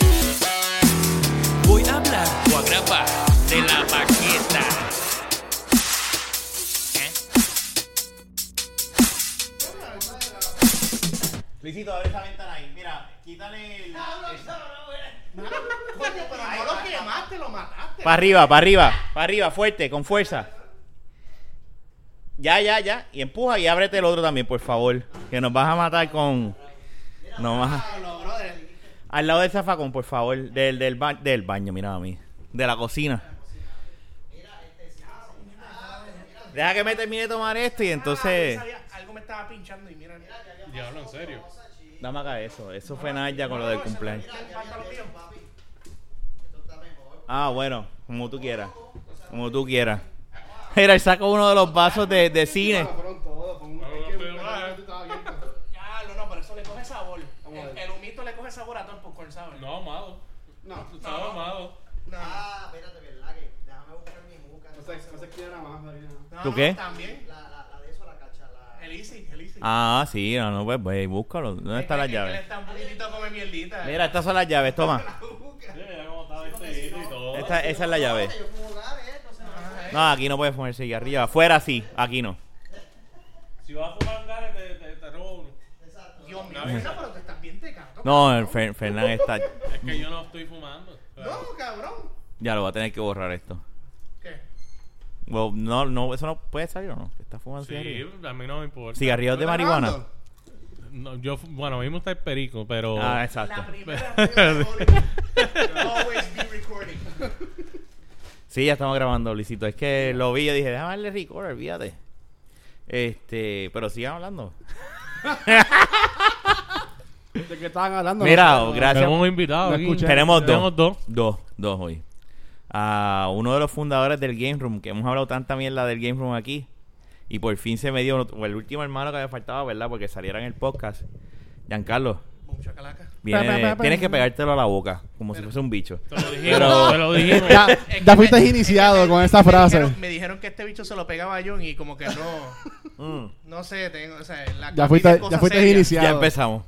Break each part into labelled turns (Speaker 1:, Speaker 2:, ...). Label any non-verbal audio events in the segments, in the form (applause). Speaker 1: Eh,
Speaker 2: Luisito, abre esa ventana ahí. Mira, quítale el.
Speaker 3: Ah, Coño, pero no lo quemaste, lo mataste.
Speaker 2: Para arriba, para arriba, para arriba, fuerte, con fuerza. Ya, ya, ya. Y empuja y ábrete el otro también, por favor. Que nos vas a matar con. No vas a-
Speaker 3: Pablo, brother.
Speaker 2: Al lado del zafacón, por favor. Del, del, ba- del baño, mira a mí. De la cocina. este, ah, Deja que me termine de tomar esto y entonces.
Speaker 3: Ah, yo sabía, algo me estaba pinchando y mira. mira.
Speaker 4: Diablo, en serio.
Speaker 2: Dame acá eso. Eso fue Naya con lo del cumpleaños. Ah, bueno. Como tú quieras. Como tú quieras. Mira, él saca uno de los vasos de, de cine.
Speaker 5: Fueron todos, fue un-
Speaker 4: Vamos,
Speaker 5: es que
Speaker 4: pero,
Speaker 5: la
Speaker 4: ah,
Speaker 5: gente estaba abierta.
Speaker 3: Ya, no, no, pero eso le coge sabor.
Speaker 5: Vamos a
Speaker 3: El,
Speaker 5: ver.
Speaker 3: el humito le coge sabor a todo el popcorn, ¿sabes?
Speaker 4: No, amado.
Speaker 5: No,
Speaker 4: Estaba amado.
Speaker 3: No.
Speaker 6: Ah, espérate, verdad que déjame buscar mi muca.
Speaker 5: no sé, no sé quién era más. ahí, ¿no?
Speaker 3: No,
Speaker 2: ¿Tú qué?
Speaker 3: También.
Speaker 6: La, la, la de eso, la cacha, la...
Speaker 3: El easy, el easy.
Speaker 2: Ah, sí, no, no, pues, pues búscalo. ¿Dónde están las
Speaker 3: Él
Speaker 2: llaves?
Speaker 3: está un poquitito come mierdita.
Speaker 2: Mira, estas son las llaves, toma.
Speaker 4: Mira cómo estaba este hilo y todo.
Speaker 2: Esta- esa es la llave.
Speaker 6: Yo como grave, eh, entonces...
Speaker 3: Ajá,
Speaker 2: No, aquí no puedes ponerse aquí arriba. Afuera sí, aquí no.
Speaker 4: Si vas a fumar un gare, te, te, te robo uno.
Speaker 3: Dios mío, mira, pero te estás bien tecato.
Speaker 2: No, el Fer- Fernán está.
Speaker 4: Es que yo no estoy fumando.
Speaker 3: No, cabrón.
Speaker 2: Ya lo va a tener que borrar esto.
Speaker 3: ¿Qué?
Speaker 2: Well, no, no, eso no puede salir o no. Está fumando
Speaker 4: Sí,
Speaker 2: cigarrillos.
Speaker 4: a mí no me importa.
Speaker 2: Cigarrillos de
Speaker 5: ¿Está
Speaker 2: marihuana.
Speaker 5: grabando?
Speaker 4: No, yo, fu- bueno, mismo está el perico, pero.
Speaker 2: Ah,
Speaker 3: La
Speaker 2: exacto. (laughs)
Speaker 3: primera regla de Hollywood. Always be recording.
Speaker 2: Sí, ya estamos grabando, Luisito. Es que lo vi y dije, déjame darle record, olvídate. Este, pero sigan hablando.
Speaker 5: ¿De qué estaban hablando?
Speaker 2: Mira,
Speaker 5: No sé,
Speaker 2: gracias.
Speaker 4: Tenemos un invitado.
Speaker 5: No
Speaker 4: aquí.
Speaker 5: escuché.
Speaker 2: Tenemos dos.
Speaker 4: Ah, Tenemos dos.
Speaker 2: Dos, dos hoy. A uno de los fundadores del Game Room, que hemos hablado tanta mierda del Game Room aquí. Y por fin se me dio o el último hermano que había faltado, ¿verdad? Porque saliera en el podcast. Giancarlo,
Speaker 3: Boom, chacalaca.
Speaker 2: viene-
Speaker 5: Pa, pa, pa, pa.
Speaker 2: tienes que pegártelo a la boca, como si fuese un bicho.
Speaker 4: Te lo dijimos.
Speaker 2: Pero-
Speaker 4: Te lo dijimos.
Speaker 5: Ya,
Speaker 3: Es que
Speaker 5: ya fuiste
Speaker 3: me- es
Speaker 5: iniciado
Speaker 3: que
Speaker 5: con
Speaker 3: me-
Speaker 5: esa
Speaker 3: me
Speaker 5: frase.
Speaker 3: dijeron- me dijeron que este bicho se lo pegaba a John y como que no.
Speaker 2: Mm.
Speaker 3: No sé, tengo. O sea, la
Speaker 5: Ya fuiste,
Speaker 3: cosa
Speaker 5: ya fuiste
Speaker 3: seria.
Speaker 2: Ya
Speaker 5: iniciado.
Speaker 2: empezamos.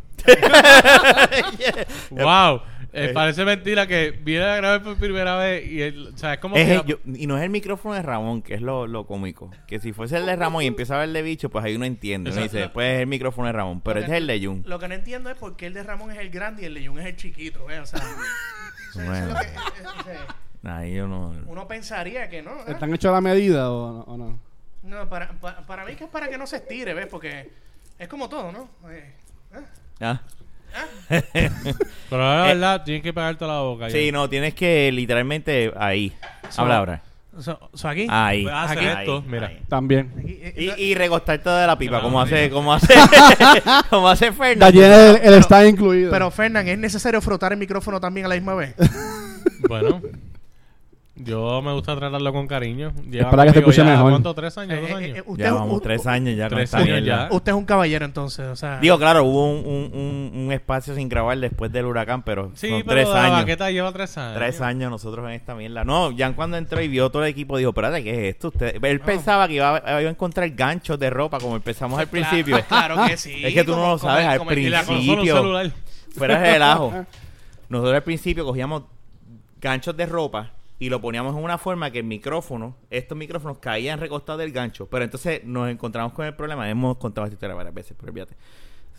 Speaker 4: Wow. Eh, parece mentira que viene a grabar por primera vez y él, o sea, es como
Speaker 2: Es
Speaker 4: que
Speaker 2: el- yo- y no es el micrófono de Ramón, que es lo, lo cómico. Que si fuese el de Ramón y empieza a ver el de bicho, pues ahí uno entiende. Uno
Speaker 4: Exacto.
Speaker 2: dice, pues es el micrófono de Ramón, pero este es el de Jun.
Speaker 3: Lo que no entiendo es por qué el de Ramón es el grande y el de Jun es el chiquito, ¿eh? O sea, eso es
Speaker 2: Bueno,
Speaker 3: lo que- o sea,
Speaker 2: ahí yo no...
Speaker 3: uno pensaría que no. ¿eh?
Speaker 5: ¿Están hechos a la medida o no? o no?
Speaker 3: No, para, pa- para mí que es para que no se estire, ¿ves? Porque es como todo, ¿no? Eh, ¿eh?
Speaker 2: Ah.
Speaker 4: Pero la
Speaker 2: Eh.
Speaker 4: verdad, tienes que pegarte la boca.
Speaker 2: (laughs) Sí,
Speaker 4: ya.
Speaker 2: no, tienes que literalmente ahí. Habla ahora.
Speaker 4: So- so aquí.
Speaker 2: Ahí.
Speaker 4: Voy a hacer
Speaker 2: Aquí.
Speaker 4: esto,
Speaker 2: Ahí,
Speaker 4: mira.
Speaker 2: ahí.
Speaker 5: También.
Speaker 3: Aquí, eh,
Speaker 2: Y,
Speaker 3: no-
Speaker 2: y recostarte de la pipa,
Speaker 4: Ah,
Speaker 2: como hace,
Speaker 4: mira.
Speaker 2: como hace, (laughs) como hace
Speaker 5: Ya
Speaker 2: Fernando.
Speaker 5: tiene el, el está incluido.
Speaker 3: pero, Fernán, ¿es necesario frotar el micrófono también a la misma vez?
Speaker 4: Bueno. Yo me gusta tratarlo con cariño. Lleva
Speaker 5: Espera que se
Speaker 4: conmigo
Speaker 5: escuche
Speaker 4: ya,
Speaker 5: mejor.
Speaker 4: ¿Cuánto? ¿Tres años?
Speaker 3: Eh,
Speaker 4: ¿Dos
Speaker 3: eh,
Speaker 4: años?
Speaker 3: eh, usted,
Speaker 2: Ya
Speaker 3: es un-
Speaker 2: vamos tres años ya con
Speaker 4: Tres
Speaker 2: esta
Speaker 4: años
Speaker 2: mierda.
Speaker 4: ya.
Speaker 3: usted es un caballero, entonces, o sea...
Speaker 2: Digo, claro, hubo un, un- un- un espacio sin grabar después del huracán, pero
Speaker 4: sí,
Speaker 2: son
Speaker 4: pero
Speaker 2: tres
Speaker 4: la
Speaker 2: años.
Speaker 4: baqueta lleva tres años.
Speaker 2: Tres años nosotros en esta mierda. No, Jan cuando entró y vio todo el equipo dijo, espérate, ¿qué es esto? Usted- Él pensaba que iba a, iba a encontrar ganchos de ropa como empezamos al principio.
Speaker 3: (laughs) Claro que sí.
Speaker 2: Es que tú no
Speaker 3: como-
Speaker 2: lo sabes,
Speaker 3: como-
Speaker 2: al
Speaker 3: como el-
Speaker 4: Y la consola un
Speaker 2: Principio.
Speaker 4: celular.
Speaker 2: Fuera de relajo. Nosotros al principio cogíamos ganchos de ropa y lo poníamos en una forma que el micrófono, estos micrófonos caían recostados del gancho. Pero entonces nos encontramos con el problema. Hemos contado esta historia varias veces, pero olvídate.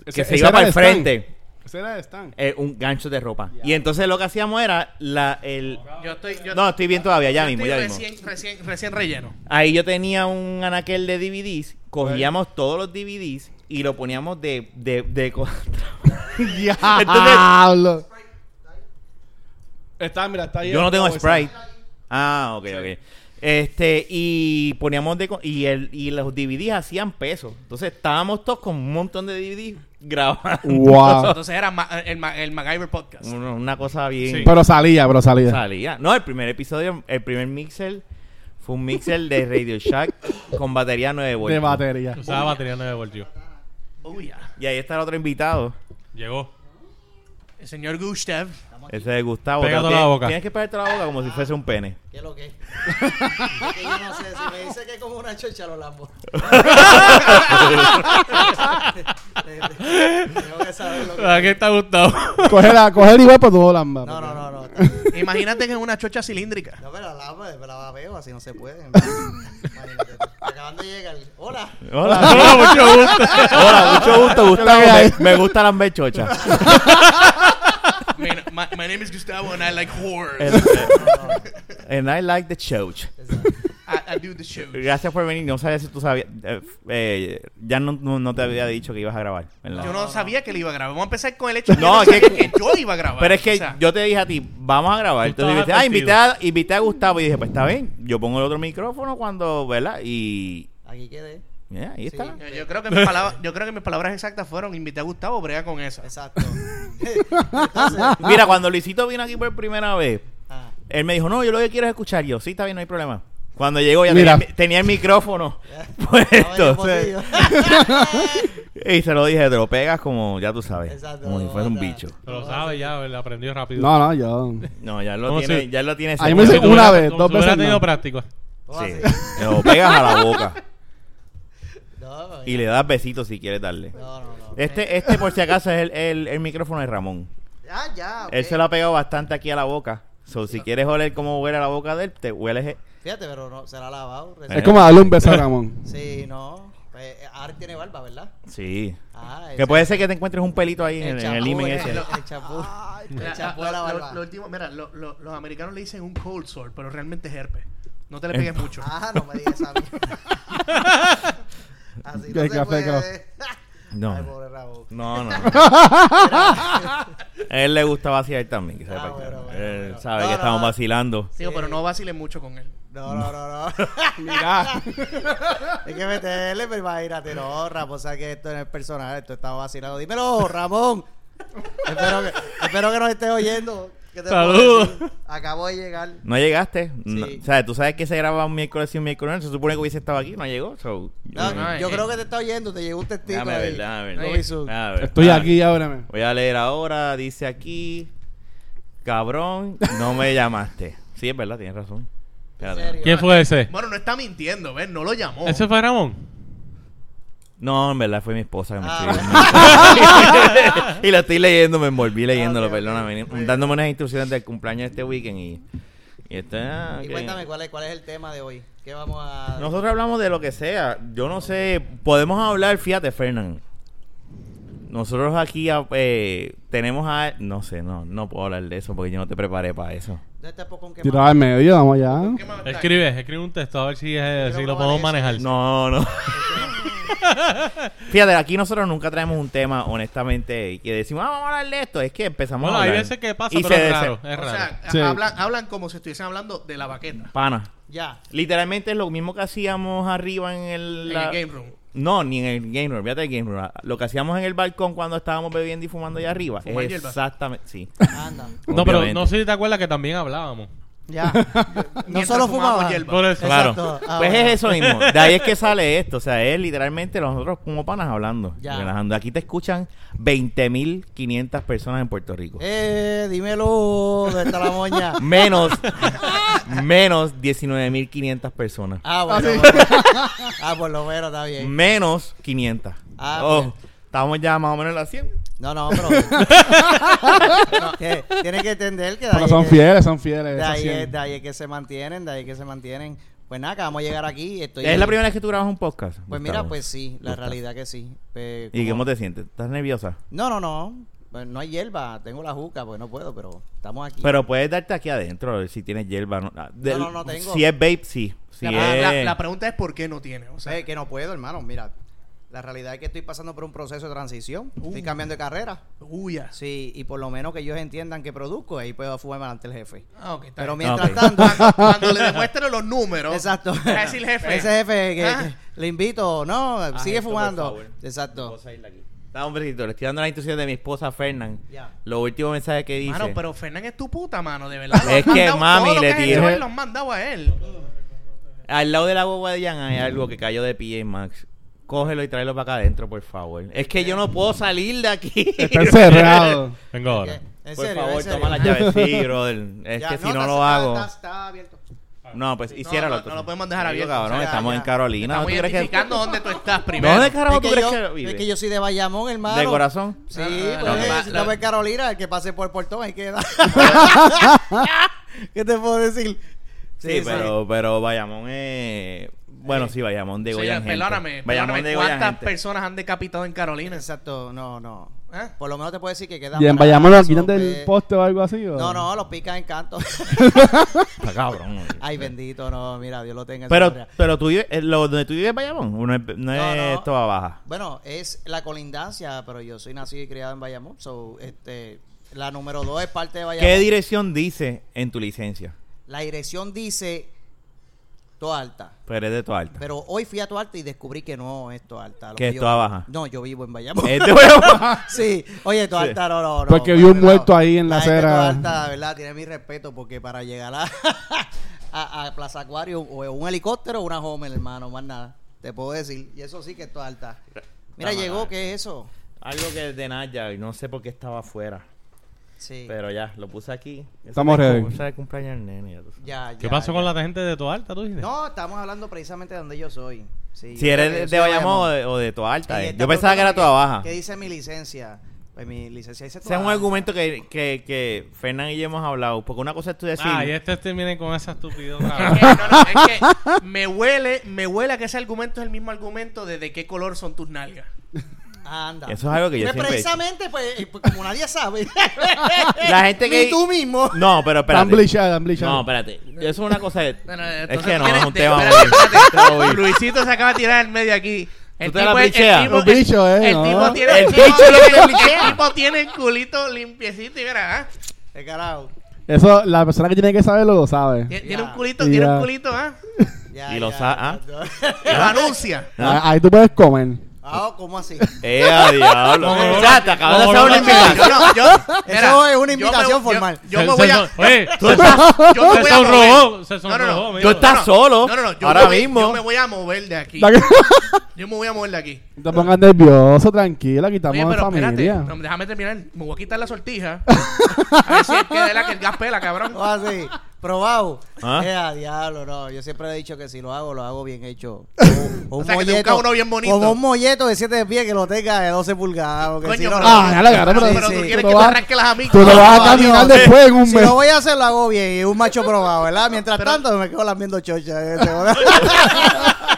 Speaker 2: Que se
Speaker 5: ese
Speaker 2: iba
Speaker 5: era
Speaker 2: para el
Speaker 5: el stand.
Speaker 2: frente
Speaker 5: Ese era el Stan.
Speaker 2: eh, un gancho de ropa. Y entonces lo que hacíamos era la, el...
Speaker 3: Yo estoy... Yo,
Speaker 2: No, estoy bien todavía, ya
Speaker 3: yo
Speaker 2: mismo,
Speaker 3: estoy
Speaker 2: ya mismo.
Speaker 3: Recién, recién, recién relleno.
Speaker 2: Ahí yo tenía un anaquel de DVDs, cogíamos todos los DVDs y lo poníamos de... de, de co- Eh,
Speaker 5: (laughs) Diablo. Está, mira, está ahí.
Speaker 2: Yo no
Speaker 5: esta
Speaker 2: tengo
Speaker 5: bolsa.
Speaker 2: Sprite. Ah, ok, ok. Este, y poníamos de... co- Y, el, y los DVDs hacían peso. Entonces estábamos todos con un montón de DVDs grabando.
Speaker 5: Wow.
Speaker 2: (laughs)
Speaker 3: Entonces era ma- el, ma- el MacGyver Podcast.
Speaker 2: Una, una cosa bien...
Speaker 4: Sí.
Speaker 5: Pero salía, pero salía.
Speaker 2: Salía. No, el primer episodio, el primer mixer fue un mixer de Radio Shack con batería 9 voltios.
Speaker 5: de batería.
Speaker 4: Usaba batería 9 voltios.
Speaker 3: Oh, yeah.
Speaker 2: Y ahí está el otro invitado.
Speaker 4: Llegó.
Speaker 3: El señor Gustav.
Speaker 2: Ese de Gustavo.
Speaker 4: Pega
Speaker 2: Pero
Speaker 4: toda la
Speaker 2: tienes-
Speaker 4: boca.
Speaker 2: Tienes que pegarte la boca como si fuese un
Speaker 4: (laughs)
Speaker 2: pene.
Speaker 6: ¿Qué es lo que es? Es que yo no sé, si me dice que como una chocha lo lambo. Tengo que saber lo que.
Speaker 4: Aquí está Gustavo.
Speaker 5: Coge, la, coge el igual pues para tu holamba.
Speaker 6: No, no, no, no.
Speaker 3: Imagínate que es una chocha (laughs) cilíndrica.
Speaker 6: No, pero la, pero la veo, así no se puede. Imagínate. Acaban de llegar. Hola.
Speaker 2: Hola,
Speaker 4: Hola, Ah, mucho gusto.
Speaker 2: hola, mucho
Speaker 4: (laughs)
Speaker 2: gusto, Gustavo.
Speaker 5: que hay.
Speaker 2: Me, me gusta la bechocha.
Speaker 3: Mi, my, my name is Gustavo and I like whores.
Speaker 2: And- eh, And I like the church.
Speaker 3: I, I do the show.
Speaker 2: Gracias por venir. No sabía si tú sabías. eh, eh, ya no, no, no te había dicho que ibas a grabar, ¿verdad?
Speaker 3: Yo no sabía que le iba a grabar. Vamos a empezar con el hecho de que
Speaker 2: No,
Speaker 3: no sabía
Speaker 2: que-
Speaker 3: que yo iba a grabar.
Speaker 2: Pero es que
Speaker 3: O sea,
Speaker 2: yo te dije a ti, vamos a grabar.
Speaker 4: Tú
Speaker 2: Entonces dijiste,
Speaker 4: estabas
Speaker 2: ah, invité
Speaker 4: contigo.
Speaker 2: a, invité a Gustavo. Y dije, pues está bien, yo pongo el otro micrófono cuando, ¿verdad? Y.
Speaker 6: Aquí quedé.
Speaker 2: mira, ahí
Speaker 6: Sí.
Speaker 2: está.
Speaker 3: yo, yo creo que mis palabras, yo creo que mis palabras exactas fueron invité a Gustavo brega con esa.
Speaker 6: Exacto. Entonces.
Speaker 3: pues.
Speaker 2: Mira, cuando Luisito vino aquí por primera vez,
Speaker 6: ah,
Speaker 2: él me dijo, no, yo lo que quiero es escuchar. Yo, sí, está bien, no hay problema. Cuando llegó ya tenía,
Speaker 5: Mira.
Speaker 2: el mi- tenía el micrófono
Speaker 6: estaba
Speaker 2: puesto.
Speaker 6: en el
Speaker 2: o sea,
Speaker 6: botillo.
Speaker 2: y se lo dije, te lo pegas como, ya tú sabes.
Speaker 6: Exacto,
Speaker 2: Como si fuera un
Speaker 6: o sea.
Speaker 2: bicho.
Speaker 4: Pero lo sabe ya, lo aprendió rápido.
Speaker 5: No, no, yo.
Speaker 2: No, ya lo
Speaker 4: ¿Cómo
Speaker 2: tiene,
Speaker 4: se-
Speaker 2: ya lo tiene.
Speaker 5: A mí me
Speaker 2: seguro.
Speaker 5: dice
Speaker 4: Como si
Speaker 5: una
Speaker 4: hubiera-
Speaker 5: vez,
Speaker 4: como
Speaker 5: dos
Speaker 4: si hubiera
Speaker 5: veces
Speaker 4: tenido
Speaker 5: no.
Speaker 4: práctica.
Speaker 6: (laughs) ¿Cómo
Speaker 2: Sí.
Speaker 6: así?
Speaker 2: Te lo pegas a la boca
Speaker 6: No,
Speaker 2: y le das besitos si quieres darle.
Speaker 6: no, no, Eh, no.
Speaker 2: Este, este por si acaso, es el, el, el micrófono de Ramón.
Speaker 6: Ah, ya. ok.
Speaker 2: Él se lo ha pegado bastante aquí a la boca. So, si quieres oler cómo huele la boca de él, te hueles. e-
Speaker 6: Fíjate, pero no, será lavado.
Speaker 2: Eh.
Speaker 5: Es como darle un beso a
Speaker 6: (laughs)
Speaker 5: Ramón.
Speaker 6: Sí, no. Pues, ahora tiene barba, ¿verdad?
Speaker 2: Sí.
Speaker 6: Ah,
Speaker 2: Que puede ser que te encuentres un pelito ahí en el, en el
Speaker 6: champú,
Speaker 2: imen
Speaker 6: eh,
Speaker 2: ese.
Speaker 6: lo- El champú.
Speaker 3: Mira,
Speaker 6: el champú de la
Speaker 3: lo- lo-
Speaker 6: barba.
Speaker 3: lo
Speaker 6: (laughs)
Speaker 3: último- mira, lo- lo- los americanos le dicen un cold sore, pero realmente es herpes. No te le pegues mucho.
Speaker 6: Ah, no me digas (laughs) a mí. Así no
Speaker 5: Qué
Speaker 6: se
Speaker 5: café,
Speaker 6: puede. Ay,
Speaker 2: No.
Speaker 6: pobre Raúl.
Speaker 2: No, no.
Speaker 6: (laughs)
Speaker 2: A él le gusta vacilar también. Que sepa.
Speaker 6: Ah, bueno, bueno,
Speaker 2: él
Speaker 6: bueno.
Speaker 2: sabe
Speaker 6: No,
Speaker 2: que
Speaker 6: no,
Speaker 2: estamos
Speaker 6: no.
Speaker 2: vacilando.
Speaker 3: Digo, pero no vaciles mucho con él.
Speaker 6: No, no, no, no. (laughs)
Speaker 5: Mira.
Speaker 6: Hay que meterle, pero imagínate, no, Ramón, sabes que esto no es personal, esto estaba vacilando. Dímelo, Ramón. espero, que, espero que nos estés oyendo. ¿Qué te puedo
Speaker 4: Saludos.
Speaker 6: decir? Acabo de llegar.
Speaker 2: No llegaste. No-
Speaker 6: Sí.
Speaker 2: o sea, tú sabes que se graba un miércoles y un miércoles. no? Se supone que hubiese estado aquí. No llegó. So,
Speaker 6: No,
Speaker 3: No,
Speaker 6: yo
Speaker 3: eh,
Speaker 6: creo
Speaker 3: eh.
Speaker 6: que te está oyendo, te llegó un testigo.
Speaker 2: Dame
Speaker 6: ahí.
Speaker 2: ver, dame ver.
Speaker 6: Lo vi su-
Speaker 2: A ver,
Speaker 5: Estoy
Speaker 2: a ver.
Speaker 5: aquí, ábreme.
Speaker 2: Voy a leer ahora, dice aquí, cabrón, no me llamaste. Sí, es verdad, tienes razón. Espérate.
Speaker 6: ¿En serio?
Speaker 4: ¿Quién fue ese?
Speaker 3: Bueno, no está mintiendo, ¿ves? No lo llamó.
Speaker 4: ¿Ese fue Ramón?
Speaker 2: No, en verdad fue mi esposa que me
Speaker 6: Ah.
Speaker 2: escribió. y lo estoy leyendo, me envolví leyéndolo,
Speaker 6: ok,
Speaker 2: perdóname.
Speaker 6: ok.
Speaker 2: Dándome unas instrucciones del cumpleaños de este weekend y, y está.
Speaker 6: Y
Speaker 2: ok.
Speaker 6: cuéntame cuál es, cuál es el tema de hoy. ¿Qué vamos a.?
Speaker 2: Nosotros hablamos de lo que sea. Yo no sé, podemos hablar, fíjate, Fernán. Nosotros aquí ah, eh, tenemos a... No sé, no, no puedo hablar de eso porque yo no te preparé para eso.
Speaker 6: ¿Dónde está Pocón que
Speaker 5: Tirado al medio, vamos allá.
Speaker 3: ¿Qué más está?
Speaker 4: Escribe, escribe un texto a ver si, es- si lo podemos manejar.
Speaker 2: No,
Speaker 6: (laughs)
Speaker 2: no. Fíjate, aquí nosotros nunca traemos un tema, honestamente, y que decimos, "Ah, vamos a hablar de esto. Es que empezamos
Speaker 4: Bueno,
Speaker 2: a
Speaker 4: hay
Speaker 2: hablar.
Speaker 4: veces que pasa,
Speaker 2: Y
Speaker 4: pero
Speaker 2: se
Speaker 4: es
Speaker 2: dese-
Speaker 4: raro. Es
Speaker 3: O
Speaker 4: raro.
Speaker 3: sea,
Speaker 5: Sí.
Speaker 3: hablan, hablan como si estuviesen hablando de la baqueta.
Speaker 2: Pana.
Speaker 6: Ya.
Speaker 2: Literalmente es lo mismo que hacíamos arriba en el...
Speaker 3: En
Speaker 2: la-
Speaker 3: el game room.
Speaker 2: No, ni en el game room, fíjate el game room. Lo que hacíamos en el balcón cuando estábamos bebiendo y fumando allá arriba.
Speaker 3: Fumar
Speaker 2: es
Speaker 3: hierba.
Speaker 2: exactamente, sí.
Speaker 6: Anda.
Speaker 4: No, pero
Speaker 2: Obviamente.
Speaker 4: no sé si te acuerdas que también hablábamos.
Speaker 6: Ya. no
Speaker 3: Mientras
Speaker 6: solo
Speaker 3: fumábamos
Speaker 6: fumaban.
Speaker 3: hierba.
Speaker 4: Por eso.
Speaker 2: Claro.
Speaker 6: Exacto. Ah,
Speaker 2: pues
Speaker 6: bueno.
Speaker 2: es eso
Speaker 6: (laughs)
Speaker 2: mismo. De ahí es que sale esto. O sea, es literalmente nosotros como panas hablando.
Speaker 6: Ya.
Speaker 2: relajando. Aquí te escuchan 20.500 personas en Puerto Rico.
Speaker 6: Eh, dímelo. ¿Dónde está la moña?
Speaker 2: (laughs)
Speaker 6: (laughs)
Speaker 2: Menos, menos 19.500 personas.
Speaker 6: Ah, bueno. bueno. (laughs) Ah, por lo menos está bien.
Speaker 2: Menos 500.
Speaker 6: Ah,
Speaker 2: Oh,
Speaker 6: bien.
Speaker 2: estamos ya más o menos en la 100.
Speaker 6: No, no, pero. No, que tienes que entender que. de
Speaker 5: Porque
Speaker 6: ahí
Speaker 5: son
Speaker 6: es-
Speaker 5: fieles, son fieles.
Speaker 6: De
Speaker 5: eso
Speaker 6: ahí, es,
Speaker 5: siempre.
Speaker 6: de ahí es que se mantienen, de ahí es que se mantienen. Pues nada, acabamos de llegar aquí. Estoy
Speaker 2: ¿Es la primera vez que tú grabas un podcast?
Speaker 6: Pues
Speaker 2: Gustavo?
Speaker 6: mira, pues sí, la
Speaker 2: Gustavo.
Speaker 6: realidad que sí. Pues,
Speaker 2: ¿Y
Speaker 6: como-
Speaker 2: cómo te sientes? ¿Estás nerviosa?
Speaker 6: No, no, no. Pues no hay hierba, tengo la juca, pues no puedo, pero estamos aquí.
Speaker 2: Pero puedes darte aquí adentro a ver si tienes hierba. ¿no? Ah, del-
Speaker 6: no, no tengo.
Speaker 2: Si es vape, sí. Si
Speaker 3: La,
Speaker 2: es...
Speaker 3: la- la pregunta es por qué no tiene. O sea,
Speaker 6: Eh, que no puedo, hermano. Mira, la realidad es que estoy pasando por un proceso de transición.
Speaker 3: Uh.
Speaker 6: Estoy cambiando de carrera.
Speaker 3: huya.
Speaker 6: Sí, y por lo menos que ellos entiendan que produzco, ahí puedo fumarme ante el jefe.
Speaker 3: Ah, ok, está
Speaker 6: Pero
Speaker 3: bien.
Speaker 6: mientras
Speaker 2: Ok. (laughs)
Speaker 6: tanto,
Speaker 3: Cuando- (laughs) Cuando le demuestren los números.
Speaker 6: Exacto.
Speaker 3: va a decir jefe.
Speaker 6: Ese jefe que,
Speaker 3: Ah.
Speaker 6: que le invito, no, sigue
Speaker 2: Ah, esto, por
Speaker 6: fumando.
Speaker 2: favor.
Speaker 6: Exacto.
Speaker 2: Da un besito, le estoy dando la instrucción de mi esposa Fernán.
Speaker 6: Ya.
Speaker 2: Los últimos mensajes que dice.
Speaker 3: Mano, pero Fernán es tu puta, mano, de verdad. Lo
Speaker 2: Es
Speaker 3: han
Speaker 2: que,
Speaker 3: mandado-
Speaker 2: mami,
Speaker 3: todo lo
Speaker 2: le
Speaker 3: que has
Speaker 2: tiré-
Speaker 3: hecho, lo han mandado a él.
Speaker 2: Al lado de la guagua de Jan hay algo que cayó de PJ Max. Cógelo y tráelo para acá adentro, por favor. Es que yo no puedo salir de (laughs) aquí. (laughs)
Speaker 5: Está encerrado.
Speaker 4: Vengo
Speaker 6: ¿Qué?
Speaker 4: ahora.
Speaker 6: En
Speaker 2: por
Speaker 6: serio,
Speaker 2: favor,
Speaker 6: (laughs) en serio.
Speaker 2: toma la llave. Sí, brother. Es
Speaker 6: Ya, ah,
Speaker 2: que si no
Speaker 6: está-
Speaker 2: lo
Speaker 6: está-
Speaker 2: hago.
Speaker 6: Está, está abierto.
Speaker 2: No, pues hiciéralo.
Speaker 3: no,
Speaker 2: entonces.
Speaker 3: no lo podemos dejar
Speaker 2: Te digo,
Speaker 3: abierto,
Speaker 2: cabrón,
Speaker 6: o sea,
Speaker 2: estamos
Speaker 6: ya.
Speaker 2: en Carolina. ¿no?
Speaker 3: Estamos
Speaker 2: ¿Tú crees que-
Speaker 3: identificando dónde tú estás primero.
Speaker 2: ¿Dónde carajo
Speaker 6: Es
Speaker 2: tú
Speaker 6: que,
Speaker 2: crees
Speaker 6: yo,
Speaker 2: que vive?
Speaker 6: es que yo soy de Bayamón, hermano.
Speaker 2: ¿De corazón?
Speaker 6: Sí,
Speaker 3: Ah,
Speaker 2: lo que
Speaker 6: pues,
Speaker 2: pasa-
Speaker 6: si estamos
Speaker 3: lo-
Speaker 6: en Carolina, el que pase por el portón
Speaker 2: (laughs)
Speaker 6: ahí queda. ¿Qué te puedo decir?
Speaker 2: Sí, pero, pero Bayamón es... Bueno, sí, Bayamón de
Speaker 3: Sí,
Speaker 2: Goyan gente.
Speaker 3: perdóname,
Speaker 2: Bayamón
Speaker 3: perdóname,
Speaker 2: de Goyan
Speaker 3: ¿cuántas
Speaker 2: gente.
Speaker 3: personas han decapitado en Carolina?
Speaker 6: Exacto, no, no.
Speaker 3: ¿Eh?
Speaker 6: Por lo menos te puedo decir que queda.
Speaker 5: ¿Y en
Speaker 6: para
Speaker 5: Bayamón lo
Speaker 6: eso,
Speaker 5: quitan del
Speaker 6: que-
Speaker 5: poste o algo así? ¿o?
Speaker 6: No, no, lo pican en
Speaker 5: (laughs)
Speaker 6: canto.
Speaker 2: Está cabrón. güey.
Speaker 6: Ay, bendito, no, mira, Dios lo tenga. en su
Speaker 2: Pero,
Speaker 6: gloria.
Speaker 2: pero tú vives... eh, lo- donde tú vives es Bayamón. No es, no es
Speaker 6: no.
Speaker 2: toda baja.
Speaker 6: Bueno, es la colindancia, pero yo soy nacido y criado en Bayamón. So, este, la número dos es parte de Bayamón.
Speaker 2: ¿Qué dirección dice en tu licencia?
Speaker 6: la dirección dice Toa Alta.
Speaker 2: Pero es de tu alta.
Speaker 6: Pero hoy fui a Toa Alta y descubrí que no es Toa Alta. Lo
Speaker 2: ¿Que es
Speaker 6: yo-
Speaker 2: Toa Baja?
Speaker 6: No, yo vivo en
Speaker 2: (laughs)
Speaker 6: Bayamón.
Speaker 2: Este Es de Bayamón.
Speaker 6: (laughs) Sí, oye, Toa Alta, no, no, no.
Speaker 5: Porque vi un
Speaker 6: no.
Speaker 5: muerto ahí en la
Speaker 6: gente de
Speaker 5: acera.
Speaker 6: Toa Alta, de verdad, tiene mi respeto porque para llegar a, (laughs) a, a Plaza Acuario o es un helicóptero o una Homer, hermano, más nada. Te puedo decir. Y eso sí que es Toa Alta. Mira,
Speaker 2: Está
Speaker 6: llegó,
Speaker 2: mal.
Speaker 6: ¿qué es eso?
Speaker 2: Algo que es de Naya y no sé por qué estaba afuera.
Speaker 6: Sí.
Speaker 2: Pero ya, lo puse aquí. Eso es
Speaker 5: Estamos ready.
Speaker 2: como- eso es cumpleaños del nene, ya tú sabes.
Speaker 6: Ya,
Speaker 4: ¿Qué
Speaker 6: ya,
Speaker 4: pasó con
Speaker 6: ya.
Speaker 4: la gente de Toa Alta, tú dices?
Speaker 6: No, estamos hablando precisamente de donde yo soy. Sí,
Speaker 2: Si
Speaker 6: yo
Speaker 2: eres
Speaker 6: soy
Speaker 2: de- de Bayamón o de, o de Toa
Speaker 6: Y
Speaker 2: Alta. eh.
Speaker 6: está
Speaker 2: Yo pensaba que era
Speaker 6: preguntando
Speaker 2: Toa Baja.
Speaker 6: ¿Qué dice mi licencia? Pues mi licencia dice
Speaker 2: Ese es
Speaker 6: Toa
Speaker 2: un
Speaker 6: Alta.
Speaker 2: argumento que, que, que Fernán y yo hemos hablado. Porque una cosa es tú decir...
Speaker 4: Ah, y este terminen con esa estupidez. Ah.
Speaker 3: Es que, no, no, es que me huele, me huele a que ese argumento es el mismo argumento de de qué color son tus nalgas.
Speaker 6: Anda.
Speaker 2: Eso es algo que yo
Speaker 6: Pues
Speaker 2: siempre he hecho.
Speaker 6: Precisamente, pues, eh, pues, como
Speaker 2: (laughs)
Speaker 6: nadie sabe.
Speaker 2: La gente que...
Speaker 6: Ni tú mismo.
Speaker 2: No, pero
Speaker 5: Tan
Speaker 2: espérate.
Speaker 5: blichada, tan blichada.
Speaker 2: No, espérate. Eso es una cosa... de-
Speaker 3: No, no,
Speaker 2: es
Speaker 3: entonces
Speaker 2: que no,
Speaker 3: tienes-
Speaker 2: es un
Speaker 3: te-
Speaker 2: tema...
Speaker 3: espérate,
Speaker 2: muy-
Speaker 3: espérate.
Speaker 4: (laughs)
Speaker 3: Luisito se acaba de tirar en medio aquí. El
Speaker 2: ¿Tú te la
Speaker 3: tipo, es-
Speaker 2: picheas?
Speaker 3: el tipo,
Speaker 5: Los bichos,
Speaker 3: el-
Speaker 5: eh,
Speaker 3: el
Speaker 5: ¿no?
Speaker 3: tipo tiene
Speaker 2: El
Speaker 3: el
Speaker 2: bicho
Speaker 3: tipo-
Speaker 2: es lo que te
Speaker 3: el
Speaker 2: pichea.
Speaker 3: tipo tiene el culito limpiecito y mira, ah,
Speaker 6: Qué carajo.
Speaker 5: Eso, la persona que tiene que saberlo lo sabe.
Speaker 3: Tiene, tiene un
Speaker 6: Ya.
Speaker 3: culito, tiene
Speaker 5: Ya.
Speaker 3: un culito, ah.
Speaker 6: Ya,
Speaker 2: Y lo
Speaker 6: ya,
Speaker 2: sa-
Speaker 6: ya,
Speaker 2: ah.
Speaker 6: ya.
Speaker 3: Lo anuncia.
Speaker 5: Ah, Ahí tú puedes comer.
Speaker 6: Ah, ¿cómo así?
Speaker 2: ¡Eh, a diablo!
Speaker 4: Como no,
Speaker 2: Ya, te acabas de
Speaker 4: como
Speaker 2: hacer
Speaker 4: no,
Speaker 2: una
Speaker 4: no,
Speaker 2: infidelidad.
Speaker 3: Yo no, yo-
Speaker 6: Eso es una
Speaker 3: yo me-
Speaker 6: invitación
Speaker 3: yo-
Speaker 6: formal.
Speaker 3: Yo, me voy a.
Speaker 4: Oye,
Speaker 3: Yo me
Speaker 4: Se
Speaker 3: voy a
Speaker 4: sonrojó,
Speaker 3: mover.
Speaker 4: se
Speaker 3: No, no, no.
Speaker 4: sonrojó, mira.
Speaker 2: Tú estás solo.
Speaker 3: No, no, no. Yo
Speaker 2: Ahora
Speaker 3: me voy-
Speaker 2: mismo.
Speaker 3: Yo me voy a mover de aquí.
Speaker 5: (laughs) No
Speaker 3: Yo me voy a mover de aquí.
Speaker 5: te pongas nervioso, tranquilo, aquí estamos
Speaker 3: Oye,
Speaker 5: en
Speaker 3: pero
Speaker 5: familia.
Speaker 3: espérate. No, déjame terminar. Me voy a quitar la sortija. (laughs) a ver si es que de la que el gas pela, cabrón.
Speaker 6: ¿Cómo así? Probado.
Speaker 2: Ah.
Speaker 6: Eh, a diablo, no. Yo siempre he dicho que si lo hago, lo hago
Speaker 2: (laughs)
Speaker 6: bien hecho. O,
Speaker 3: O sea, que te busca uno bien bonito.
Speaker 6: Como un molleto de 7 pies que lo tenga de 12 pulgadas. Que
Speaker 3: Coño,
Speaker 6: si no,
Speaker 3: pero-
Speaker 6: lo-
Speaker 5: Ah, ya la agarré,
Speaker 6: Sí,
Speaker 5: pero-
Speaker 6: sí,
Speaker 3: pero tú
Speaker 6: sí.
Speaker 3: quieres
Speaker 5: tú
Speaker 3: que te
Speaker 5: vas-
Speaker 3: arranque las amigas.
Speaker 5: Tú lo vas a
Speaker 6: No,
Speaker 5: caminar
Speaker 6: no,
Speaker 5: después en un mes.
Speaker 6: Si lo voy a hacer, lo hago bien. Y es un macho probado, ¿verdad? Mientras tanto, me quedo lambiendo
Speaker 3: (laughs)
Speaker 6: chocha. eh, te voy a-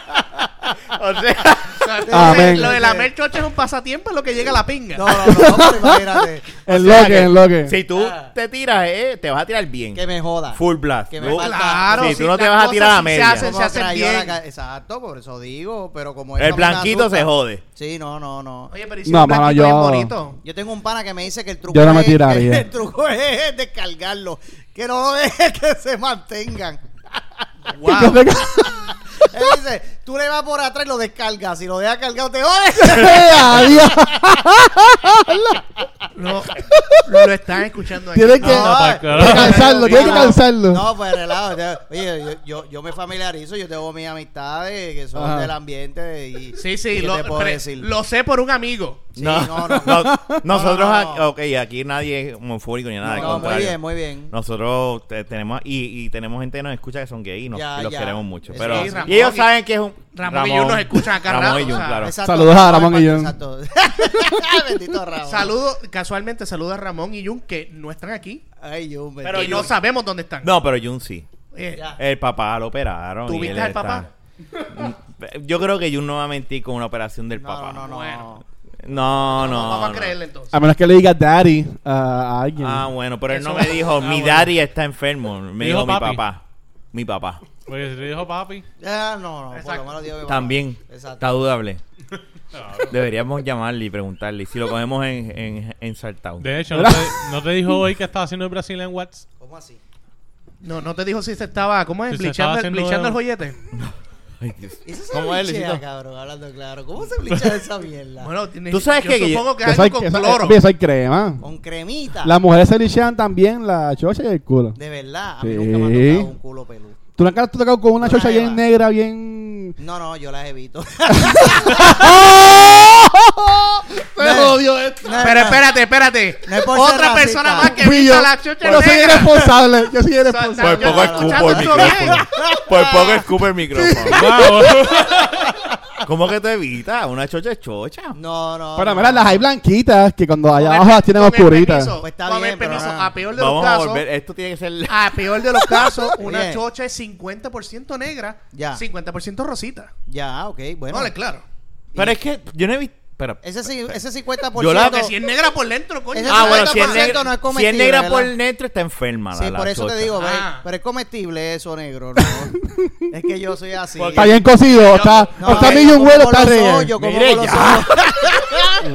Speaker 2: O sea,
Speaker 3: O sea, tú
Speaker 5: Amén.
Speaker 3: dices, (laughs) Lo de lamer chocha es un pasatiempo en lo que llega la pinga. (laughs)
Speaker 6: No, no, no, pero imagínate.
Speaker 5: En
Speaker 2: o sea
Speaker 5: lo
Speaker 2: que
Speaker 5: que, en lo que.
Speaker 2: Si tú
Speaker 6: Ah.
Speaker 2: te tiras, eh, te vas a tirar bien.
Speaker 6: Que me joda.
Speaker 2: Full blast. Oh,
Speaker 6: Que me
Speaker 2: Tú-
Speaker 6: falta-
Speaker 3: Claro.
Speaker 2: Sí, tú no
Speaker 3: las
Speaker 2: te vas a
Speaker 3: cosas
Speaker 2: tirar a
Speaker 3: sí
Speaker 2: media.
Speaker 3: Se hacen,
Speaker 6: Como
Speaker 3: se hacen
Speaker 6: trayó la
Speaker 3: bien.
Speaker 6: ca- Exacto, por eso digo. Pero como
Speaker 2: El
Speaker 6: esa me
Speaker 2: blanquito
Speaker 6: asusta-
Speaker 2: se jode.
Speaker 6: Sí, no, no, no.
Speaker 3: Oye, pero y si
Speaker 5: No,
Speaker 3: un
Speaker 5: mano,
Speaker 3: blanquito
Speaker 5: yo-
Speaker 3: bien bonito.
Speaker 6: Yo tengo un pana que me dice que el truco
Speaker 5: Yo no me
Speaker 6: es,
Speaker 5: tiraría.
Speaker 6: (laughs) el truco es descargarlo, que no lo dejes que se
Speaker 3: (laughs)
Speaker 6: mantengan.
Speaker 3: Wow.
Speaker 5: (laughs)
Speaker 6: Él dice, tú le vas por atrás y lo descargas, si lo dejas cargado
Speaker 3: (laughs)
Speaker 6: te jodes.
Speaker 5: (laughs) Adiós.
Speaker 3: (laughs) Lo, lo están escuchando aquí.
Speaker 5: Tienes que,
Speaker 6: (laughs) No,
Speaker 4: pa'
Speaker 5: tienes que
Speaker 4: carajo.
Speaker 5: cansarlo, tienes que
Speaker 6: No,
Speaker 5: cansarlo.
Speaker 6: No, pues relajo. yo- Oye, yo, yo, yo me familiarizo, yo tengo mis amistades que son
Speaker 5: Ajá.
Speaker 6: del ambiente y
Speaker 3: Sí,
Speaker 6: ¿y
Speaker 3: sí,
Speaker 6: qué
Speaker 3: lo,
Speaker 6: te puedo
Speaker 3: pre-
Speaker 6: decir?
Speaker 3: lo sé por un amigo.
Speaker 6: Sí, no, no.
Speaker 2: No, nosotros,
Speaker 6: no,
Speaker 2: aquí-
Speaker 6: no.
Speaker 2: ok, aquí nadie es homofóbico ni nada. al
Speaker 6: No, muy
Speaker 2: contrario.
Speaker 6: bien, muy bien.
Speaker 2: Nosotros te- tenemos y, y tenemos gente que nos escucha que son gay y, nos,
Speaker 6: Ya,
Speaker 2: y los
Speaker 6: ya.
Speaker 2: queremos mucho.
Speaker 6: Sí,
Speaker 2: Pero
Speaker 3: Ramón
Speaker 2: y ellos
Speaker 3: y-
Speaker 2: saben que es un
Speaker 3: Ramón y Jun nos escuchan acá
Speaker 2: Ramón
Speaker 3: rato,
Speaker 2: y Jun,
Speaker 3: o sea,
Speaker 2: claro.
Speaker 6: Exacto,
Speaker 5: Saludos a
Speaker 6: no,
Speaker 5: Ramón Guillén.
Speaker 6: Exacto. (laughs) Bendito Ramón.
Speaker 3: Saludo, casualmente saludo a Ramón y Jun que no están aquí.
Speaker 6: Ay, yo me.
Speaker 2: Pero
Speaker 3: y no
Speaker 2: Jun-
Speaker 3: sabemos dónde están.
Speaker 2: No, pero Jun sí.
Speaker 3: Eh,
Speaker 6: Ya.
Speaker 2: El papá lo operaron.
Speaker 3: ¿Tú
Speaker 2: y
Speaker 3: viste
Speaker 2: él
Speaker 3: al papá?
Speaker 2: está- Yo creo que Jun no va a mentir con una operación del papá.
Speaker 6: No, no, no.
Speaker 3: Bueno.
Speaker 2: No, no,
Speaker 3: vamos a
Speaker 2: no.
Speaker 3: creerle entonces.
Speaker 5: A menos que le diga daddy a a alguien.
Speaker 2: Ah, bueno, pero él no
Speaker 3: Eso-
Speaker 2: me dijo, mi
Speaker 4: bueno.
Speaker 2: daddy está enfermo. Me dijo,
Speaker 4: Dijo
Speaker 2: mi
Speaker 4: papi.
Speaker 2: papá. Mi papá.
Speaker 4: Porque si le dijo papi.
Speaker 6: Ah, no, no, por
Speaker 3: Exacto.
Speaker 6: lo menos Dios me va a-
Speaker 2: También. Está
Speaker 6: Exacto.
Speaker 3: (laughs)
Speaker 2: dudable. Deberíamos llamarle y preguntarle. Si lo cogemos en, en, en Saltau.
Speaker 4: De hecho, no te, no te dijo hoy que estaba haciendo el Brazilian Watts.
Speaker 6: ¿Cómo así?
Speaker 3: No, no te dijo si se estaba, ¿cómo es?
Speaker 4: Si se
Speaker 3: blichando,
Speaker 4: estaba
Speaker 3: el,
Speaker 4: haciendo-
Speaker 3: blichando el joyete.
Speaker 2: Ay, Dios.
Speaker 6: Eso se
Speaker 2: ¿Cómo es,
Speaker 6: blichea,
Speaker 2: Luisito?
Speaker 6: cabrón, hablando claro. ¿Cómo se blichea esa mierda?
Speaker 3: Bueno, tiene-
Speaker 2: Tú sabes
Speaker 3: yo
Speaker 2: que-
Speaker 3: supongo que es
Speaker 5: Eso hay,
Speaker 3: algo con
Speaker 5: eso-
Speaker 3: cloro.
Speaker 5: eso hay crema.
Speaker 6: Con cremita.
Speaker 5: Las mujeres se lichean también la chocha y el culo.
Speaker 6: De verdad, a mí
Speaker 5: Sí.
Speaker 6: nunca me ha tocado un culo peludo.
Speaker 5: ¿Tú nunca te has tocado con una
Speaker 6: Una
Speaker 5: chocha bien
Speaker 6: jeva.
Speaker 5: negra, bien
Speaker 3: (laughs)
Speaker 5: también.
Speaker 6: No, no, yo las evito. (laughs)
Speaker 5: ¡Me jodió esto!
Speaker 3: Pero espérate, espérate.
Speaker 6: No es por ser
Speaker 3: Otra
Speaker 6: racista.
Speaker 3: persona más Ah, que
Speaker 5: Fui yo.
Speaker 3: evita la chocha
Speaker 5: Yo soy
Speaker 3: negra.
Speaker 5: irresponsable.
Speaker 3: (laughs)
Speaker 5: Yo soy irresponsable.
Speaker 2: Por
Speaker 3: Yo
Speaker 2: Pues poco
Speaker 3: estaba
Speaker 2: escupo el
Speaker 3: escuchando
Speaker 2: micrófono. Por poco escupo el micrófono. (laughs) ¿Cómo que te evita? Una chocha es chocha.
Speaker 6: No, no.
Speaker 5: Pero
Speaker 6: no.
Speaker 5: mira, las hay blanquitas que cuando
Speaker 3: Con
Speaker 5: allá
Speaker 3: el-
Speaker 5: abajo las tienen
Speaker 3: con el
Speaker 5: oscuritas.
Speaker 3: permiso,
Speaker 6: Pues está
Speaker 3: con el
Speaker 6: bien, pero
Speaker 3: permiso,
Speaker 6: ajá.
Speaker 3: A peor de los
Speaker 2: Vamos a
Speaker 3: casos.
Speaker 2: volver. Esto tiene que ser.
Speaker 3: A peor de los casos,
Speaker 6: (laughs)
Speaker 3: una
Speaker 6: Bien.
Speaker 3: chocha es 50% negra,
Speaker 6: Ya.
Speaker 3: 50% rosita.
Speaker 6: Ya, ok, bueno.
Speaker 3: Vale, claro.
Speaker 2: Pero es que yo no he visto. Espera.
Speaker 6: Ese, sí- ese 50%.
Speaker 2: Yo la-
Speaker 3: Porque si es negra por dentro, coño.
Speaker 6: Ese
Speaker 2: Ah, bueno,
Speaker 6: 50%
Speaker 2: si es negra,
Speaker 6: no
Speaker 2: si
Speaker 6: es
Speaker 2: es
Speaker 6: comestible,
Speaker 2: negra
Speaker 6: ¿verdad?
Speaker 2: por dentro está enferma. la-
Speaker 6: Sí,
Speaker 2: la
Speaker 6: por eso te
Speaker 2: chocha.
Speaker 6: digo, ve,
Speaker 3: Ah.
Speaker 6: pero es comestible eso,
Speaker 2: (laughs)
Speaker 6: negro. ¿no? es que yo soy así.
Speaker 5: Está bien cocido. está
Speaker 6: No,
Speaker 5: está
Speaker 6: yo
Speaker 5: millón
Speaker 6: como
Speaker 5: huevo,
Speaker 6: con
Speaker 5: está
Speaker 6: los
Speaker 5: rey.
Speaker 6: ojos, yo como
Speaker 2: Mire,
Speaker 6: con los
Speaker 2: ya.
Speaker 6: ojos.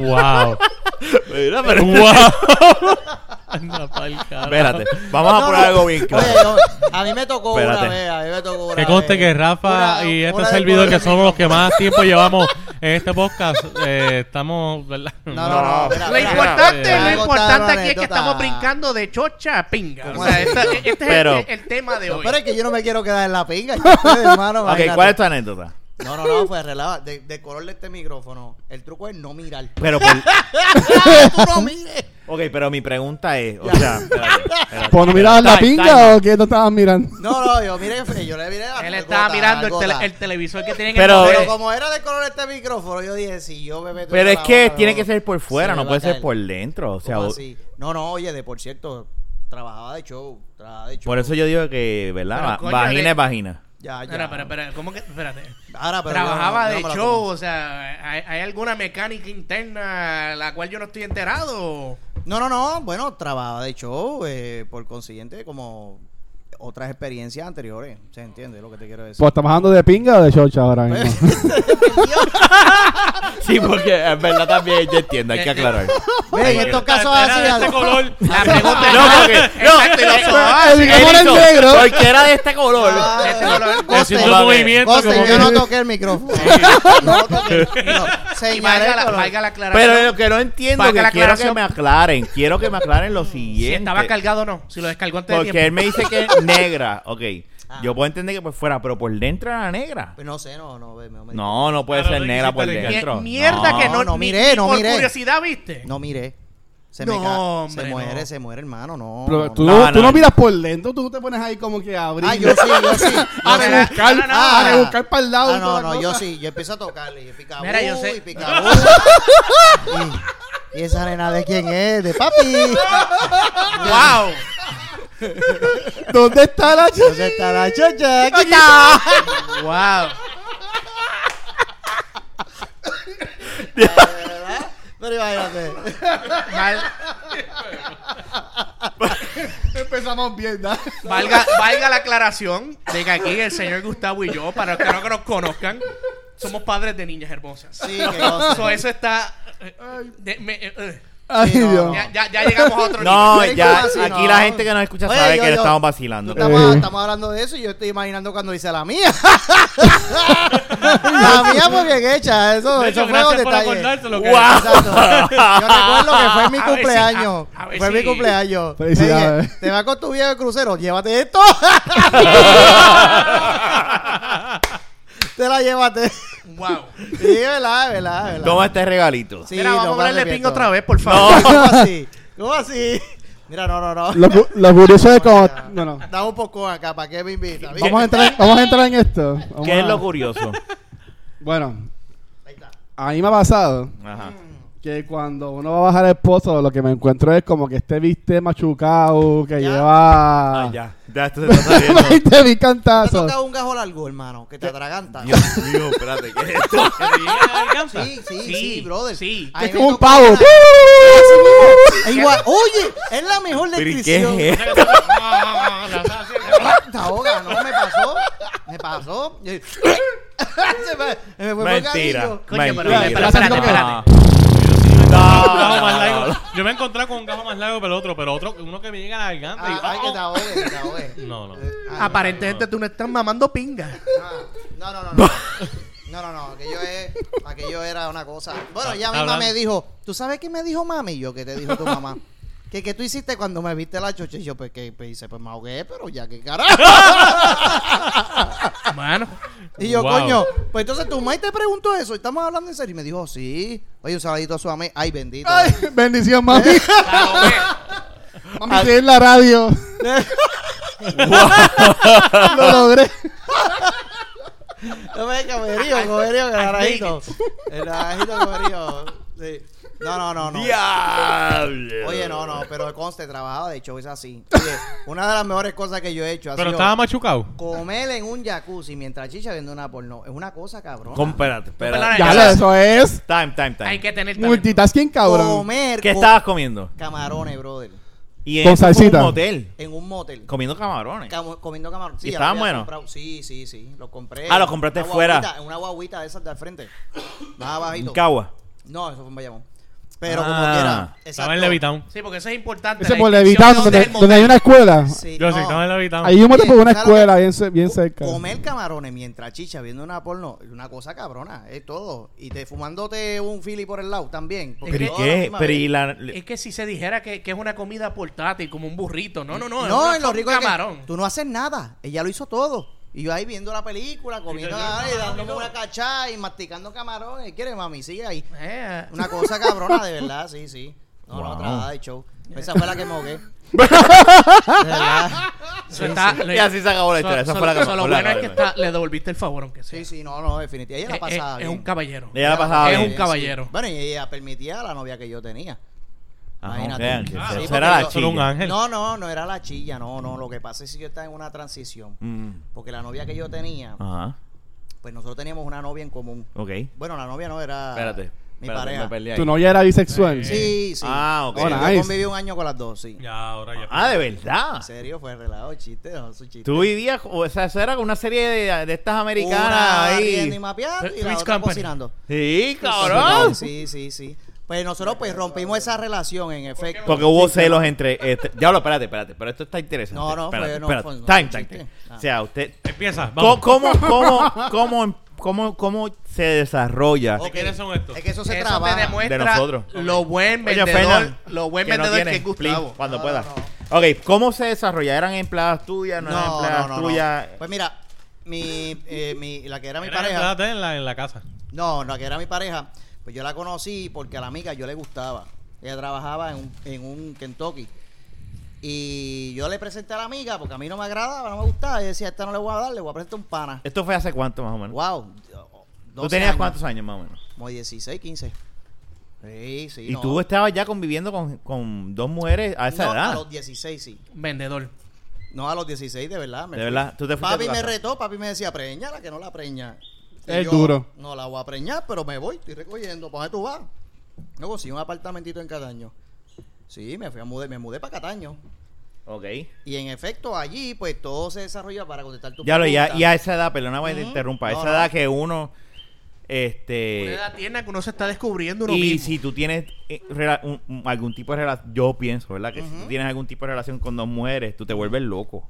Speaker 4: wow.
Speaker 2: (laughs) Mira, pero-
Speaker 4: Wow. (laughs) Anda pa'l carajo.
Speaker 2: Espérate. (laughs) Vamos a poner algo bien claro.
Speaker 6: Oye, yo- a mí me tocó
Speaker 2: Espérate.
Speaker 6: una vez, a mí me tocó una
Speaker 4: Que conste
Speaker 6: vez.
Speaker 4: que Rafa
Speaker 6: eh, Una-
Speaker 4: y este
Speaker 6: una de
Speaker 4: servidor, que
Speaker 6: colores.
Speaker 4: somos los que más tiempo llevamos en este podcast, eh, estamos, ¿verdad?
Speaker 6: No, no, no. espera,
Speaker 3: Lo
Speaker 6: espera.
Speaker 3: importante,
Speaker 6: Espera,
Speaker 3: lo
Speaker 6: espera.
Speaker 3: importante
Speaker 6: Contar
Speaker 3: aquí es que
Speaker 6: una
Speaker 3: estamos
Speaker 6: anécdota.
Speaker 3: brincando de chocha a pinga.
Speaker 6: ¿Cómo
Speaker 3: O sea,
Speaker 6: así?
Speaker 3: esta- este es el-
Speaker 2: Pero-
Speaker 3: el, tema de
Speaker 6: No,
Speaker 3: hoy.
Speaker 6: pero es que yo no me quiero quedar en
Speaker 2: (laughs)
Speaker 6: la pinga. yo estoy, hermano,
Speaker 2: Ok,
Speaker 6: imagínate.
Speaker 2: ¿cuál es tu anécdota?
Speaker 6: No, no, no, pues relava. De, de color de este micrófono, el truco es
Speaker 2: (laughs)
Speaker 6: no mirar. (laughs)
Speaker 2: Pero por-
Speaker 6: ¡Tú no mires!
Speaker 2: Ok, pero mi pregunta es, o
Speaker 6: (laughs)
Speaker 2: sea, espérate, espérate.
Speaker 5: ¿Por Pues no mirar la
Speaker 2: Time, time.
Speaker 5: pinga o qué no estabas mirando?
Speaker 6: No, no, yo miré, yo le miré la
Speaker 3: Él
Speaker 6: algota,
Speaker 3: estaba mirando el, tele-
Speaker 6: algota.
Speaker 3: el televisor que tiene en
Speaker 2: Pero-
Speaker 3: el
Speaker 6: Pero
Speaker 2: Eh.
Speaker 3: modelo.
Speaker 6: como era de color este micrófono, yo dije, si yo me meto
Speaker 2: Pero
Speaker 6: en
Speaker 2: es
Speaker 6: la
Speaker 2: que
Speaker 6: boca,
Speaker 2: tiene
Speaker 6: no,
Speaker 2: que ser por fuera,
Speaker 6: se
Speaker 2: no
Speaker 6: me
Speaker 2: puede
Speaker 6: va a
Speaker 2: ser
Speaker 6: caer.
Speaker 2: por dentro, o sea,
Speaker 6: ¿Cómo
Speaker 2: o-
Speaker 6: así? No, no, oye, de por cierto, trabajaba de show, trabajaba de show.
Speaker 2: por eso yo digo que, ¿verdad?
Speaker 3: Pero,
Speaker 2: Va-
Speaker 3: coño,
Speaker 2: vagina
Speaker 3: le-
Speaker 2: es vagina.
Speaker 6: Ya, Ah, ya.
Speaker 3: Espera, espera, espera, ¿cómo que? Espérate.
Speaker 6: Ahora, pero
Speaker 3: Trabajaba
Speaker 6: yo no-
Speaker 3: de
Speaker 6: no me la
Speaker 3: show,
Speaker 6: como.
Speaker 3: o sea, ¿hay, hay alguna mecánica interna la cual yo no estoy enterado?
Speaker 6: No, no, no, bueno, trabajaba de show, eh, por consiguiente, como otras experiencias anteriores, ¿se entiende lo que te quiero decir? (laughs)
Speaker 5: Pues estamos hablando de pinga o de chocha
Speaker 3: (laughs)
Speaker 5: ahora mismo.
Speaker 2: Sí, porque es verdad también, yo entiendo, hay que aclarar.
Speaker 6: Ve, en estos casos así,
Speaker 4: Era de este
Speaker 6: algo-
Speaker 4: color.
Speaker 3: La pregunta
Speaker 2: No,
Speaker 3: es-
Speaker 2: porque, no, eh,
Speaker 3: Exacto, y lo
Speaker 5: Ah, el micrófono
Speaker 2: Él
Speaker 5: es
Speaker 2: hizo
Speaker 5: negro.
Speaker 2: Cualquiera de este color.
Speaker 6: Ah,
Speaker 3: Este color-
Speaker 6: conste,
Speaker 4: Haciendo un movimiento
Speaker 6: conste,
Speaker 4: como
Speaker 6: yo
Speaker 4: que-
Speaker 6: no toqué el micrófono. no toqué.
Speaker 3: (laughs)
Speaker 6: No,
Speaker 3: Y
Speaker 6: señalé
Speaker 3: valga
Speaker 6: el
Speaker 3: la,
Speaker 6: color.
Speaker 3: valga la aclaración.
Speaker 2: Pero lo que no entiendo,
Speaker 3: Para
Speaker 2: que
Speaker 3: que la
Speaker 2: quiero que
Speaker 3: aclaración-
Speaker 2: me aclaren, quiero que me aclaren lo
Speaker 3: si
Speaker 2: siguiente.
Speaker 3: estaba cargado o no, si lo descargó antes de
Speaker 2: Porque él
Speaker 3: tiempo.
Speaker 2: me dice que es negra, ok. Yo puedo entender que por fuera, pero por dentro era negra.
Speaker 6: Pues no sé, no, no, ve, no me-
Speaker 2: No, no puede
Speaker 4: Claro,
Speaker 2: ser
Speaker 4: no
Speaker 2: negra
Speaker 4: quisiste
Speaker 2: por
Speaker 4: negar.
Speaker 2: dentro.
Speaker 3: Mie- Mierda que no,
Speaker 6: No, no
Speaker 3: ni-
Speaker 6: miré,
Speaker 3: ni
Speaker 6: no
Speaker 3: por
Speaker 6: miré.
Speaker 3: curiosidad, ¿viste?
Speaker 6: No miré. Se
Speaker 3: No,
Speaker 6: me ca-
Speaker 3: hombre,
Speaker 6: se
Speaker 3: no.
Speaker 6: muere, se muere, hermano, no.
Speaker 5: Pero
Speaker 6: no,
Speaker 5: tú
Speaker 6: no.
Speaker 5: no,
Speaker 2: No,
Speaker 5: tú
Speaker 2: no.
Speaker 5: no miras por dentro, tú te pones ahí como que a abrir.
Speaker 6: Ah, yo sí, yo
Speaker 3: (laughs)
Speaker 6: sí.
Speaker 5: a
Speaker 6: yo sí.
Speaker 5: rebuscar,
Speaker 3: Ah, No, no, no.
Speaker 5: a rebuscar para el lado.
Speaker 6: Ah,
Speaker 5: y
Speaker 6: no,
Speaker 5: toda
Speaker 6: no,
Speaker 5: la
Speaker 6: yo
Speaker 5: cosa.
Speaker 6: sí, yo empiezo a tocarle y picabú,
Speaker 3: Mira, yo sé-
Speaker 6: y picabú. (laughs) y, y esa nena de quién es, de papi.
Speaker 3: ¡Wow!
Speaker 5: ¿Dónde está la chocha?
Speaker 6: ¿Dónde está la chocha? Aquí
Speaker 3: (laughs)
Speaker 6: está.
Speaker 3: ¡Wow!
Speaker 6: Pero imagínate.
Speaker 3: Val-
Speaker 5: Empezamos bien, ¿no?
Speaker 3: valga, valga la aclaración de que aquí el señor Gustavo y yo, para los que no que nos conozcan, somos padres de niñas hermosas.
Speaker 6: Sí, que cosa.
Speaker 3: So, eso está... eh, de- me- eh, eh.
Speaker 5: Ay,
Speaker 6: Sí, no,
Speaker 5: Dios.
Speaker 6: no.
Speaker 3: Ya, ya- ya llegamos a otro
Speaker 2: No,
Speaker 6: Pero
Speaker 2: ya
Speaker 6: ¿cómo así?
Speaker 2: aquí
Speaker 6: No.
Speaker 2: la gente que nos escucha
Speaker 6: Oye,
Speaker 2: sabe
Speaker 6: yo-
Speaker 2: que le
Speaker 6: yo-
Speaker 2: estamos
Speaker 6: Tú
Speaker 2: vacilando.
Speaker 6: Estamos,
Speaker 5: Eh.
Speaker 6: estamos hablando de eso y yo estoy imaginando cuando hice la mía. (laughs) la mía fue bien hecha.
Speaker 4: (laughs)
Speaker 6: Eso,
Speaker 4: De
Speaker 6: eso
Speaker 4: hecho,
Speaker 6: fue donde
Speaker 4: gracias por
Speaker 6: está.
Speaker 4: acordárselo. que-
Speaker 2: Guau.
Speaker 3: (laughs)
Speaker 6: Exacto. Yo recuerdo que
Speaker 3: A
Speaker 6: fue mi
Speaker 3: ver si-
Speaker 6: cumpleaños.
Speaker 3: a- a ver
Speaker 6: fue
Speaker 3: si-
Speaker 6: mi cumpleaños. Le dije,
Speaker 5: Felicidades.
Speaker 6: Te vas con tu viejo de crucero, llévate esto. (laughs) te la llévate.
Speaker 3: ¡Wow!
Speaker 6: Sí, verdad, verdad,
Speaker 2: (laughs)
Speaker 6: verdad.
Speaker 2: Toma este regalito.
Speaker 6: Sí,
Speaker 3: Mira,
Speaker 6: no
Speaker 3: vamos
Speaker 6: me
Speaker 3: a ponerle ping
Speaker 6: arrepiento.
Speaker 3: otra vez, por favor.
Speaker 6: No, ¿cómo así? ¿Cómo así? Mira, no, no, no.
Speaker 5: Lo, cu- lo curioso es como. No, no.
Speaker 6: Da un poco acá, ¿para qué me invitas? Mira.
Speaker 5: Vamos a entrar, vamos a entrar en esto. Vamos
Speaker 2: ¿Qué es
Speaker 5: a-
Speaker 2: lo curioso?
Speaker 5: Bueno,
Speaker 6: Ahí está.
Speaker 5: a mí me ha pasado
Speaker 2: Ajá.
Speaker 6: Ah.
Speaker 5: que cuando uno va a bajar el pozo, lo que me encuentro es como que este viste machucado que
Speaker 6: Ya.
Speaker 5: lleva.
Speaker 2: Ah, ya. Ya esto se está saliendo.
Speaker 5: (laughs)
Speaker 6: (laughs)
Speaker 5: 20 mil
Speaker 6: Te
Speaker 5: cantazos.
Speaker 6: toca un gajo largo, hermano, que te atraganta.
Speaker 2: Dios mío, espérate, ¿qué es esto?
Speaker 6: Sí, sí, sí,
Speaker 3: Sí,
Speaker 6: brother.
Speaker 3: sí.
Speaker 6: A mí
Speaker 5: Es
Speaker 6: me
Speaker 5: como un
Speaker 6: tocó
Speaker 5: pavo.
Speaker 6: una- Es igual. Oye, es la mejor
Speaker 2: Pero, ¿y
Speaker 6: descripción.
Speaker 2: ¿Qué es esto?
Speaker 6: Te ahoga, no me pasó. Me pasó. Yo- Se me, me fue por
Speaker 2: Mentira.
Speaker 6: gatillo.
Speaker 3: Coño, pero-
Speaker 2: Mentira.
Speaker 5: pero espérate, espérate.
Speaker 4: Un gajo más
Speaker 2: No,
Speaker 4: largo. Yo me he encontrado con un gajo más largo que el otro, pero otro, uno que me llega a la garganta. y
Speaker 6: Ah,
Speaker 4: digo,
Speaker 6: ay, que te
Speaker 4: "Ah,
Speaker 6: ahogue, que te ahogue.
Speaker 4: oh". No, no.
Speaker 6: Ah,
Speaker 3: Aparentemente tú no estás mamando pinga.
Speaker 6: ah, No, no, no, no. No, no, no. Aquello, es, aquello era una cosa. Bueno,
Speaker 4: Está-
Speaker 6: ella
Speaker 4: está
Speaker 6: misma
Speaker 4: hablando.
Speaker 6: me dijo, ¿tú sabes qué me dijo mami? Y Yo, ¿qué te dijo tu mamá? ¿Qué, ¿Qué tú hiciste cuando me viste la chucha? Y yo, pues, ¿qué pues, hice? Pues me ahogué, pero ya, ¿qué carajo?
Speaker 3: Mano.
Speaker 6: Y yo,
Speaker 4: Wow.
Speaker 6: coño, pues entonces tu maíz te preguntó eso. y Estamos hablando en serio. Y me dijo, sí. Oye, un sabadito a su amé. Ay, bendito.
Speaker 5: Ay, bendición, mami.
Speaker 6: Eh,
Speaker 5: (laughs)
Speaker 3: Claro,
Speaker 5: mami,
Speaker 6: Ah.
Speaker 5: estoy en la radio. Lo logré.
Speaker 6: No me caberío, coberío, carajito. El carajito, coberío. Sí. No, no, no, no.
Speaker 2: ¡Diablo!
Speaker 6: Oye, no, no, pero el conste trabajaba, de hecho, es así. Oye, una de las mejores cosas que yo he hecho ha
Speaker 4: Pero
Speaker 6: sido
Speaker 4: estaba machucado.
Speaker 6: comer en un jacuzzi mientras chicha viendo una porno. Es una cosa, cabrón.
Speaker 2: Com- espérate, espérate.
Speaker 3: Perdona,
Speaker 5: Ya,
Speaker 3: Ya
Speaker 5: lo-
Speaker 3: sabes.
Speaker 5: eso es.
Speaker 2: Time, time, time.
Speaker 3: Hay que tener talento.
Speaker 5: Multitasking, cabrón.
Speaker 6: comer
Speaker 2: ¿Qué
Speaker 6: co-
Speaker 2: estabas comiendo?
Speaker 6: camarones, brother.
Speaker 2: Y
Speaker 5: Con
Speaker 2: eso fue
Speaker 5: salsita.
Speaker 2: un hotel.
Speaker 6: En un motel.
Speaker 2: Comiendo camarones.
Speaker 6: Camo- comiendo camarones. Sí,
Speaker 2: ¿Y
Speaker 6: ya
Speaker 2: estaban
Speaker 6: lo había
Speaker 2: buenos?
Speaker 6: comprado. Sí, sí, sí. Los compré.
Speaker 2: Ah, los compraste
Speaker 6: Una
Speaker 2: fuera.
Speaker 6: guaguita, En una guaguita de esas de al frente. Más
Speaker 2: En
Speaker 6: bajito.
Speaker 2: Cagua.
Speaker 6: No, eso fue un Bayamón. Pero como
Speaker 2: Ah.
Speaker 6: quiera.
Speaker 4: Estaba
Speaker 6: exacto.
Speaker 4: en Levitown.
Speaker 3: Sí, porque eso es importante.
Speaker 5: Ese
Speaker 3: la
Speaker 5: por
Speaker 3: distinción
Speaker 5: Levitown,
Speaker 3: de
Speaker 5: donde,
Speaker 3: dónde es el
Speaker 5: donde hay una escuela.
Speaker 6: Sí,
Speaker 4: Yo sí,
Speaker 6: no.
Speaker 4: estaba en Levitown.
Speaker 5: Ahí un mote
Speaker 6: Oye,
Speaker 5: por una
Speaker 6: ¿sabes lo
Speaker 5: escuela
Speaker 6: que-
Speaker 5: bien, ce- bien
Speaker 6: co-
Speaker 5: cerca.
Speaker 6: Comer camarones mientras chicha viendo una porno es una cosa cabrona, es todo. Y te fumándote un fili por el lado también. porque
Speaker 2: ¿Pero y
Speaker 6: todo a la
Speaker 2: qué?
Speaker 6: misma
Speaker 2: Pero
Speaker 6: vez.
Speaker 2: y la...
Speaker 3: Es que si se dijera que, que es una comida portátil, como un burrito. No, no, no. es
Speaker 6: No,
Speaker 3: una-
Speaker 6: y lo
Speaker 3: un
Speaker 6: rico es que
Speaker 3: camarón.
Speaker 6: tú no haces nada. Ella lo hizo todo. Y yo ahí viendo la película, comiendo
Speaker 3: Y yo-
Speaker 6: y dándome una cachada y masticando camarones. ¿Quieres, mami? Sigue ahí.
Speaker 3: Eh,
Speaker 6: Una cosa cabrona, de verdad, sí, sí. No, no,
Speaker 2: Wow.
Speaker 6: trabajada de show. Esa fue la que mogué. De verdad.
Speaker 3: eso está- lo-
Speaker 2: Y así se acabó la
Speaker 3: so-
Speaker 2: historia. Esa
Speaker 3: so-
Speaker 2: fue la que
Speaker 3: so lo bueno es que está- le devolviste el favor, aunque sea.
Speaker 6: Sí, sí, no, no, definitivamente. Ella la
Speaker 3: Eh, Es- es,
Speaker 6: pasaba
Speaker 3: es
Speaker 6: bien.
Speaker 3: un caballero.
Speaker 2: Ella la pasaba
Speaker 3: Es un
Speaker 2: bien.
Speaker 3: caballero.
Speaker 6: Bueno, y ella permitía a la novia que yo tenía.
Speaker 2: Ah,
Speaker 6: Imagínate.
Speaker 2: vean, que
Speaker 6: Ah,
Speaker 2: se-
Speaker 6: sí,
Speaker 2: será la
Speaker 6: porque yo-
Speaker 4: Solo un
Speaker 2: chilla.
Speaker 4: ángel.
Speaker 6: No, no, no era la chilla, no, no. Lo que pasa es que yo estaba en una transición.
Speaker 2: Mm,
Speaker 6: Porque la novia que yo tenía,
Speaker 2: Ajá.
Speaker 6: pues nosotros teníamos una novia en común.
Speaker 2: Ok.
Speaker 6: Bueno, la novia no era.
Speaker 2: Espérate.
Speaker 6: Ah, Mi
Speaker 2: espérate, me
Speaker 6: pareja.
Speaker 2: perdí ahí.
Speaker 5: Tu novia era bisexual.
Speaker 6: Sí, sí.
Speaker 2: Ah, ok.
Speaker 6: Sí,
Speaker 5: Oh,
Speaker 6: yo
Speaker 5: nice.
Speaker 6: conviví un año con las dos, sí.
Speaker 4: Ya, ahora ya.
Speaker 2: Ah, de verdad.
Speaker 6: En serio, fue relado, chiste, no, su chiste.
Speaker 2: Tú vivías... O sea, eso era una serie de, de estas americanas
Speaker 6: Una barriendo y
Speaker 2: ahí.
Speaker 6: mapeando y la
Speaker 3: Twitch
Speaker 6: otra
Speaker 3: Company.
Speaker 6: cocinando.
Speaker 2: Sí, cabrón.
Speaker 6: Sí, sí, sí. Pues nosotros pues rompimos esa relación en efecto.
Speaker 2: Porque hubo celos entre... este- ya lo, espérate, espérate. Pero esto está interesante.
Speaker 6: No, no,
Speaker 2: espérate,
Speaker 6: fue- no,
Speaker 2: espérate.
Speaker 6: fue- no,
Speaker 2: time,
Speaker 6: fue
Speaker 2: time,
Speaker 6: un
Speaker 2: time.
Speaker 6: chiste.
Speaker 2: O sea, usted...
Speaker 4: Empieza,
Speaker 2: ¿Cómo,
Speaker 4: vamos.
Speaker 2: cómo,
Speaker 6: (laughs)
Speaker 2: cómo, cómo, cómo, cómo se desarrolla?
Speaker 6: Ok.
Speaker 4: quiénes son estos?
Speaker 6: Es que eso se
Speaker 3: Eso
Speaker 6: trabaja.
Speaker 3: te demuestra
Speaker 2: De nosotros.
Speaker 3: lo buen
Speaker 2: Oye,
Speaker 3: vendedor,
Speaker 2: Fernan,
Speaker 3: lo buen
Speaker 2: que no
Speaker 3: vendedor que
Speaker 2: tienes,
Speaker 3: es Gustavo.
Speaker 2: please, cuando
Speaker 6: No,
Speaker 2: puedas.
Speaker 6: no,
Speaker 2: Ok, ¿cómo se desarrolla? ¿Eran empleadas tuyas? ¿No, eran empleadas tuyas?
Speaker 6: Pues mira, mi, eh, mi, la que era mi
Speaker 4: Eran
Speaker 6: pareja.
Speaker 4: entradas en la, en la casa.
Speaker 6: No, la que era mi pareja, pues yo la conocí porque a la amiga yo le gustaba. Ella trabajaba en un, en un Kentucky. Y yo le presenté a la amiga porque a mí no me agradaba, no me gustaba. Y yo decía, esta no le voy a dar, le voy a presentar un pana.
Speaker 2: ¿Esto fue hace cuánto más o menos?
Speaker 6: Wow. 12
Speaker 2: Este, ¿Tú tenías
Speaker 6: años.
Speaker 2: cuántos años más o menos?
Speaker 6: Como 16, 15. Sí, sí.
Speaker 2: Y
Speaker 6: no.
Speaker 2: tú estabas ya conviviendo con, con dos mujeres a esa
Speaker 6: No,
Speaker 2: edad.
Speaker 6: A los 16, sí.
Speaker 3: Vendedor.
Speaker 6: No, a los 16, de verdad. me
Speaker 2: De
Speaker 6: fui.
Speaker 2: verdad, tú te fuiste a
Speaker 6: Papi
Speaker 2: tu
Speaker 6: me
Speaker 2: casa.
Speaker 6: retó, papi me decía, preñala, que no la preña. Y
Speaker 5: Es duro.
Speaker 6: No la voy a preñar, pero me voy, estoy recogiendo. ¿Para dónde tú vas? No conseguí un apartamentito en Cataño. Sí, me fui a mudar, me mudé para Cataño.
Speaker 2: Ok.
Speaker 6: Y en efecto, allí, pues todo se desarrolla para contestar tu
Speaker 2: Ya lo, ya,
Speaker 6: pregunta.
Speaker 2: y a esa edad, perdona que te
Speaker 6: Ujú.
Speaker 2: interrumpa, a
Speaker 6: No,
Speaker 2: esa
Speaker 6: no.
Speaker 2: edad que uno, este...
Speaker 3: Una edad tierna que uno se está descubriendo uno
Speaker 2: y
Speaker 3: mismo.
Speaker 2: si tú tienes eh, rela- un- un- algún tipo de relación, yo pienso, ¿verdad? Que si tú tienes algún tipo de relación con dos mujeres, tú te vuelves loco.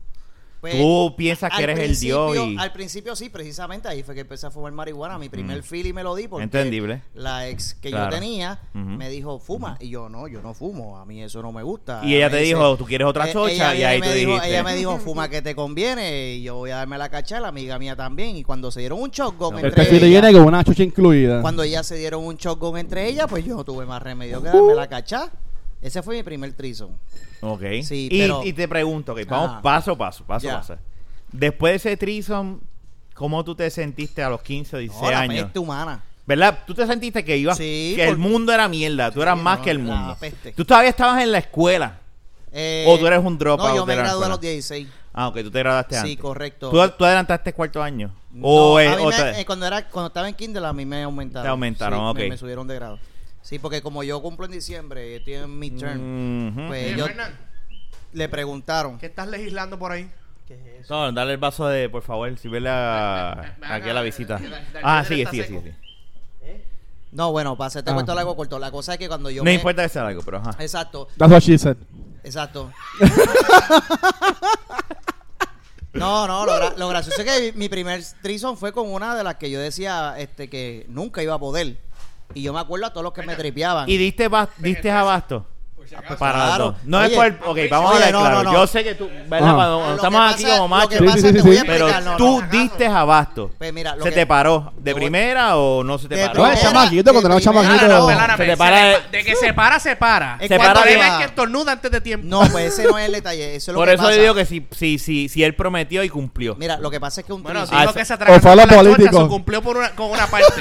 Speaker 6: Pues,
Speaker 2: tú piensas que
Speaker 6: al
Speaker 2: eres el dios
Speaker 6: principio-
Speaker 2: y...
Speaker 6: Al principio sí, precisamente ahí fue que empecé a fumar marihuana. Mi primer
Speaker 2: Mm.
Speaker 6: fili me lo di porque
Speaker 2: Entendible.
Speaker 6: la ex que
Speaker 2: Claro.
Speaker 6: yo tenía
Speaker 2: Ujú.
Speaker 6: me dijo, fuma. Y yo, no, yo no fumo. A mí eso no me gusta.
Speaker 2: Y ella
Speaker 6: Me
Speaker 2: te
Speaker 6: dice-
Speaker 2: dijo, "¿Tú quieres otra
Speaker 6: Eh,
Speaker 2: chocha?"
Speaker 6: ella
Speaker 2: Y
Speaker 6: viene
Speaker 2: ahí
Speaker 6: me
Speaker 2: tú
Speaker 6: dijo-
Speaker 2: dijiste.
Speaker 6: Ella me dijo, fuma que te conviene. Y yo voy a darme la cacha, la amiga mía también. Y cuando se dieron un shotgun
Speaker 2: No,
Speaker 5: El
Speaker 6: entre
Speaker 5: perfil
Speaker 6: ellas,
Speaker 5: viene con una chucha incluida.
Speaker 6: cuando ellas se dieron un shotgun entre ellas, pues yo no tuve más remedio
Speaker 2: Uh.
Speaker 6: que darme la cacha. Ese fue mi primer trison.
Speaker 2: Ok.
Speaker 6: Sí,
Speaker 2: y,
Speaker 6: pero-
Speaker 2: y te pregunto, ok, vamos
Speaker 6: Ajá.
Speaker 2: paso a paso, paso a
Speaker 6: Ya.
Speaker 2: paso. Después de ese trison, ¿cómo tú te sentiste a los 15 o 16
Speaker 6: la
Speaker 2: años?
Speaker 6: peste humana.
Speaker 2: ¿Verdad? Tú te sentiste que ibas,
Speaker 6: Sí,
Speaker 2: que el
Speaker 6: por-
Speaker 2: mundo era mierda, tú eras
Speaker 6: Sí,
Speaker 2: más
Speaker 6: no,
Speaker 2: que el
Speaker 6: la
Speaker 2: mundo.
Speaker 6: peste.
Speaker 2: Tú todavía estabas en la escuela.
Speaker 6: Eh,
Speaker 2: O tú eres un dropout
Speaker 6: No, yo
Speaker 2: de
Speaker 6: me
Speaker 2: la
Speaker 6: gradué a
Speaker 2: escuela.
Speaker 6: los 16.
Speaker 2: Ah, ok, tú te graduaste
Speaker 6: Sí,
Speaker 2: antes.
Speaker 6: correcto.
Speaker 2: ¿Tú, tú adelantaste cuarto año?
Speaker 6: No,
Speaker 2: ¿O,
Speaker 6: a
Speaker 2: eh,
Speaker 6: mí
Speaker 2: o
Speaker 6: me-
Speaker 2: te-
Speaker 6: eh, cuando, era, cuando estaba en Kindle a mí me aumentaron.
Speaker 2: Te aumentaron,
Speaker 6: Sí, me-
Speaker 2: ok.
Speaker 6: Me, subieron de grado. Sí, porque como yo cumplo en diciembre, estoy en midterm,
Speaker 2: Ujú.
Speaker 6: pues
Speaker 3: Oye,
Speaker 6: yo
Speaker 3: Fernan,
Speaker 6: le preguntaron.
Speaker 3: Eh, ¿Qué estás legislando por ahí?
Speaker 2: No, dale el vaso de, por favor, si ve la,
Speaker 3: Ven acá,
Speaker 2: aquí a la visita.
Speaker 3: Daniel
Speaker 2: Ah,
Speaker 3: está
Speaker 2: sigue, sigue, sigue.
Speaker 3: seco.
Speaker 2: sigue.
Speaker 6: No, bueno, para hacerte
Speaker 5: Ah.
Speaker 6: cuento largo corto. La cosa es que cuando yo
Speaker 2: No
Speaker 6: me-
Speaker 2: importa que sea algo, pero ajá.
Speaker 6: Exacto,
Speaker 5: That's what she said.
Speaker 2: (laughs)
Speaker 6: exacto. No, no, lo, gra- lo gracioso es que mi primer trison fue con una de las que yo decía este que nunca iba a poder. Y yo me acuerdo a todos los que me tripeaban.
Speaker 2: ¿Y diste, ba- diste abasto?
Speaker 3: Por por si acaso.
Speaker 2: Para las
Speaker 6: Ah, pues Claro.
Speaker 2: dos. No
Speaker 6: Oye,
Speaker 2: es por. Ok, vamos
Speaker 6: oye,
Speaker 2: a ver
Speaker 6: no,
Speaker 2: claro.
Speaker 6: no, no.
Speaker 2: Yo sé que tú. ¿verdad?
Speaker 5: Ah.
Speaker 2: Cuando
Speaker 6: Lo que
Speaker 2: estamos aquí
Speaker 6: pasa-
Speaker 2: como
Speaker 6: lo que
Speaker 2: machos.
Speaker 5: pasa-
Speaker 6: pasa,
Speaker 5: Sí, sí,
Speaker 6: te
Speaker 5: sí,
Speaker 6: voy a
Speaker 5: sí.
Speaker 2: Pero
Speaker 6: explicar, no, no,
Speaker 2: tú
Speaker 6: no.
Speaker 2: diste abasto.
Speaker 6: Pues mira, lo
Speaker 2: ¿Se
Speaker 6: que-
Speaker 2: te paró de
Speaker 6: Te voy-
Speaker 2: primera o no se te
Speaker 6: De
Speaker 2: paró?
Speaker 5: No, es
Speaker 6: primera,
Speaker 5: chamaquito, cuando era
Speaker 6: de
Speaker 5: chamaquito.
Speaker 6: primera,
Speaker 3: Claro,
Speaker 6: no.
Speaker 3: espérame,
Speaker 2: Se te
Speaker 3: se
Speaker 2: para
Speaker 3: le
Speaker 2: de-
Speaker 3: pa- de que se para, se para.
Speaker 6: Es
Speaker 2: Se
Speaker 3: Cuando
Speaker 2: para
Speaker 3: le
Speaker 2: de-
Speaker 3: ves que estornuda antes de tiempo.
Speaker 6: No, pues ese no es el detalle. Eso es lo
Speaker 2: Por
Speaker 6: que
Speaker 2: eso
Speaker 6: pasa.
Speaker 2: yo digo que si, si, si, si él prometió y cumplió.
Speaker 6: Mira, lo que pasa es que un
Speaker 3: Bueno,
Speaker 6: triciclo-
Speaker 2: Ah,
Speaker 3: dijo
Speaker 2: eso-
Speaker 3: que se
Speaker 5: o fue a
Speaker 3: atragantó
Speaker 5: lo
Speaker 3: con la torta,
Speaker 5: político.
Speaker 3: se cumplió por una- con una parte.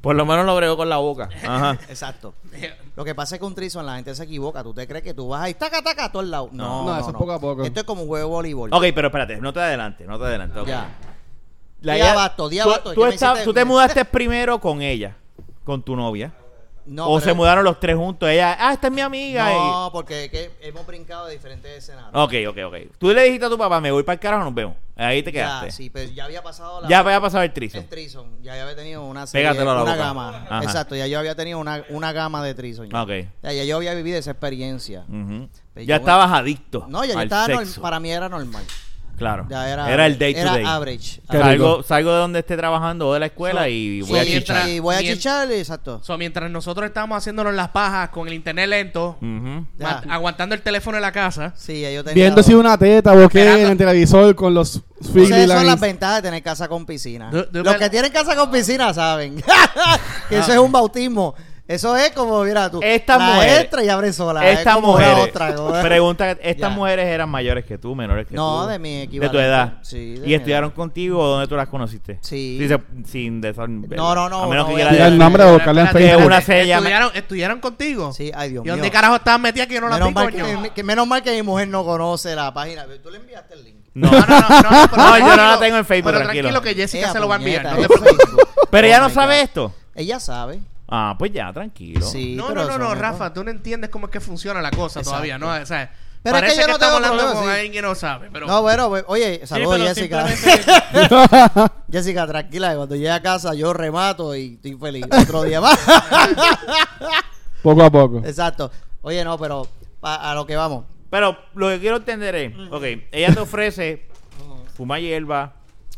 Speaker 2: Por lo menos lo bregó con la boca. Ajá.
Speaker 6: Ah, Exacto. Lo que pasa es que un trison la gente se equivoca. Tú te crees que tú vas ahí, taca, taca, a todos lados. No,
Speaker 5: No,
Speaker 6: no,
Speaker 5: eso es
Speaker 6: no.
Speaker 5: poco a poco.
Speaker 6: Esto es como un juego de voleibol.
Speaker 2: Ok, pero espérate, no te adelantes, no te adelantes. ok.
Speaker 6: Ya.
Speaker 2: La
Speaker 6: Di
Speaker 2: idea-
Speaker 6: abasto, di
Speaker 2: tú-
Speaker 6: abasto,
Speaker 2: Tú,
Speaker 6: que me
Speaker 2: estabas-
Speaker 6: hiciste-
Speaker 2: tú te mudaste primero con ella, con tu novia.
Speaker 6: No,
Speaker 2: o
Speaker 6: pero-
Speaker 2: se mudaron los tres juntos. Ella, ah, esta es mi amiga.
Speaker 6: No, porque que hemos brincado de diferentes escenarios.
Speaker 2: Y... Ok, ok, ok. Tú le dijiste a tu papá, me voy para el carajo, nos vemos. Ahí te quedaste.
Speaker 6: Ya, sí, pero ya había pasado la. Este,
Speaker 2: Ya voy a pasar el trizo.
Speaker 6: el trison. Ya había tenido una
Speaker 2: Pégatelo a la
Speaker 6: una
Speaker 2: boca.
Speaker 6: gama.
Speaker 2: Ajá.
Speaker 6: Exacto, ya yo había tenido una, una gama de trison. Ya.
Speaker 2: Ok.
Speaker 6: Ya, ya yo había vivido esa experiencia.
Speaker 2: Ujú.
Speaker 6: Pero
Speaker 2: Ya
Speaker 6: pues yo-
Speaker 2: estabas adicto.
Speaker 6: No, ya yo
Speaker 2: al
Speaker 6: estaba norm-
Speaker 2: sexo.
Speaker 6: para mí era normal.
Speaker 2: Claro.
Speaker 6: Ya
Speaker 2: era,
Speaker 6: era
Speaker 2: el day to
Speaker 6: era
Speaker 2: day.
Speaker 6: average.
Speaker 5: Qué
Speaker 2: Salgo,
Speaker 5: rico.
Speaker 2: salgo de donde esté trabajando o de la escuela
Speaker 3: So-
Speaker 2: y
Speaker 3: so
Speaker 2: voy a
Speaker 6: Y-
Speaker 2: chichar.
Speaker 6: Y voy a
Speaker 3: Mientras-
Speaker 6: chichar, exacto.
Speaker 3: So, mientras nosotros estábamos haciéndonos las pajas con el internet lento,
Speaker 2: Ujú.
Speaker 6: Mm. Ya.
Speaker 3: ma- aguantando el teléfono en la casa,
Speaker 6: Sí, ya yo tenía.
Speaker 5: Viendo
Speaker 6: dos.
Speaker 5: si una teta o qué en
Speaker 3: Esperando.
Speaker 5: el televisor con los
Speaker 6: Entonces,
Speaker 5: Swiggly
Speaker 6: esas son las
Speaker 5: Lines.
Speaker 6: ventajas de tener casa con piscina.
Speaker 3: Do- do-
Speaker 6: Los que tienen casa con piscina saben (laughs) que
Speaker 3: Ah.
Speaker 6: eso es un bautismo. Eso es como, mira tú,
Speaker 2: Estas
Speaker 6: la
Speaker 2: mujeres-
Speaker 6: entra y abre sola. es
Speaker 2: Estas
Speaker 6: como una
Speaker 2: mujeres.
Speaker 6: otra, como-
Speaker 2: (laughs) pregunta, ¿estas
Speaker 6: Ya.
Speaker 2: mujeres eran mayores que tú, menores que tú?
Speaker 6: No, de mi
Speaker 2: De tu
Speaker 6: equivalente.
Speaker 2: edad.
Speaker 6: Sí, de mi
Speaker 2: ¿Y estudiaron contigo o dónde tú las conociste?
Speaker 6: Sí.
Speaker 2: Dice, sin desa-
Speaker 6: No, no, no,
Speaker 2: A menos
Speaker 6: no
Speaker 2: que
Speaker 6: voy a
Speaker 2: quiera
Speaker 5: Tira el
Speaker 2: decir-
Speaker 5: nombre o buscarle en
Speaker 3: Espérate,
Speaker 2: Es
Speaker 5: Facebook.
Speaker 2: una sella-
Speaker 3: ¿Estudiaron, estudiaron contigo?
Speaker 6: Sí, ay Dios
Speaker 3: ¿Y
Speaker 6: mío.
Speaker 3: dónde carajo estaban metidas que yo no las
Speaker 6: (laughs) menos,
Speaker 3: vi,
Speaker 6: mal
Speaker 3: coño?
Speaker 6: que, que- menos mal que mi mujer no conoce la página. Tú le enviaste el link.
Speaker 2: No.
Speaker 3: No, no, no, no,
Speaker 2: (laughs)
Speaker 3: pero
Speaker 2: No, yo no la
Speaker 3: tranquilo,
Speaker 2: tengo en Facebook,
Speaker 3: Pero
Speaker 2: tranquilo.
Speaker 3: tranquilo que Jessica
Speaker 6: Ea,
Speaker 3: se lo va a enviar. no
Speaker 6: puñeta,
Speaker 3: te
Speaker 6: en
Speaker 3: preocupes.
Speaker 6: Facebook.
Speaker 2: Pero
Speaker 6: Oh
Speaker 2: ella no
Speaker 6: my
Speaker 2: sabe
Speaker 6: God.
Speaker 2: esto.
Speaker 6: Ella sabe.
Speaker 2: Ah, pues ya, tranquilo.
Speaker 6: Sí,
Speaker 3: No,
Speaker 6: pero
Speaker 3: no, no,
Speaker 6: eso
Speaker 3: no,
Speaker 6: es
Speaker 3: Rafa, tú no entiendes cómo es que funciona la cosa
Speaker 6: Exacto.
Speaker 3: todavía, ¿no? O sea,
Speaker 6: Pero es
Speaker 3: parece
Speaker 6: que yo no tengo
Speaker 3: estamos hablando
Speaker 6: problema,
Speaker 3: con
Speaker 6: sí.
Speaker 3: alguien que no sabe, pero...
Speaker 6: No, bueno, pues, oye,
Speaker 4: Sí,
Speaker 6: saludos
Speaker 4: pero
Speaker 6: Jessica.
Speaker 4: simplemente-
Speaker 6: Jessica, tranquila, que cuando llegue a casa yo remato y estoy feliz. Otro día
Speaker 5: (laughs)
Speaker 6: más. (laughs)
Speaker 5: Poco a poco.
Speaker 6: Exacto. Oye, no, pero pa- a lo que vamos.
Speaker 2: Pero lo que quiero entender es, ok, ella te ofrece fumar hierba.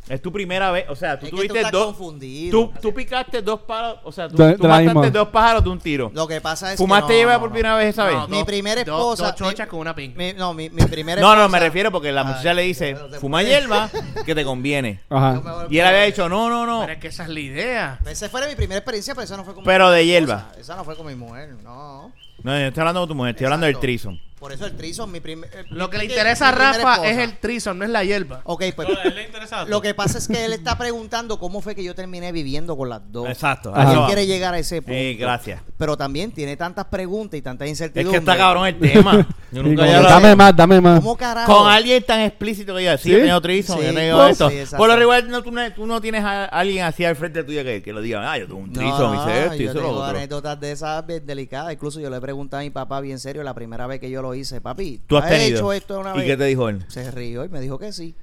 Speaker 2: Es tu primera vez, o sea, tú
Speaker 6: Es que tú
Speaker 2: tuviste
Speaker 6: estás
Speaker 2: dos.
Speaker 6: confundido.
Speaker 2: Tú, tú picaste dos pájaros, o sea, tú,
Speaker 5: De-
Speaker 2: tú
Speaker 5: de la
Speaker 2: mataste
Speaker 5: misma.
Speaker 2: dos pájaros de un tiro.
Speaker 6: Lo que pasa es
Speaker 2: ¿Fumaste
Speaker 6: que. no,
Speaker 2: hierba
Speaker 6: no,
Speaker 2: por
Speaker 6: no.
Speaker 2: primera vez esa vez?
Speaker 3: No,
Speaker 2: No,
Speaker 6: Mi
Speaker 3: Dos-
Speaker 6: primera
Speaker 3: dos-
Speaker 6: esposa.
Speaker 3: dos chochas
Speaker 6: mi-
Speaker 3: con una pinga.
Speaker 6: mi- no, mi, mi primera
Speaker 2: no,
Speaker 6: esposa.
Speaker 2: me refiero porque la
Speaker 6: Ay,
Speaker 2: muchacha le dice,
Speaker 6: no te
Speaker 2: fuma hierba que te conviene.
Speaker 6: Yo me
Speaker 5: Ajá.
Speaker 6: voy
Speaker 2: Y él había dicho, no, no, no.
Speaker 3: Pero es que esa es la idea.
Speaker 6: Esa fue mi primera experiencia, pero esa no fue con
Speaker 2: Pero
Speaker 6: mi
Speaker 2: de
Speaker 6: esposa.
Speaker 2: hierba.
Speaker 6: Esa no fue con mi mujer, no.
Speaker 2: No, yo estoy hablando de tu mujer, estoy hablando del
Speaker 6: Exacto.
Speaker 2: trison.
Speaker 6: Por eso el trison, mi primer.
Speaker 3: Lo que le interesa a Rafa es el trison, no es la hierba.
Speaker 6: Ok, pues.
Speaker 4: No, a él le interesa
Speaker 6: Lo que pasa es que él está preguntando cómo fue que yo terminé viviendo con las dos.
Speaker 2: Exacto.
Speaker 5: Ajá.
Speaker 6: Él
Speaker 2: eso va.
Speaker 6: quiere llegar a ese punto.
Speaker 2: Eh, gracias.
Speaker 6: Pero también tiene tantas preguntas y tantas
Speaker 2: Es
Speaker 6: incertidumbres.
Speaker 2: que está cabrón el tema. Yo
Speaker 5: Y
Speaker 2: nunca
Speaker 5: como
Speaker 2: había
Speaker 5: que,
Speaker 2: hablado-
Speaker 5: Dame más, dame más.
Speaker 6: ¿Cómo carajo?
Speaker 2: con alguien tan explícito que diga, sí,
Speaker 5: ¿Sí?
Speaker 2: yo he tenido trison,
Speaker 6: Sí.
Speaker 2: yo he tenido
Speaker 3: Pues,
Speaker 6: Oh.
Speaker 2: esto.
Speaker 6: Sí, exacto.
Speaker 2: Por lo regular, no, tú, no, tú no tienes a alguien así al frente tuyo que, que lo diga, ah, yo tengo un
Speaker 6: No,
Speaker 2: trison, hice esto,
Speaker 6: yo
Speaker 2: hice lo
Speaker 6: tengo
Speaker 2: otro.
Speaker 6: anécdotas de esas bien delicadas. Incluso yo le pregunté a mi papá bien serio la primera vez que yo lo hice. Papi,
Speaker 2: Tú has tenido.
Speaker 6: hecho esto una
Speaker 2: ¿Y
Speaker 6: vez?
Speaker 2: qué te dijo él?
Speaker 6: Se rió y me dijo que sí.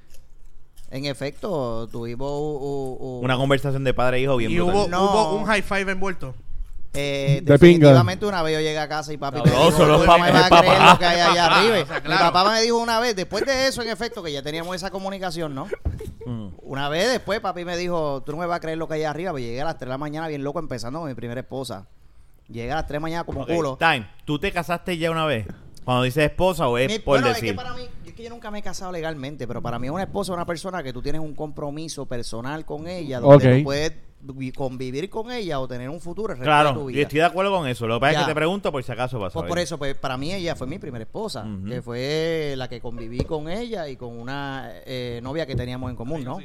Speaker 6: En efecto, tuvimos u- u- u-
Speaker 2: Una conversación de padre e hijo bien
Speaker 3: Y
Speaker 2: brutal.
Speaker 3: hubo,
Speaker 6: No.
Speaker 3: hubo un high five envuelto.
Speaker 6: Eh,
Speaker 5: De
Speaker 6: definitivamente una vez yo llegué a casa y papi me
Speaker 2: Sabroso,
Speaker 6: dijo,
Speaker 2: los
Speaker 6: "Tú no
Speaker 2: papás,
Speaker 6: me vas a
Speaker 2: el papá".
Speaker 6: creer lo que
Speaker 2: (laughs)
Speaker 6: hay allá arriba.
Speaker 3: O sea,
Speaker 6: Mi
Speaker 3: claro.
Speaker 6: papá me dijo una vez, después de eso, en efecto, que ya teníamos esa comunicación, ¿no?
Speaker 2: Mm.
Speaker 6: Una vez después, papi me dijo, tú no me vas a creer lo que hay arriba, pues llegué a las 3 de la mañana bien loco empezando con mi primera esposa. Llegué a las 3 de la mañana como
Speaker 2: Ok,
Speaker 6: culo.
Speaker 2: Time, ¿tú te casaste ya una vez? Cuando dices esposa o es
Speaker 6: Mi-
Speaker 2: por
Speaker 6: bueno,
Speaker 2: decir.
Speaker 6: es que para mí, es que yo nunca me he casado legalmente, pero para mí una esposa es una persona que tú tienes un compromiso personal con ella, donde
Speaker 5: Ok.
Speaker 6: tú puedes vi- convivir con ella o tener un futuro el resto de tu
Speaker 2: Claro,
Speaker 6: vida.
Speaker 2: y estoy de acuerdo con eso. Lo que pasa es
Speaker 6: Ya.
Speaker 2: que te pregunto por si acaso pasó.
Speaker 6: Pues por eso, pues para mí ella fue mi primera esposa,
Speaker 2: Ujú.
Speaker 6: que fue la que conviví con ella y con una eh, novia que teníamos en común, ¿no?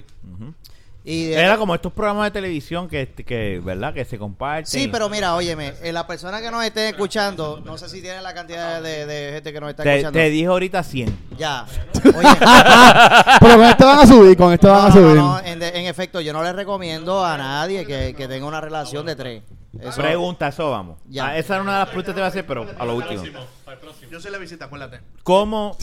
Speaker 6: Y de-
Speaker 2: Era como estos programas de televisión que, que ¿verdad? Que se comparten.
Speaker 6: Sí, pero mira, óyeme, eh, la persona que nos esté escuchando, no sé si tiene la cantidad de, de gente que nos está
Speaker 2: Te,
Speaker 6: escuchando.
Speaker 2: te dije ahorita 100. (laughs)
Speaker 6: Ya. Oye,
Speaker 5: Pero con este van a subir, con este van
Speaker 6: no,
Speaker 5: a
Speaker 6: no,
Speaker 5: subir.
Speaker 6: no, en, de- en efecto, yo no le recomiendo a nadie que, que tenga una relación de tres. Eso-
Speaker 2: Pregunta, eso vamos.
Speaker 6: Ya.
Speaker 2: Ah, esa era una de las preguntas que te iba a hacer, pero a lo último.
Speaker 3: Yo soy la visita, acuérdate.
Speaker 2: ¿Cómo,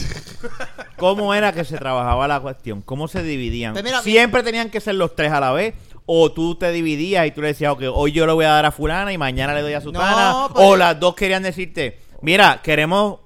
Speaker 2: ¿Cómo era que se trabajaba la cuestión? ¿Cómo se dividían?
Speaker 6: Pues mira, mi-
Speaker 2: ¿Siempre tenían que ser los tres a la vez? ¿O tú te dividías y tú le decías, ok, hoy yo le voy a dar a fulana y mañana le doy a sutana?
Speaker 6: No, pues-
Speaker 2: ¿O las dos querían decirte, mira, queremos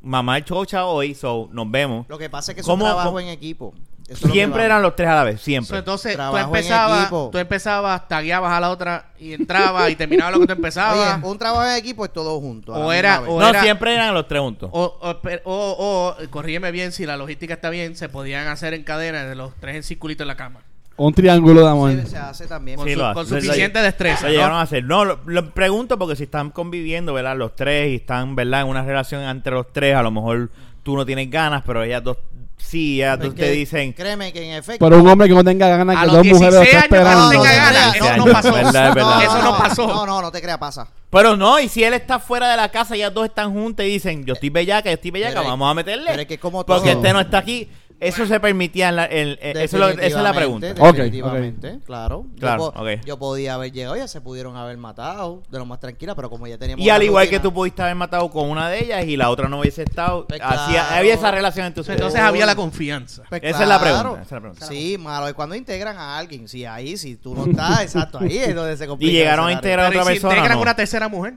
Speaker 2: mamar chocha hoy, so nos vemos?
Speaker 6: Lo que pasa es que es un
Speaker 2: ¿Cómo-
Speaker 6: trabajo
Speaker 2: cómo-
Speaker 6: en equipo. Eso es lo que
Speaker 2: Siempre
Speaker 6: vamos.
Speaker 2: eran los tres a la vez,
Speaker 3: So,
Speaker 2: siempre.
Speaker 3: entonces tú
Speaker 6: Trabajo en
Speaker 3: empezabas,
Speaker 6: equipo.
Speaker 3: tú empezabas, tagueabas a la otra y entrabas y terminabas lo que tú
Speaker 2: Ah.
Speaker 3: empezabas.
Speaker 6: Oye, un trabajo en equipo es todo junto. a la
Speaker 3: O
Speaker 6: misma
Speaker 3: era-
Speaker 6: vez.
Speaker 3: o-
Speaker 2: No,
Speaker 3: era-
Speaker 2: siempre eran los tres juntos.
Speaker 3: O, o, per- o, o, corrígeme bien, si la logística está bien, se podían hacer en cadena de los tres en circulito en la cama.
Speaker 5: Un triángulo de amor.
Speaker 6: Sí, se hace también.
Speaker 3: Con
Speaker 2: Sí,
Speaker 3: su-
Speaker 2: lo hace.
Speaker 3: con
Speaker 2: Lo- lo-
Speaker 3: suficiente destreza,
Speaker 2: lo
Speaker 3: ¿no?
Speaker 2: llegaron a hacer. No, lo, lo pregunto porque si están conviviendo, ¿verdad? Los tres y están, ¿verdad? En una relación entre los tres, a lo mejor tú no tienes ganas, pero ellas dos sí, ellas dos
Speaker 6: Porque
Speaker 2: te dicen.
Speaker 6: Créeme que en efecto.
Speaker 5: Pero un hombre que no tenga ganas,
Speaker 3: A
Speaker 5: que
Speaker 3: los
Speaker 5: dos mujeres lo
Speaker 3: 16
Speaker 5: estén
Speaker 3: años, que
Speaker 5: esperando.
Speaker 3: no tenga ganas.
Speaker 2: Ese
Speaker 3: Eso no
Speaker 2: año,
Speaker 3: pasó.
Speaker 2: es verdad, es verdad.
Speaker 3: Eso no pasó.
Speaker 6: No, no, no te creas, pasa.
Speaker 2: Pero no, y si él está fuera de la casa, ellas dos están juntas y dicen, yo estoy bellaca, yo estoy bellaca,
Speaker 6: Pero es-
Speaker 2: vamos a meterle.
Speaker 6: pero es que como
Speaker 2: porque
Speaker 6: todo-
Speaker 2: este no está aquí. Eso se permitía en la, en- en- Eh, eso lo- esa es la pregunta.
Speaker 6: Definitivamente,
Speaker 5: Ok,
Speaker 6: Definitivamente, claro.
Speaker 2: Claro,
Speaker 6: yo, po-
Speaker 2: ok.
Speaker 6: yo podía haber llegado, ya se pudieron haber matado de lo más tranquila, pero como ya teníamos.
Speaker 2: Y al
Speaker 6: una
Speaker 2: igual que
Speaker 6: rutina-
Speaker 2: tú pudiste haber matado con una de ellas y la otra no hubiese estado,
Speaker 6: Pues
Speaker 2: hacía,
Speaker 6: claro.
Speaker 2: había esa relación entre ustedes.
Speaker 6: Oh.
Speaker 3: Entonces había la confianza.
Speaker 6: Pues
Speaker 2: Esa es la
Speaker 6: claro.
Speaker 2: pregunta, esa es la pregunta.
Speaker 6: Sí, malo es cuando integran a alguien. Sí, ahí, si tú no
Speaker 2: (laughs)
Speaker 6: estás, exacto, ahí es donde se complica.
Speaker 2: Y llegaron a
Speaker 6: el
Speaker 2: integrar- Pero
Speaker 6: escenario.
Speaker 3: Pero
Speaker 2: otra
Speaker 3: ¿y si
Speaker 2: persona,
Speaker 3: integran
Speaker 2: no.
Speaker 3: una tercera mujer.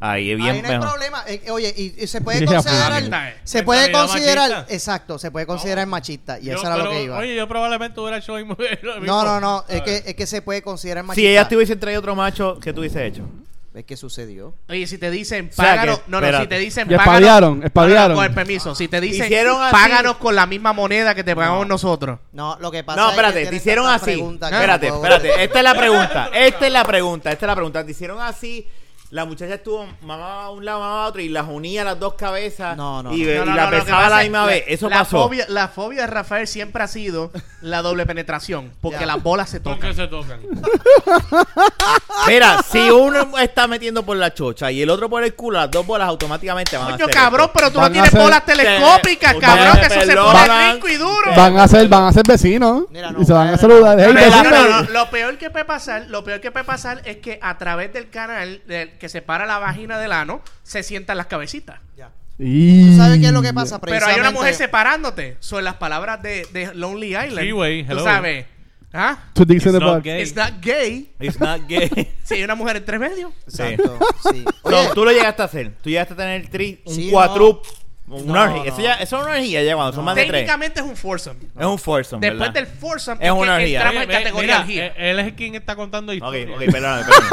Speaker 2: Ahí es bien
Speaker 6: Ahí no hay
Speaker 2: mejor.
Speaker 6: problema. Eh, eh, oye, y, y
Speaker 3: (laughs)
Speaker 6: se puede
Speaker 5: Ya,
Speaker 6: considerar.
Speaker 5: pues,
Speaker 4: mira.
Speaker 6: se puede
Speaker 4: Mentalidad
Speaker 6: considerar.
Speaker 4: machista.
Speaker 6: Exacto, se puede considerar machista. Y
Speaker 4: Yo-
Speaker 6: eso era lo
Speaker 4: pero,
Speaker 6: que iba.
Speaker 4: Oye, yo probablemente hubiera hecho lo mismo. lo mismo.
Speaker 6: no, no, no. Es
Speaker 4: A
Speaker 6: que,
Speaker 4: ver.
Speaker 6: es que se puede considerar machista.
Speaker 2: Si ellas te hubiesen traído otro macho, ¿qué tú hubiese hecho?
Speaker 6: Es que sucedió.
Speaker 3: Oye, si te dicen
Speaker 2: sea,
Speaker 3: páganos,
Speaker 2: que-
Speaker 3: no, no, si
Speaker 2: espérate.
Speaker 3: te dicen
Speaker 5: Y
Speaker 3: páganos-
Speaker 5: espadearon,
Speaker 3: no,
Speaker 5: espadearon.
Speaker 3: no, no, con el permiso, si te dicen
Speaker 2: Hicieron así.
Speaker 3: páganos con la misma moneda que te pagamos nosotros.
Speaker 6: No, lo que pasa
Speaker 2: No,
Speaker 6: es que
Speaker 2: espérate, te
Speaker 6: tienen
Speaker 2: hicieron
Speaker 6: tantas
Speaker 2: así.
Speaker 6: preguntas que
Speaker 2: Espérate,
Speaker 6: no puedo-
Speaker 2: espérate. eh. Esta es la
Speaker 6: (laughs)
Speaker 2: pregunta. Esta es la pregunta. Esta es la pregunta. Te hicieron así. La muchacha estuvo mamaba a un lado, mamaba a otro y las unía las dos cabezas.
Speaker 6: No, no,
Speaker 2: Y,
Speaker 6: no.
Speaker 2: be-
Speaker 3: No, no,
Speaker 2: Eh, y la
Speaker 3: no, lo que
Speaker 2: besaba
Speaker 3: pasa
Speaker 2: la
Speaker 3: es-
Speaker 2: misma vez. Eso
Speaker 3: la
Speaker 2: pasó.
Speaker 3: Fobia, (laughs) la fobia de Rafael siempre ha sido la doble penetración, porque
Speaker 6: Ya.
Speaker 3: las bolas se
Speaker 4: ¿Por qué
Speaker 3: tocan.
Speaker 2: (laughs)
Speaker 4: se tocan?
Speaker 2: Mira, si uno está metiendo por la chocha y el otro por el culo, las dos bolas automáticamente van a
Speaker 3: Coño,
Speaker 2: hacer
Speaker 3: cabrón,
Speaker 2: esto.
Speaker 3: pero tú
Speaker 5: Van
Speaker 3: no
Speaker 5: a
Speaker 3: tienes
Speaker 5: hacer-
Speaker 3: bolas telescópicas,
Speaker 2: Ustedes
Speaker 3: cabrón, que eso se pone
Speaker 2: perdonan.
Speaker 3: rico y duro.
Speaker 5: Van a ser, van a ser vecinos.
Speaker 6: Mira, no,
Speaker 5: y se van a
Speaker 6: vale.
Speaker 5: saludar. Hey,
Speaker 3: No, no, no,
Speaker 5: vecino.
Speaker 3: no, no, Lo peor que puede pasar, lo peor que puede pasar es que a través del canal del que separa la vagina del ano, se sientan las cabecitas.
Speaker 6: Ya.
Speaker 5: Y-
Speaker 6: ¿Tú sabes qué es lo que pasa?
Speaker 3: Pero hay una
Speaker 6: Precisamente-
Speaker 3: mujer separándote. Son las palabras de, de Lonely Island.
Speaker 4: Sí, güey, hello.
Speaker 3: Tú sabes. ¿Ah?
Speaker 5: Two dicks in
Speaker 4: It's
Speaker 5: the
Speaker 4: not
Speaker 5: box.
Speaker 4: gay.
Speaker 3: It's not gay.
Speaker 2: It's not gay.
Speaker 6: (laughs)
Speaker 3: Si hay una mujer entre medio.
Speaker 6: Exacto, sí.
Speaker 2: (laughs) No,
Speaker 6: Oye,
Speaker 2: tú lo llegaste a hacer. Tú llegaste a tener tri, un
Speaker 6: Sí,
Speaker 2: cuatrup.
Speaker 6: no.
Speaker 2: Una orgía.
Speaker 6: No,
Speaker 2: Eso,
Speaker 6: no.
Speaker 2: ya, eso es una orgía ya cuando son (laughs) más de tres.
Speaker 3: Técnicamente es un foursome.
Speaker 2: Es un foursome,
Speaker 3: Después
Speaker 2: ¿verdad?
Speaker 3: del foursome
Speaker 2: Es
Speaker 3: es
Speaker 2: una
Speaker 3: que
Speaker 2: orgía.
Speaker 3: entramos
Speaker 4: Oye,
Speaker 3: en
Speaker 4: ve-
Speaker 3: categoría
Speaker 4: mira,
Speaker 3: orgía.
Speaker 4: eh, Él es quien está contando (laughs)
Speaker 2: Ok,
Speaker 4: historias.
Speaker 2: ok, perdóname, perdóname.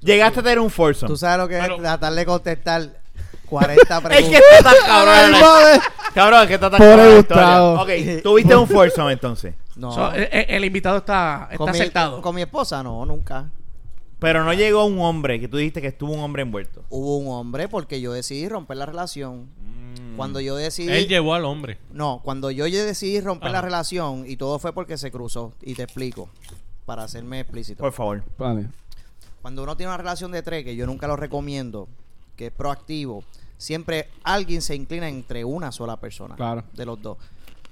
Speaker 2: Llegaste a tener un foursome.
Speaker 6: tú sabes lo que
Speaker 4: Pero-
Speaker 6: es tratar
Speaker 2: (laughs)
Speaker 6: de contestar 40
Speaker 2: Es que este-
Speaker 6: preguntas.
Speaker 2: está
Speaker 6: (laughs)
Speaker 2: tan cabrón.
Speaker 5: Ay,
Speaker 2: la-
Speaker 5: madre.
Speaker 2: Cabrón, es que está tan
Speaker 5: Pobre
Speaker 2: cabrón la
Speaker 5: Gustavo.
Speaker 2: historia. Ok, tuviste un foursome entonces.
Speaker 6: No.
Speaker 3: So, eh, eh, el invitado está, está
Speaker 6: con, mi,
Speaker 3: aceptado.
Speaker 6: con mi esposa, no, nunca.
Speaker 2: Pero no llegó un hombre que tú dijiste que estuvo un hombre envuelto.
Speaker 6: Hubo un hombre porque yo decidí romper la relación.
Speaker 2: Mm.
Speaker 6: Cuando yo decidí.
Speaker 4: Él llevó al hombre.
Speaker 6: No, cuando yo ya decidí romper
Speaker 3: Ah.
Speaker 4: Ajá.
Speaker 6: la relación y todo fue porque se cruzó. Y te explico, para hacerme explícito.
Speaker 2: Por favor.
Speaker 5: Vale.
Speaker 6: Cuando uno tiene una relación de tres, que yo nunca lo recomiendo, que es proactivo, siempre alguien se inclina entre una sola persona.
Speaker 5: Claro.
Speaker 6: De los dos.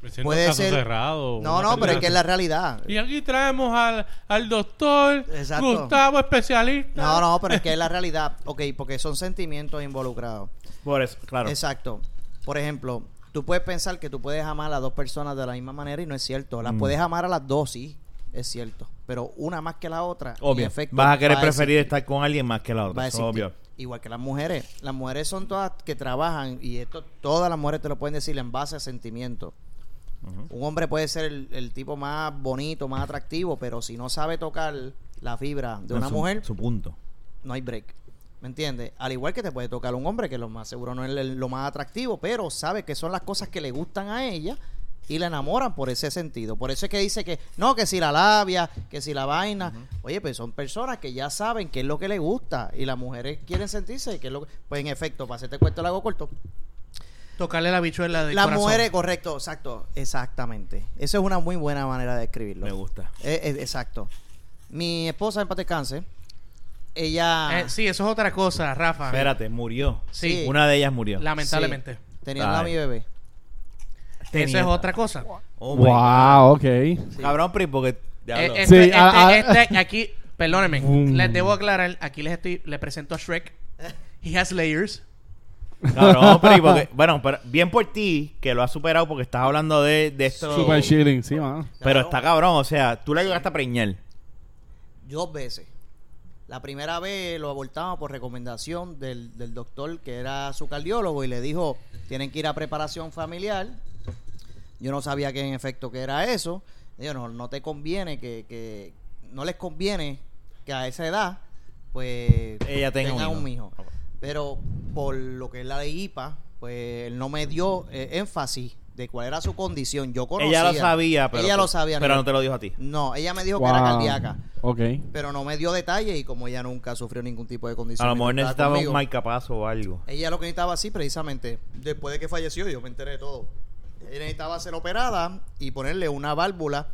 Speaker 4: Me siento
Speaker 6: Puede
Speaker 4: un caso
Speaker 6: ser-
Speaker 4: cerrado.
Speaker 6: No,
Speaker 4: una
Speaker 6: no, pero es que es
Speaker 4: persona-
Speaker 6: la realidad.
Speaker 4: Y aquí traemos al, al doctor
Speaker 6: Exacto.
Speaker 4: Gustavo, especialista.
Speaker 6: No, no, pero es que es la realidad. Ok, porque son sentimientos involucrados.
Speaker 2: Por eso, claro.
Speaker 6: Exacto. Por ejemplo, tú puedes pensar que tú puedes amar a las dos personas de la misma manera y no es cierto. Las
Speaker 2: Mm.
Speaker 6: puedes amar a las dos, sí, es cierto. Pero una más que la otra, en
Speaker 2: Obvio.
Speaker 6: efecto,
Speaker 2: Vas a querer
Speaker 6: va
Speaker 2: preferir estar con alguien más que la
Speaker 6: va a
Speaker 2: otra. Eso es
Speaker 6: existir.
Speaker 2: obvio.
Speaker 6: Igual que las mujeres. Las mujeres son todas que trabajan y esto todas las mujeres te lo pueden decir en base a sentimientos. Un hombre puede ser el, el tipo más bonito, más atractivo, pero si no sabe tocar la fibra de
Speaker 2: No,
Speaker 6: una
Speaker 2: su-
Speaker 6: mujer,
Speaker 2: Su punto.
Speaker 6: no hay break. ¿Me entiendes? Al igual que te puede tocar un hombre, que lo más seguro no es el- lo más atractivo, pero sabe que son las cosas que le gustan a ella y la enamoran por ese sentido. Por eso es que dice que no, que si la labia, que si la vaina. Oye, pues son personas que ya saben qué es lo que le gusta y las mujeres quieren sentirse que es lo que- Pues en efecto, para hacerte cuento, la hago corto.
Speaker 3: Tocarle la bichuela de
Speaker 6: Las
Speaker 3: corazón. Eh,
Speaker 6: mujeres, correcto, exacto, exactamente. Esa es una muy buena manera de describirlo.
Speaker 2: Me gusta.
Speaker 6: Eh, eh, exacto. Mi esposa, en paz descanse, ella.
Speaker 3: Eh, sí, eso es otra cosa, Rafa.
Speaker 2: Espérate, murió.
Speaker 3: Sí.
Speaker 2: Una de ellas murió.
Speaker 3: Lamentablemente.
Speaker 6: Sí, teniendo a
Speaker 2: Ay.
Speaker 6: mi bebé.
Speaker 3: Eso
Speaker 2: Tenía-
Speaker 3: es otra cosa.
Speaker 2: Oh my
Speaker 5: wow, ok.
Speaker 2: God. Cabrón, Pri, porque.
Speaker 3: Eh,
Speaker 2: diablo.
Speaker 3: este,
Speaker 5: Sí,
Speaker 3: este-
Speaker 5: ah, ah.
Speaker 3: este- aquí, perdónenme,
Speaker 5: Mm.
Speaker 3: les debo aclarar, aquí les estoy, les presento a Shrek. He has layers.
Speaker 2: Cabrón, Pri,
Speaker 6: (laughs)
Speaker 2: porque. Bueno, pero bien por ti que lo has superado porque estás hablando de, de esto.
Speaker 5: Super chilling, sí, mano.
Speaker 2: Pero está cabrón, o sea, tú la llegaste a preñar.
Speaker 6: Dos veces. La primera vez lo abortamos por recomendación del, del doctor que era su cardiólogo y le dijo, tienen que ir a preparación familiar Yo no sabía que en efecto que era eso. Digo, no, no te conviene que, que- no les conviene que a esa edad pues
Speaker 2: Ella tenga un
Speaker 6: un
Speaker 2: hijo.
Speaker 6: hijo. Pero por lo que es la ley IPA, pues él no me dio eh, énfasis de cuál era su condición. Yo conocía.
Speaker 2: Ella lo sabía, pero, pues,
Speaker 6: Ella lo sabía.
Speaker 2: pero no te lo dijo a ti.
Speaker 6: No, ella me dijo que era
Speaker 5: Wow.
Speaker 6: cardíaca.
Speaker 5: Ok.
Speaker 6: Pero no me dio detalles y como ella nunca sufrió ningún tipo de condición.
Speaker 2: A lo mejor
Speaker 6: mientras
Speaker 2: necesitaba
Speaker 6: estaba
Speaker 2: un
Speaker 6: conmigo,
Speaker 2: marcapaso o algo.
Speaker 6: Ella lo que necesitaba así precisamente. Después de que falleció, yo me enteré de todo. Ella necesitaba ser operada y ponerle una válvula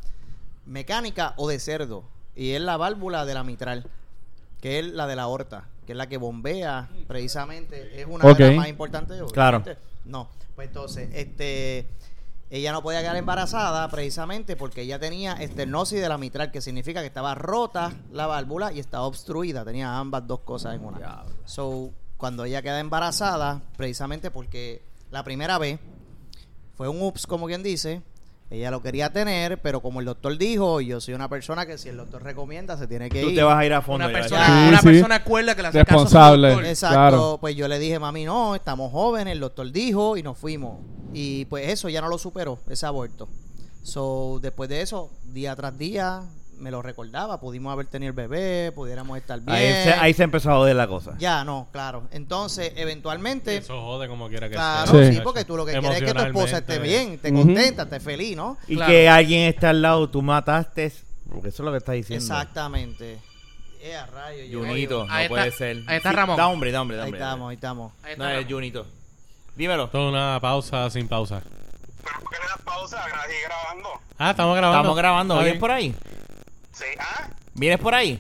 Speaker 6: mecánica o de cerdo. Y es la válvula de la mitral, que es la de la aorta, que es la que bombea precisamente. Es una
Speaker 5: Ok.
Speaker 6: de las más importantes. obviamente.
Speaker 2: Claro.
Speaker 6: No. Pues entonces, este ella no podía quedar embarazada precisamente porque ella tenía estenosis de la mitral, que significa que estaba rota la válvula y estaba obstruida. Tenía ambas dos cosas en una. So, cuando ella queda embarazada, precisamente porque la primera vez fue un ups, como quien dice. Ella lo quería tener, pero como el doctor dijo, yo soy una persona que si el doctor recomienda se tiene que
Speaker 2: Tú
Speaker 6: ir.
Speaker 2: te vas a ir a fondo.
Speaker 3: Una
Speaker 2: ya, ya.
Speaker 3: persona,
Speaker 5: Sí,
Speaker 3: una
Speaker 5: sí.
Speaker 3: persona cuerda que la hace caso a su
Speaker 5: Responsable.
Speaker 3: doctor.
Speaker 6: Exacto,
Speaker 5: Claro.
Speaker 6: pues yo le dije, mami, no, estamos jóvenes, el doctor dijo y nos fuimos. Y pues eso ya no lo superó, ese aborto. So, después de eso, día tras día, me lo recordaba, pudimos haber tenido el bebé, pudiéramos estar bien.
Speaker 2: Ahí, se, ahí se empezó a joder la cosa.
Speaker 6: Ya, no, claro. Entonces, eventualmente...
Speaker 4: Eso jode como quiera que
Speaker 6: Este, Claro,
Speaker 4: sea.
Speaker 5: Sí.
Speaker 6: sí. porque tú lo que quieres es que tu esposa esté bien, esté
Speaker 5: Ujú.
Speaker 6: contenta, esté feliz, ¿no?
Speaker 2: Y
Speaker 3: Claro.
Speaker 2: que alguien esté al lado, tú mataste. Porque eso es lo que estás diciendo.
Speaker 6: Exactamente. Eh, a rayo, yo
Speaker 2: Junito, no
Speaker 3: Ahí está-
Speaker 2: puede ser.
Speaker 3: ahí está Ramón.
Speaker 2: Da hombre, da hombre, da
Speaker 6: Ahí
Speaker 2: hombre.
Speaker 6: estamos, ahí estamos.
Speaker 3: Ahí está,
Speaker 2: No, es
Speaker 3: Ramón.
Speaker 2: Junito. Dímelo.
Speaker 4: Toda una pausa sin pausa.
Speaker 7: Pero ¿por qué le das pausa? Gra- Y grabando.
Speaker 4: Ah, estamos grabando.
Speaker 2: Estamos grabando.
Speaker 4: Ah,
Speaker 2: ¿Vienes
Speaker 4: bien.
Speaker 2: por ahí?
Speaker 7: Sí, ¿ah?
Speaker 2: ¿Vienes por ahí?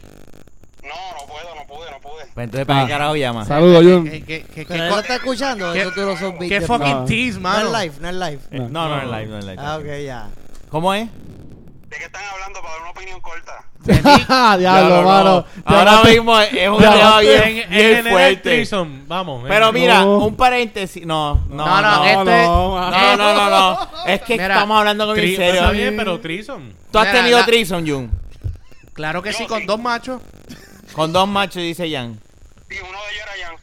Speaker 7: No, no puedo, no pude, no pude.
Speaker 2: Pues entonces, ¿para
Speaker 5: Ah.
Speaker 2: qué carajo llama?
Speaker 6: eh,
Speaker 5: Saludos, Jun.
Speaker 3: ¿Qué, qué, qué,
Speaker 6: Pero
Speaker 3: qué,
Speaker 6: él lo
Speaker 3: co-
Speaker 6: está escuchando,
Speaker 3: qué-
Speaker 6: eso tú lo sos
Speaker 3: qué
Speaker 6: víctima.
Speaker 3: fucking
Speaker 5: No.
Speaker 3: tease,
Speaker 6: No
Speaker 3: mano?
Speaker 6: es live, no es live.
Speaker 2: Eh, No, no, en live, no en live.
Speaker 6: Ah, ok, ya.
Speaker 2: ¿Cómo es?
Speaker 7: ¿De qué están hablando para dar una opinión corta?
Speaker 5: (laughs) Diablo,
Speaker 2: Diablo,
Speaker 5: mano.
Speaker 2: no. Ahora mismo es un
Speaker 5: Ya
Speaker 2: tema
Speaker 5: hablaste.
Speaker 2: bien,
Speaker 4: En-
Speaker 2: bien
Speaker 4: en el
Speaker 2: fuerte.
Speaker 4: threesome, Vamos.
Speaker 2: Pero
Speaker 4: en-
Speaker 2: mira,
Speaker 5: No.
Speaker 2: un paréntesis. No, no, no.
Speaker 3: no,
Speaker 2: No,
Speaker 3: este-
Speaker 5: no,
Speaker 2: no, no, no, Es que
Speaker 3: Mira,
Speaker 2: estamos hablando con
Speaker 4: Tri-
Speaker 2: mi
Speaker 4: Está
Speaker 2: serio.
Speaker 4: bien, pero Trison.
Speaker 2: Tú has
Speaker 3: Mira,
Speaker 2: tenido
Speaker 3: la-
Speaker 2: Trison, Jun.
Speaker 3: Claro que sí,
Speaker 7: No,
Speaker 3: con
Speaker 7: sí.
Speaker 3: dos machos.
Speaker 2: Con dos machos, dice Jan.
Speaker 7: Y uno de ellos era Jan.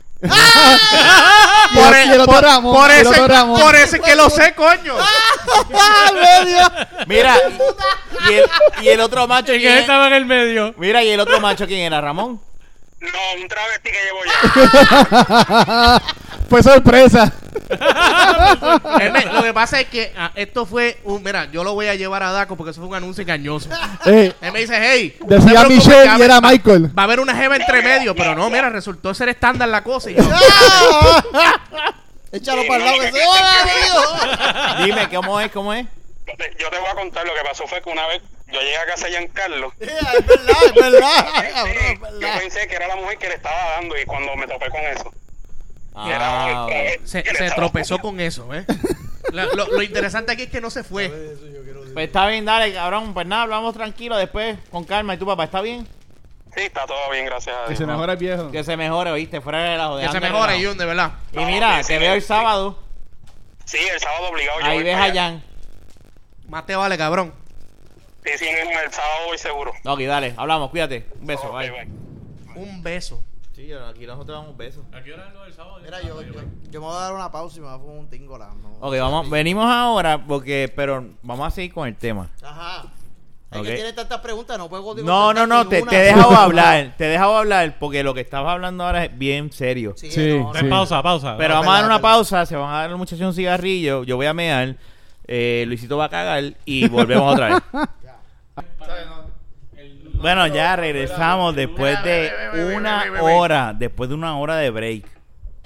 Speaker 5: por,
Speaker 3: el- por- por eso, por
Speaker 5: (laughs)
Speaker 3: eso es que lo
Speaker 2: (laughs)
Speaker 3: sé, coño.
Speaker 2: Mira, y el, y el otro macho.
Speaker 4: El
Speaker 2: ¿quién
Speaker 4: que
Speaker 2: es?
Speaker 4: estaba en el medio.
Speaker 2: Mira, y el otro macho, ¿quién era? Ramón.
Speaker 7: No, un travesti que
Speaker 6: (laughs)
Speaker 7: llevo ya.
Speaker 5: Fue sorpresa.
Speaker 3: Ernest, lo que pasa es que ah, esto fue un. Mira, yo lo voy a llevar a Daco porque eso fue un anuncio engañoso.
Speaker 5: Eh,
Speaker 3: Él me dice, hey. no te
Speaker 5: decía
Speaker 3: preocupes, que
Speaker 5: Michelle
Speaker 3: va-
Speaker 5: y era Michael.
Speaker 3: Va a haber una jeva entre medio, pero no, mira, resultó ser estándar la cosa. Y
Speaker 5: (laughs)
Speaker 3: yo,
Speaker 6: Échalo para el lado que se...
Speaker 7: (laughs)
Speaker 6: ¡Hola, tío!
Speaker 2: Dime, ¿cómo es? ¿Cómo es?
Speaker 7: Yo te, yo te voy a contar lo que pasó fue que una vez yo llegué a casa
Speaker 6: (laughs)
Speaker 7: de Giancarlo.
Speaker 6: Yeah, es verdad, es verdad, Ah, cabrón, es
Speaker 7: Carlos. yo
Speaker 6: verdad.
Speaker 7: pensé que era la mujer que le estaba dando y cuando me topé con eso.
Speaker 2: Ah, bueno.
Speaker 3: se, se tropezó con eso, ¿eh? La- lo, lo interesante aquí es que no se fue.
Speaker 2: Pues está bien, dale, cabrón. Pues nada, hablamos tranquilo después, con calma. ¿Y tu papá está bien?
Speaker 7: Sí, está todo bien, gracias a
Speaker 5: Que
Speaker 7: Dios.
Speaker 5: se mejora el viejo.
Speaker 2: Que se mejore, oíste, fuera de relajo.
Speaker 3: Que
Speaker 2: dejando
Speaker 3: se
Speaker 2: el
Speaker 3: mejore,
Speaker 2: relajo.
Speaker 3: Jun, de verdad.
Speaker 2: Y mira,
Speaker 7: Sí,
Speaker 2: te
Speaker 7: sí,
Speaker 2: veo el
Speaker 7: sí.
Speaker 2: sábado.
Speaker 7: Sí, el sábado obligado yo
Speaker 2: Ahí
Speaker 7: voy
Speaker 2: ves
Speaker 7: para
Speaker 2: a
Speaker 7: allá.
Speaker 2: Jan.
Speaker 3: Más te vale, cabrón.
Speaker 7: Sí, sí, no, el sábado voy seguro.
Speaker 2: Ok, dale, hablamos, cuídate. Un beso,
Speaker 7: Ok,
Speaker 2: bye.
Speaker 7: bye.
Speaker 3: Un beso.
Speaker 2: Sí, aquí nosotros damos un beso.
Speaker 4: ¿A qué hora es lo del sábado?
Speaker 6: Mira, yo, yo, yo me voy a dar una pausa y me voy a fumar un tingo la mano.
Speaker 2: Ok, vamos, venimos ahora porque, pero vamos a seguir con el tema.
Speaker 6: Ajá. Es
Speaker 2: Ok.
Speaker 6: que tiene tantas preguntas, no puedo contestar
Speaker 2: No, no, no, te,
Speaker 6: ninguna.
Speaker 2: te he dejado hablar, te he dejado hablar porque lo que estabas hablando ahora es bien serio.
Speaker 6: (laughs) Sí,
Speaker 5: Sí,
Speaker 6: no, no,
Speaker 5: sí.
Speaker 6: no.
Speaker 4: Pausa, pausa.
Speaker 2: Pero
Speaker 6: Ah,
Speaker 2: vamos a dar
Speaker 6: perdón,
Speaker 2: una
Speaker 6: perdón.
Speaker 2: pausa, se van a dar los muchachos un cigarrillo, yo voy a mear, eh, Luisito va a cagar y volvemos otra vez. Bueno, ya regresamos después de una hora, después de una hora de break.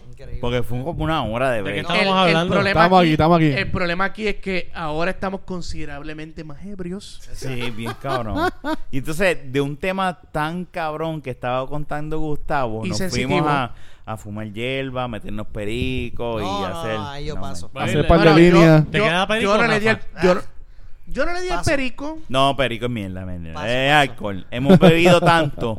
Speaker 6: Increíble. Eh,
Speaker 2: Porque fue como una hora de
Speaker 4: ¿De qué
Speaker 2: break.
Speaker 4: estamos hablando?
Speaker 5: Estamos aquí, estamos aquí.
Speaker 3: El problema aquí es que ahora estamos considerablemente más ebrios.
Speaker 2: Sí, bien
Speaker 6: (laughs)
Speaker 2: cabrón. Y entonces, de un tema tan cabrón que estaba contando Gustavo,
Speaker 3: Y
Speaker 2: nos
Speaker 3: sensitivo.
Speaker 2: fuimos a, a fumar hierba, a meternos perico
Speaker 6: No,
Speaker 2: y
Speaker 6: no,
Speaker 2: hacer.
Speaker 6: no, ahí yo paso.
Speaker 4: Vale.
Speaker 5: Hacer
Speaker 4: Bueno,
Speaker 5: par de
Speaker 3: Bueno, yo-
Speaker 5: líneas.
Speaker 4: ¿Te
Speaker 3: yo-
Speaker 4: queda perico,
Speaker 3: Yo no le di el,
Speaker 4: Rafa?
Speaker 3: yo, no- yo no le di el
Speaker 6: Paso.
Speaker 3: perico.
Speaker 2: No, perico es mierda, mierda.
Speaker 6: Paso,
Speaker 2: es alcohol. Hemos bebido tanto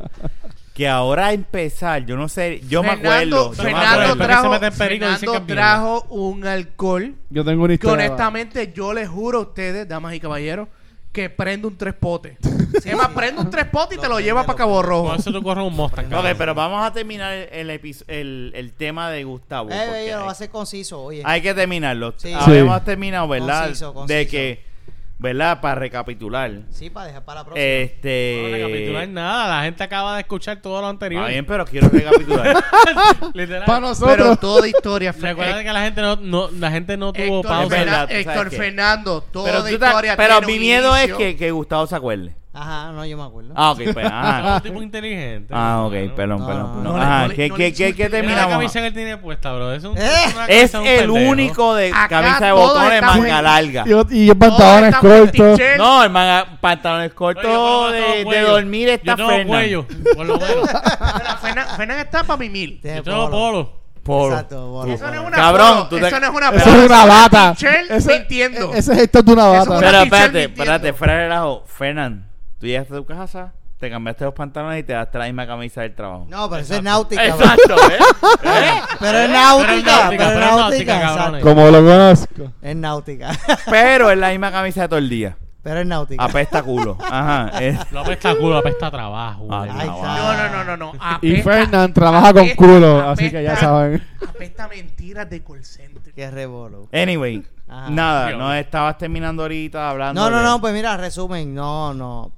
Speaker 2: que ahora empezar, yo no sé, yo me acuerdo. yo me
Speaker 3: Fernando
Speaker 2: acuerdo.
Speaker 4: tra-
Speaker 3: trajo,
Speaker 4: Que se meten perico, dicen
Speaker 3: Fernando
Speaker 4: que es mierda.
Speaker 3: trajo un alcohol
Speaker 5: Yo tengo una
Speaker 3: que
Speaker 5: historia.
Speaker 3: honestamente yo les juro a ustedes, damas y caballeros, que prende un tres potes. es más, prende un tres potes y te lo lleva para Cabo Rojo.
Speaker 4: Con
Speaker 2: Pues,
Speaker 4: eso te corres un Mustang,
Speaker 2: Ok,
Speaker 4: cabrón.
Speaker 2: pero vamos a terminar el, episo- el, el tema de Gustavo.
Speaker 6: Eh,
Speaker 2: porque
Speaker 6: bello,
Speaker 2: hay-
Speaker 6: va a ser conciso, oye.
Speaker 2: Hay que terminarlo.
Speaker 6: Sí.
Speaker 2: Habíamos
Speaker 5: Sí.
Speaker 2: terminado, ¿verdad?
Speaker 6: Conciso, conciso.
Speaker 2: De que, ¿verdad? Para recapitular.
Speaker 6: Sí, para dejar para la próxima.
Speaker 2: eh,
Speaker 4: No recapitular
Speaker 2: Este.
Speaker 4: nada. La gente acaba de escuchar todo lo anterior.
Speaker 2: Está bien, pero quiero
Speaker 3: (laughs)
Speaker 2: recapitular.
Speaker 4: (laughs) Literal.
Speaker 5: Para
Speaker 3: Pero
Speaker 5: nosotros.
Speaker 2: (laughs)
Speaker 3: toda historia, Fer-
Speaker 4: Recuerda que la gente no, no- la gente no tuvo
Speaker 3: Héctor,
Speaker 4: pausa.
Speaker 2: Eh, Es verdad,
Speaker 3: Fernan-
Speaker 2: tú sabes
Speaker 3: Héctor
Speaker 2: que-
Speaker 3: Fernando,
Speaker 2: pero
Speaker 3: toda
Speaker 2: tú ta-
Speaker 3: historia
Speaker 2: pero
Speaker 3: tiene
Speaker 2: mi
Speaker 3: un
Speaker 2: miedo es
Speaker 3: inicio.
Speaker 2: que, que Gustavo se acuerde.
Speaker 6: Ajá, no, yo me acuerdo.
Speaker 2: Ah, ok, pues,
Speaker 4: Ah, (laughs)
Speaker 2: ajá.
Speaker 4: un tipo inteligente.
Speaker 2: Ah, ok,
Speaker 4: Bueno.
Speaker 2: perdón,
Speaker 6: No,
Speaker 2: perdón.
Speaker 6: no,
Speaker 2: no,
Speaker 3: no,
Speaker 2: ajá,
Speaker 3: no le-
Speaker 2: ¿qué,
Speaker 3: no
Speaker 2: qué-
Speaker 3: le
Speaker 2: qué- qué
Speaker 3: insultes.
Speaker 4: Mira la
Speaker 2: terminamos?
Speaker 4: camisa que él tiene puesta, bro. Es, un,
Speaker 6: Eh,
Speaker 4: es una
Speaker 2: Es
Speaker 4: camisa de un
Speaker 2: el
Speaker 4: pendejo.
Speaker 2: único de
Speaker 3: Acá
Speaker 2: camisa de
Speaker 3: todo
Speaker 2: botones
Speaker 3: está
Speaker 2: manga
Speaker 3: muy-
Speaker 2: larga.
Speaker 5: Y, y en
Speaker 3: Todos
Speaker 5: pantalones
Speaker 3: estamos en
Speaker 5: cortos.
Speaker 3: t-shirt.
Speaker 2: No, el manga, pantalones
Speaker 4: Oye, yo
Speaker 2: cortos
Speaker 4: por lo menos
Speaker 2: de,
Speaker 4: tengo
Speaker 2: de
Speaker 4: cuello.
Speaker 2: dormir está
Speaker 4: Yo tengo
Speaker 2: Fernan.
Speaker 4: cuello, por lo
Speaker 6: (laughs)
Speaker 4: menos.
Speaker 3: Pero Fernan, Fernan está para mimir.
Speaker 6: Tiene
Speaker 4: Yo tengo polo.
Speaker 2: Por-
Speaker 6: Exacto, bolo,
Speaker 3: Eso no es
Speaker 6: bolo.
Speaker 3: una
Speaker 2: Cabrón,
Speaker 3: polo,
Speaker 2: tú te-
Speaker 3: eso no es una
Speaker 5: Eso
Speaker 3: polo,
Speaker 5: es una bata.
Speaker 3: Michelle
Speaker 5: Ese-
Speaker 3: mintiendo.
Speaker 5: Ese es el top de una
Speaker 3: Eso es
Speaker 5: bata.
Speaker 3: una-
Speaker 2: Pero
Speaker 3: pichel
Speaker 2: espérate,
Speaker 3: mintiendo.
Speaker 2: espérate, fuera de relajo. Fernan, tú llegaste a tu casa, te cambiaste los pantalones y te das la misma camisa del trabajo.
Speaker 6: No, pero eso es náutica. bro.
Speaker 2: Exacto, ¿eh? ¿Eh?
Speaker 6: (laughs) Pero es
Speaker 4: Pero es
Speaker 6: náutica,
Speaker 4: náutica,
Speaker 6: pero es
Speaker 4: pero es náutica,
Speaker 6: náutica.
Speaker 4: cabrones.
Speaker 6: exacto.
Speaker 5: Como lo conozco.
Speaker 6: Es náutica. (laughs)
Speaker 2: Pero es la misma camisa de todo el día.
Speaker 6: Pero es náutica.
Speaker 2: Apesta culo. Ajá. eh.
Speaker 4: Lo apesta culo, lo apesta trabajo.
Speaker 2: Ay,
Speaker 4: güey.
Speaker 6: Ay,
Speaker 2: cabrón.
Speaker 3: No, no, no, no, no.
Speaker 5: Y
Speaker 3: Apesta-
Speaker 5: Fernan trabaja con
Speaker 3: apesta-
Speaker 5: culo, así
Speaker 3: apesta-
Speaker 5: que ya saben.
Speaker 3: Apesta mentiras de call center.
Speaker 6: Qué rebolo.
Speaker 2: Anyway,
Speaker 6: Ajá.
Speaker 2: nada,
Speaker 4: Dios.
Speaker 2: no estabas terminando ahorita hablando.
Speaker 6: No, no,
Speaker 2: de-
Speaker 6: no, pues mira, resumen, no, no.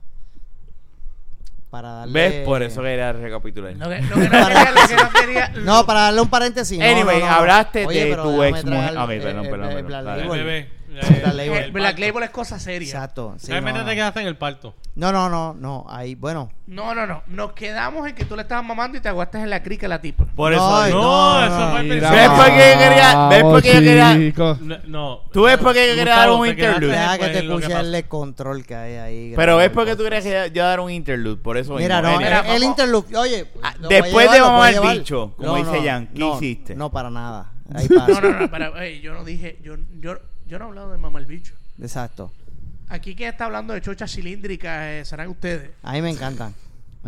Speaker 6: Para darle.
Speaker 2: ¿Ves? Por eso quería recapitular.
Speaker 3: Lo que, lo que no quería, lo que no
Speaker 2: (laughs)
Speaker 3: quería.
Speaker 6: No, para darle un paréntesis. no,
Speaker 2: Anyway,
Speaker 6: no, no, no.
Speaker 2: hablaste de
Speaker 6: pero
Speaker 2: tu
Speaker 6: déjame
Speaker 2: ex mujer.
Speaker 6: traer,
Speaker 2: Ok,
Speaker 6: eh,
Speaker 2: perdón,
Speaker 6: eh,
Speaker 2: perdón,
Speaker 6: eh,
Speaker 2: perdón.
Speaker 6: Black
Speaker 2: Dale.
Speaker 6: Label.
Speaker 4: Bebé.
Speaker 6: La
Speaker 4: Eh,
Speaker 6: ley-
Speaker 3: El Black
Speaker 4: parto.
Speaker 3: Label es cosa seria.
Speaker 6: Exacto. sí,
Speaker 4: Realmente
Speaker 6: no,
Speaker 4: te
Speaker 6: no.
Speaker 4: quedaste en el parto.
Speaker 6: no, no, no, no, ahí, bueno.
Speaker 3: No, no, no. Nos quedamos en que tú le estabas mamando y te aguaste en la crica a la tipa.
Speaker 2: Por
Speaker 6: No,
Speaker 2: eso.
Speaker 6: ay,
Speaker 4: No,
Speaker 6: no,
Speaker 4: eso
Speaker 6: no,
Speaker 4: fue el
Speaker 5: Mira,
Speaker 2: ¿Ves
Speaker 4: principio.
Speaker 2: por qué yo quería- ves por qué yo quería-
Speaker 5: chicos.
Speaker 4: No, No.
Speaker 2: ¿Tú ves por qué yo quería dar
Speaker 4: Gustavo,
Speaker 2: un
Speaker 4: te quedaste-
Speaker 2: interlude?
Speaker 6: Deja que
Speaker 4: pues,
Speaker 6: te
Speaker 4: lo que
Speaker 6: puse
Speaker 4: pasa.
Speaker 6: el control que hay ahí.
Speaker 2: Pero ves
Speaker 6: grabando
Speaker 2: por qué
Speaker 6: el
Speaker 2: tú querías que yo dar un interlude. Por eso.
Speaker 6: Mira,
Speaker 2: mismo.
Speaker 6: no,
Speaker 2: Anyway.
Speaker 6: el,
Speaker 3: vamos.
Speaker 6: el interlup- Oye,
Speaker 2: Ah,
Speaker 6: lo voy a
Speaker 2: después de
Speaker 6: llevar, lo
Speaker 2: mamar
Speaker 6: voy a
Speaker 2: el
Speaker 6: llevar.
Speaker 2: bicho, como dice Jan, ¿qué
Speaker 6: no,
Speaker 2: hiciste?
Speaker 6: No, para nada.
Speaker 2: (laughs)
Speaker 6: Ahí pasa.
Speaker 3: No, no, no. Para, ey, yo no dije. Yo, yo, yo no he hablado de mamar bicho.
Speaker 6: Exacto.
Speaker 3: Aquí quien está hablando de chochas cilíndricas eh, serán ustedes.
Speaker 6: A mí me encantan.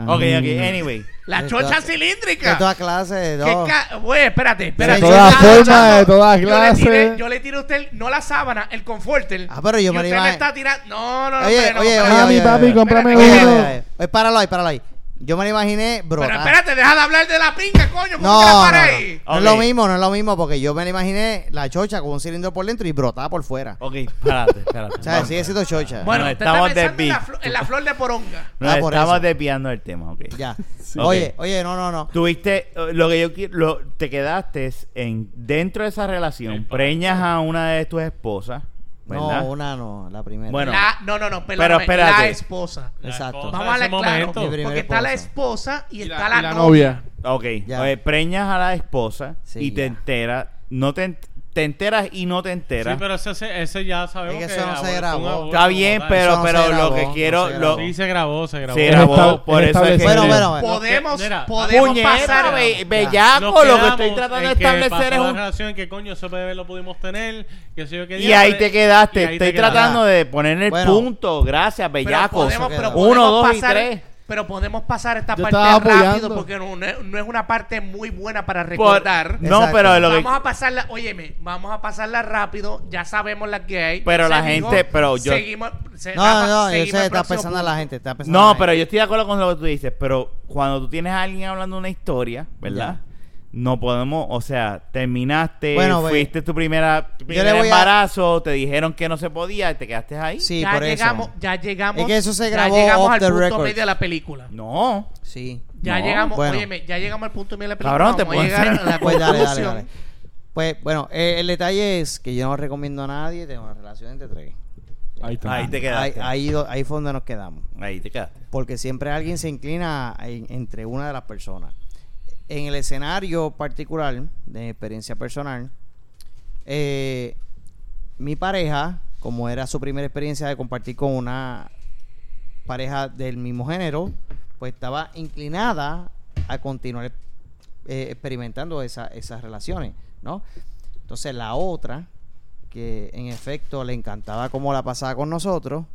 Speaker 2: Ok,
Speaker 5: Mm.
Speaker 6: eh,
Speaker 2: ok, anyway.
Speaker 3: Las
Speaker 6: De
Speaker 3: chochas
Speaker 6: todas-
Speaker 3: cilíndricas.
Speaker 6: De toda clase, de
Speaker 3: ¿Qué
Speaker 6: dos.
Speaker 3: ca- Güey, espérate, espérate.
Speaker 6: todas
Speaker 3: Yo estaba
Speaker 5: formas,
Speaker 3: escuchando.
Speaker 5: de todas
Speaker 3: Yo le, tiré,
Speaker 5: clases.
Speaker 3: yo le tiré a usted, no la sábana, el conforter.
Speaker 6: Ah, pero yo
Speaker 3: Y
Speaker 6: me lo
Speaker 3: usted
Speaker 6: iba a-
Speaker 3: me está tirando. No, no, no.
Speaker 6: Oye,
Speaker 3: espérate, no,
Speaker 6: oye,
Speaker 3: espérate.
Speaker 6: oye,
Speaker 5: Mami,
Speaker 6: oye,
Speaker 5: papi,
Speaker 6: oye,
Speaker 5: cómprame
Speaker 6: Oye, oye,
Speaker 5: uno.
Speaker 6: oye. Oye, Páralo ahí, páralo ahí. Yo me lo imaginé, bro. Ah.
Speaker 3: Pero espérate, deja de hablar de la pinga, coño. ¿Cómo
Speaker 6: No,
Speaker 3: que la
Speaker 6: no,
Speaker 3: para
Speaker 6: no.
Speaker 3: ahí?
Speaker 6: No es lo
Speaker 2: Ok.
Speaker 6: mismo, no es lo mismo, porque yo me lo imaginé la chocha con un cilindro por dentro y brotada por fuera.
Speaker 2: Ok, espérate, espérate.
Speaker 6: O sea, sigue siendo chocha.
Speaker 3: Bueno,
Speaker 2: No,
Speaker 3: te
Speaker 2: estamos
Speaker 3: estamos está
Speaker 2: de
Speaker 3: pensando en la,
Speaker 2: beat.
Speaker 3: flo- en la flor de poronga.
Speaker 2: Nos
Speaker 6: Ah, por
Speaker 2: estamos
Speaker 6: eso.
Speaker 2: desviando del tema, ok.
Speaker 6: Ya.
Speaker 2: Sí.
Speaker 6: Oye,
Speaker 2: Ok.
Speaker 6: oye, no, no, no.
Speaker 2: Tuviste, eh, lo que yo qui- lo, te quedaste es en dentro de esa relación, preñas a una de tus esposas, ¿verdad?
Speaker 6: No, una no, la primera.
Speaker 2: Pues Bueno.
Speaker 3: La- no, no, no, perdóname,
Speaker 2: Pero espérate.
Speaker 3: La esposa.
Speaker 4: La
Speaker 6: Exacto.
Speaker 4: esposa
Speaker 3: Vamos a
Speaker 4: de
Speaker 3: hablar
Speaker 4: ese
Speaker 3: claro.
Speaker 4: momento.
Speaker 6: Mi primera
Speaker 3: Porque está la esposa y, está la, novia.
Speaker 2: Ok,
Speaker 6: Ya.
Speaker 2: eh, preñas a la esposa
Speaker 6: Sí,
Speaker 2: y te
Speaker 6: ya.
Speaker 2: enteras, no te, en- te enteras y no te enteras.
Speaker 4: Sí, pero ese- ese, ese ya sabemos
Speaker 6: Es que
Speaker 4: que
Speaker 6: eso no
Speaker 4: abortó
Speaker 6: se
Speaker 4: un
Speaker 6: grabó.
Speaker 4: aborto
Speaker 2: Está bien,
Speaker 4: como tal.
Speaker 2: pero,
Speaker 6: Eso no
Speaker 2: pero
Speaker 6: se
Speaker 2: lo
Speaker 6: grabó,
Speaker 2: que
Speaker 6: no
Speaker 2: quiero,
Speaker 6: se
Speaker 2: lo
Speaker 6: grabó.
Speaker 4: Sí, se grabó, se grabó.
Speaker 2: Se
Speaker 5: Es
Speaker 2: grabó,
Speaker 5: esta-
Speaker 2: por
Speaker 5: es
Speaker 2: eso es que...
Speaker 5: establecido.
Speaker 6: bueno, bueno, bueno.
Speaker 3: Podemos,
Speaker 4: Mira,
Speaker 3: podemos
Speaker 2: Puñeta,
Speaker 3: pasar.
Speaker 2: be-
Speaker 4: Nos
Speaker 2: bellaco, lo que estoy
Speaker 4: quedamos
Speaker 2: tratando
Speaker 4: en
Speaker 2: de
Speaker 4: que
Speaker 2: establecer
Speaker 4: pasó
Speaker 2: es
Speaker 4: la
Speaker 2: un...
Speaker 4: relación que coño ese bebé lo pudimos tener, que sé yo qué
Speaker 2: Y
Speaker 4: diablo,
Speaker 2: ahí te quedaste,
Speaker 4: y ahí te
Speaker 2: estoy
Speaker 4: quedaste.
Speaker 2: tratando de poner el
Speaker 6: Bueno.
Speaker 2: punto, gracias,
Speaker 6: pues,
Speaker 3: Pero
Speaker 2: bellacos.
Speaker 3: podemos, pero
Speaker 6: Uno,
Speaker 3: podemos
Speaker 2: dos y
Speaker 3: pasar,
Speaker 2: tres.
Speaker 3: Pero podemos pasar esta
Speaker 5: Yo estaba
Speaker 3: parte
Speaker 5: apoyando.
Speaker 3: rápido porque no, no es- no es una parte muy buena para
Speaker 2: Por-
Speaker 3: recordar.
Speaker 2: No,
Speaker 6: Exacto.
Speaker 2: pero lo que...
Speaker 3: Vamos a pasarla, óyeme, vamos a pasarla rápido, ya sabemos las que hay.
Speaker 2: Pero la gente- pero yo-
Speaker 3: Seguimos, se-
Speaker 6: No,
Speaker 3: Rafa,
Speaker 6: no, yo
Speaker 3: seguimos
Speaker 6: sé,
Speaker 3: el
Speaker 6: está
Speaker 3: próximo
Speaker 6: pensando en
Speaker 3: punto.
Speaker 6: la gente, está pensando
Speaker 2: No,
Speaker 6: en la
Speaker 2: pero
Speaker 6: gente.
Speaker 2: yo estoy de acuerdo con lo que tú dices, pero cuando tú tienes a alguien hablando una historia, ¿verdad? No podemos, o sea, terminaste,
Speaker 6: Bueno, pues,
Speaker 2: fuiste tu primera tu
Speaker 6: le
Speaker 2: primer
Speaker 6: voy a-
Speaker 2: embarazo, te dijeron que no se podía y te quedaste ahí.
Speaker 6: Sí,
Speaker 3: ya
Speaker 6: por
Speaker 3: llegamos,
Speaker 6: eso.
Speaker 3: ya llegamos.
Speaker 6: Es que eso se
Speaker 3: ya
Speaker 6: grabó
Speaker 3: llegamos
Speaker 6: off
Speaker 3: al
Speaker 6: the
Speaker 3: punto
Speaker 6: record.
Speaker 3: medio de la película.
Speaker 2: No.
Speaker 6: Sí.
Speaker 3: Ya
Speaker 2: No,
Speaker 3: llegamos,
Speaker 6: bueno.
Speaker 3: óyeme, ya llegamos al punto medio de la película.
Speaker 2: Cabrón, te
Speaker 3: vamos a
Speaker 2: puedo
Speaker 3: llegar
Speaker 2: enseñar.
Speaker 3: a la
Speaker 6: Pues dale, dale,
Speaker 3: conclusión.
Speaker 6: dale. Pues bueno, eh, el detalle es que yo no recomiendo a nadie tener una relación entre tres.
Speaker 5: Ahí está.
Speaker 2: Ahí te
Speaker 6: Ahí,
Speaker 2: quedaste. Ahí,
Speaker 6: ahí, do- ahí fue donde nos quedamos.
Speaker 2: te quedaste.
Speaker 6: porque siempre alguien se inclina en- entre una de las personas. En el escenario particular, de mi experiencia personal, eh, mi pareja, como era su primera experiencia de compartir con una pareja del mismo género, pues estaba inclinada a continuar eh, experimentando esa- esas relaciones, ¿no? Entonces la otra, que en efecto le encantaba cómo la pasaba con nosotros,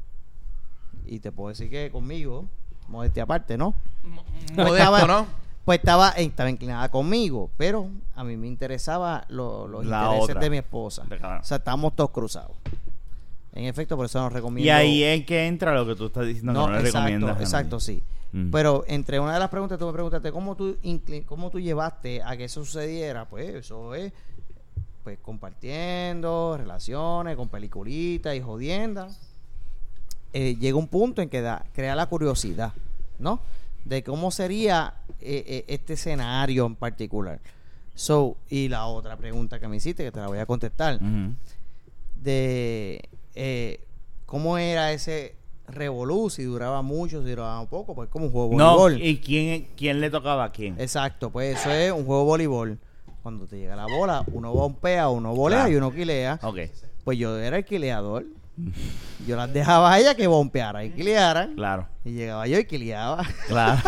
Speaker 6: y te puedo decir que conmigo, modestia aparte, ¿no?
Speaker 3: Mo-
Speaker 6: Pues
Speaker 3: Modesto, ¿no?
Speaker 6: Pues estaba, estaba inclinada conmigo, pero a mí me interesaba lo- los
Speaker 2: La
Speaker 6: intereses
Speaker 2: otra.
Speaker 6: de mi esposa.
Speaker 2: De cada-
Speaker 6: O sea, estábamos todos cruzados. En efecto, por eso nos recomiendo.
Speaker 1: Y ahí es que entra lo que tú estás diciendo
Speaker 6: no,
Speaker 1: que no le
Speaker 6: exacto,
Speaker 1: recomiendas. a
Speaker 6: exacto,
Speaker 1: nadie.
Speaker 6: sí.
Speaker 1: Mm.
Speaker 6: Pero entre una de las preguntas, tú me preguntaste cómo tú, incli- cómo tú llevaste a que eso sucediera. Pues eso es pues compartiendo relaciones con peliculitas y jodiendas. Eh, llega un punto en que da, crea la curiosidad, ¿no? De cómo sería eh, eh, este escenario en particular. So, y la otra pregunta que me hiciste, que te la voy a contestar
Speaker 1: Ujú.
Speaker 6: de eh, cómo era ese revolú, si duraba mucho, si duraba poco, pues como un juego de
Speaker 1: No,
Speaker 6: voleibol.
Speaker 1: ¿y quién, quién le tocaba a quién?
Speaker 6: Exacto, pues eso es un juego de voleibol. Cuando te llega la bola, uno bompea, uno volea
Speaker 1: Claro.
Speaker 6: y uno quilea.
Speaker 1: Ok,
Speaker 6: Pues yo era el quileador. Yo las dejaba a ella que bompeara y quilearan.
Speaker 1: claro,
Speaker 6: Y llegaba yo y
Speaker 1: (laughs)
Speaker 6: quileaba. (laughs)
Speaker 1: claro.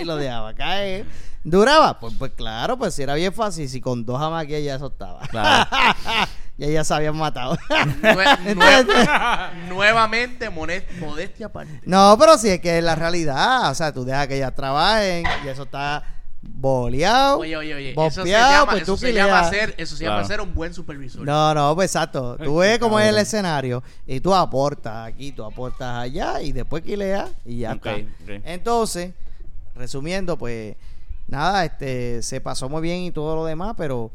Speaker 6: y lo dejaba caer. ¿Duraba? Pues, pues claro, pues si era bien fácil. Si con dos jamaquillas ya eso estaba.
Speaker 1: Claro.
Speaker 6: (laughs) ya ya se
Speaker 1: (laughs)
Speaker 6: habían matado.
Speaker 3: Nue-
Speaker 6: Entonces- (laughs)
Speaker 3: nue- nuevamente, mone- modestia aparte.
Speaker 6: No, pero si es que es la realidad. O sea, tú dejas que ellas trabajen y eso está boleado.
Speaker 3: Oye, oye, oye. eso se
Speaker 6: bopeado,
Speaker 3: llama,
Speaker 6: pues
Speaker 3: eso
Speaker 6: tú
Speaker 3: se
Speaker 6: quileas.
Speaker 3: llama ser, eso se llama
Speaker 1: Claro.
Speaker 3: ser un buen supervisor.
Speaker 6: No, no, pues exacto. Tú ves cómo es el escenario y tú aportas aquí, tú aportas allá y después quileas y ya
Speaker 1: Ok,
Speaker 6: está.
Speaker 1: ok.
Speaker 6: Entonces, resumiendo, pues nada, este se pasó muy bien y todo lo demás, pero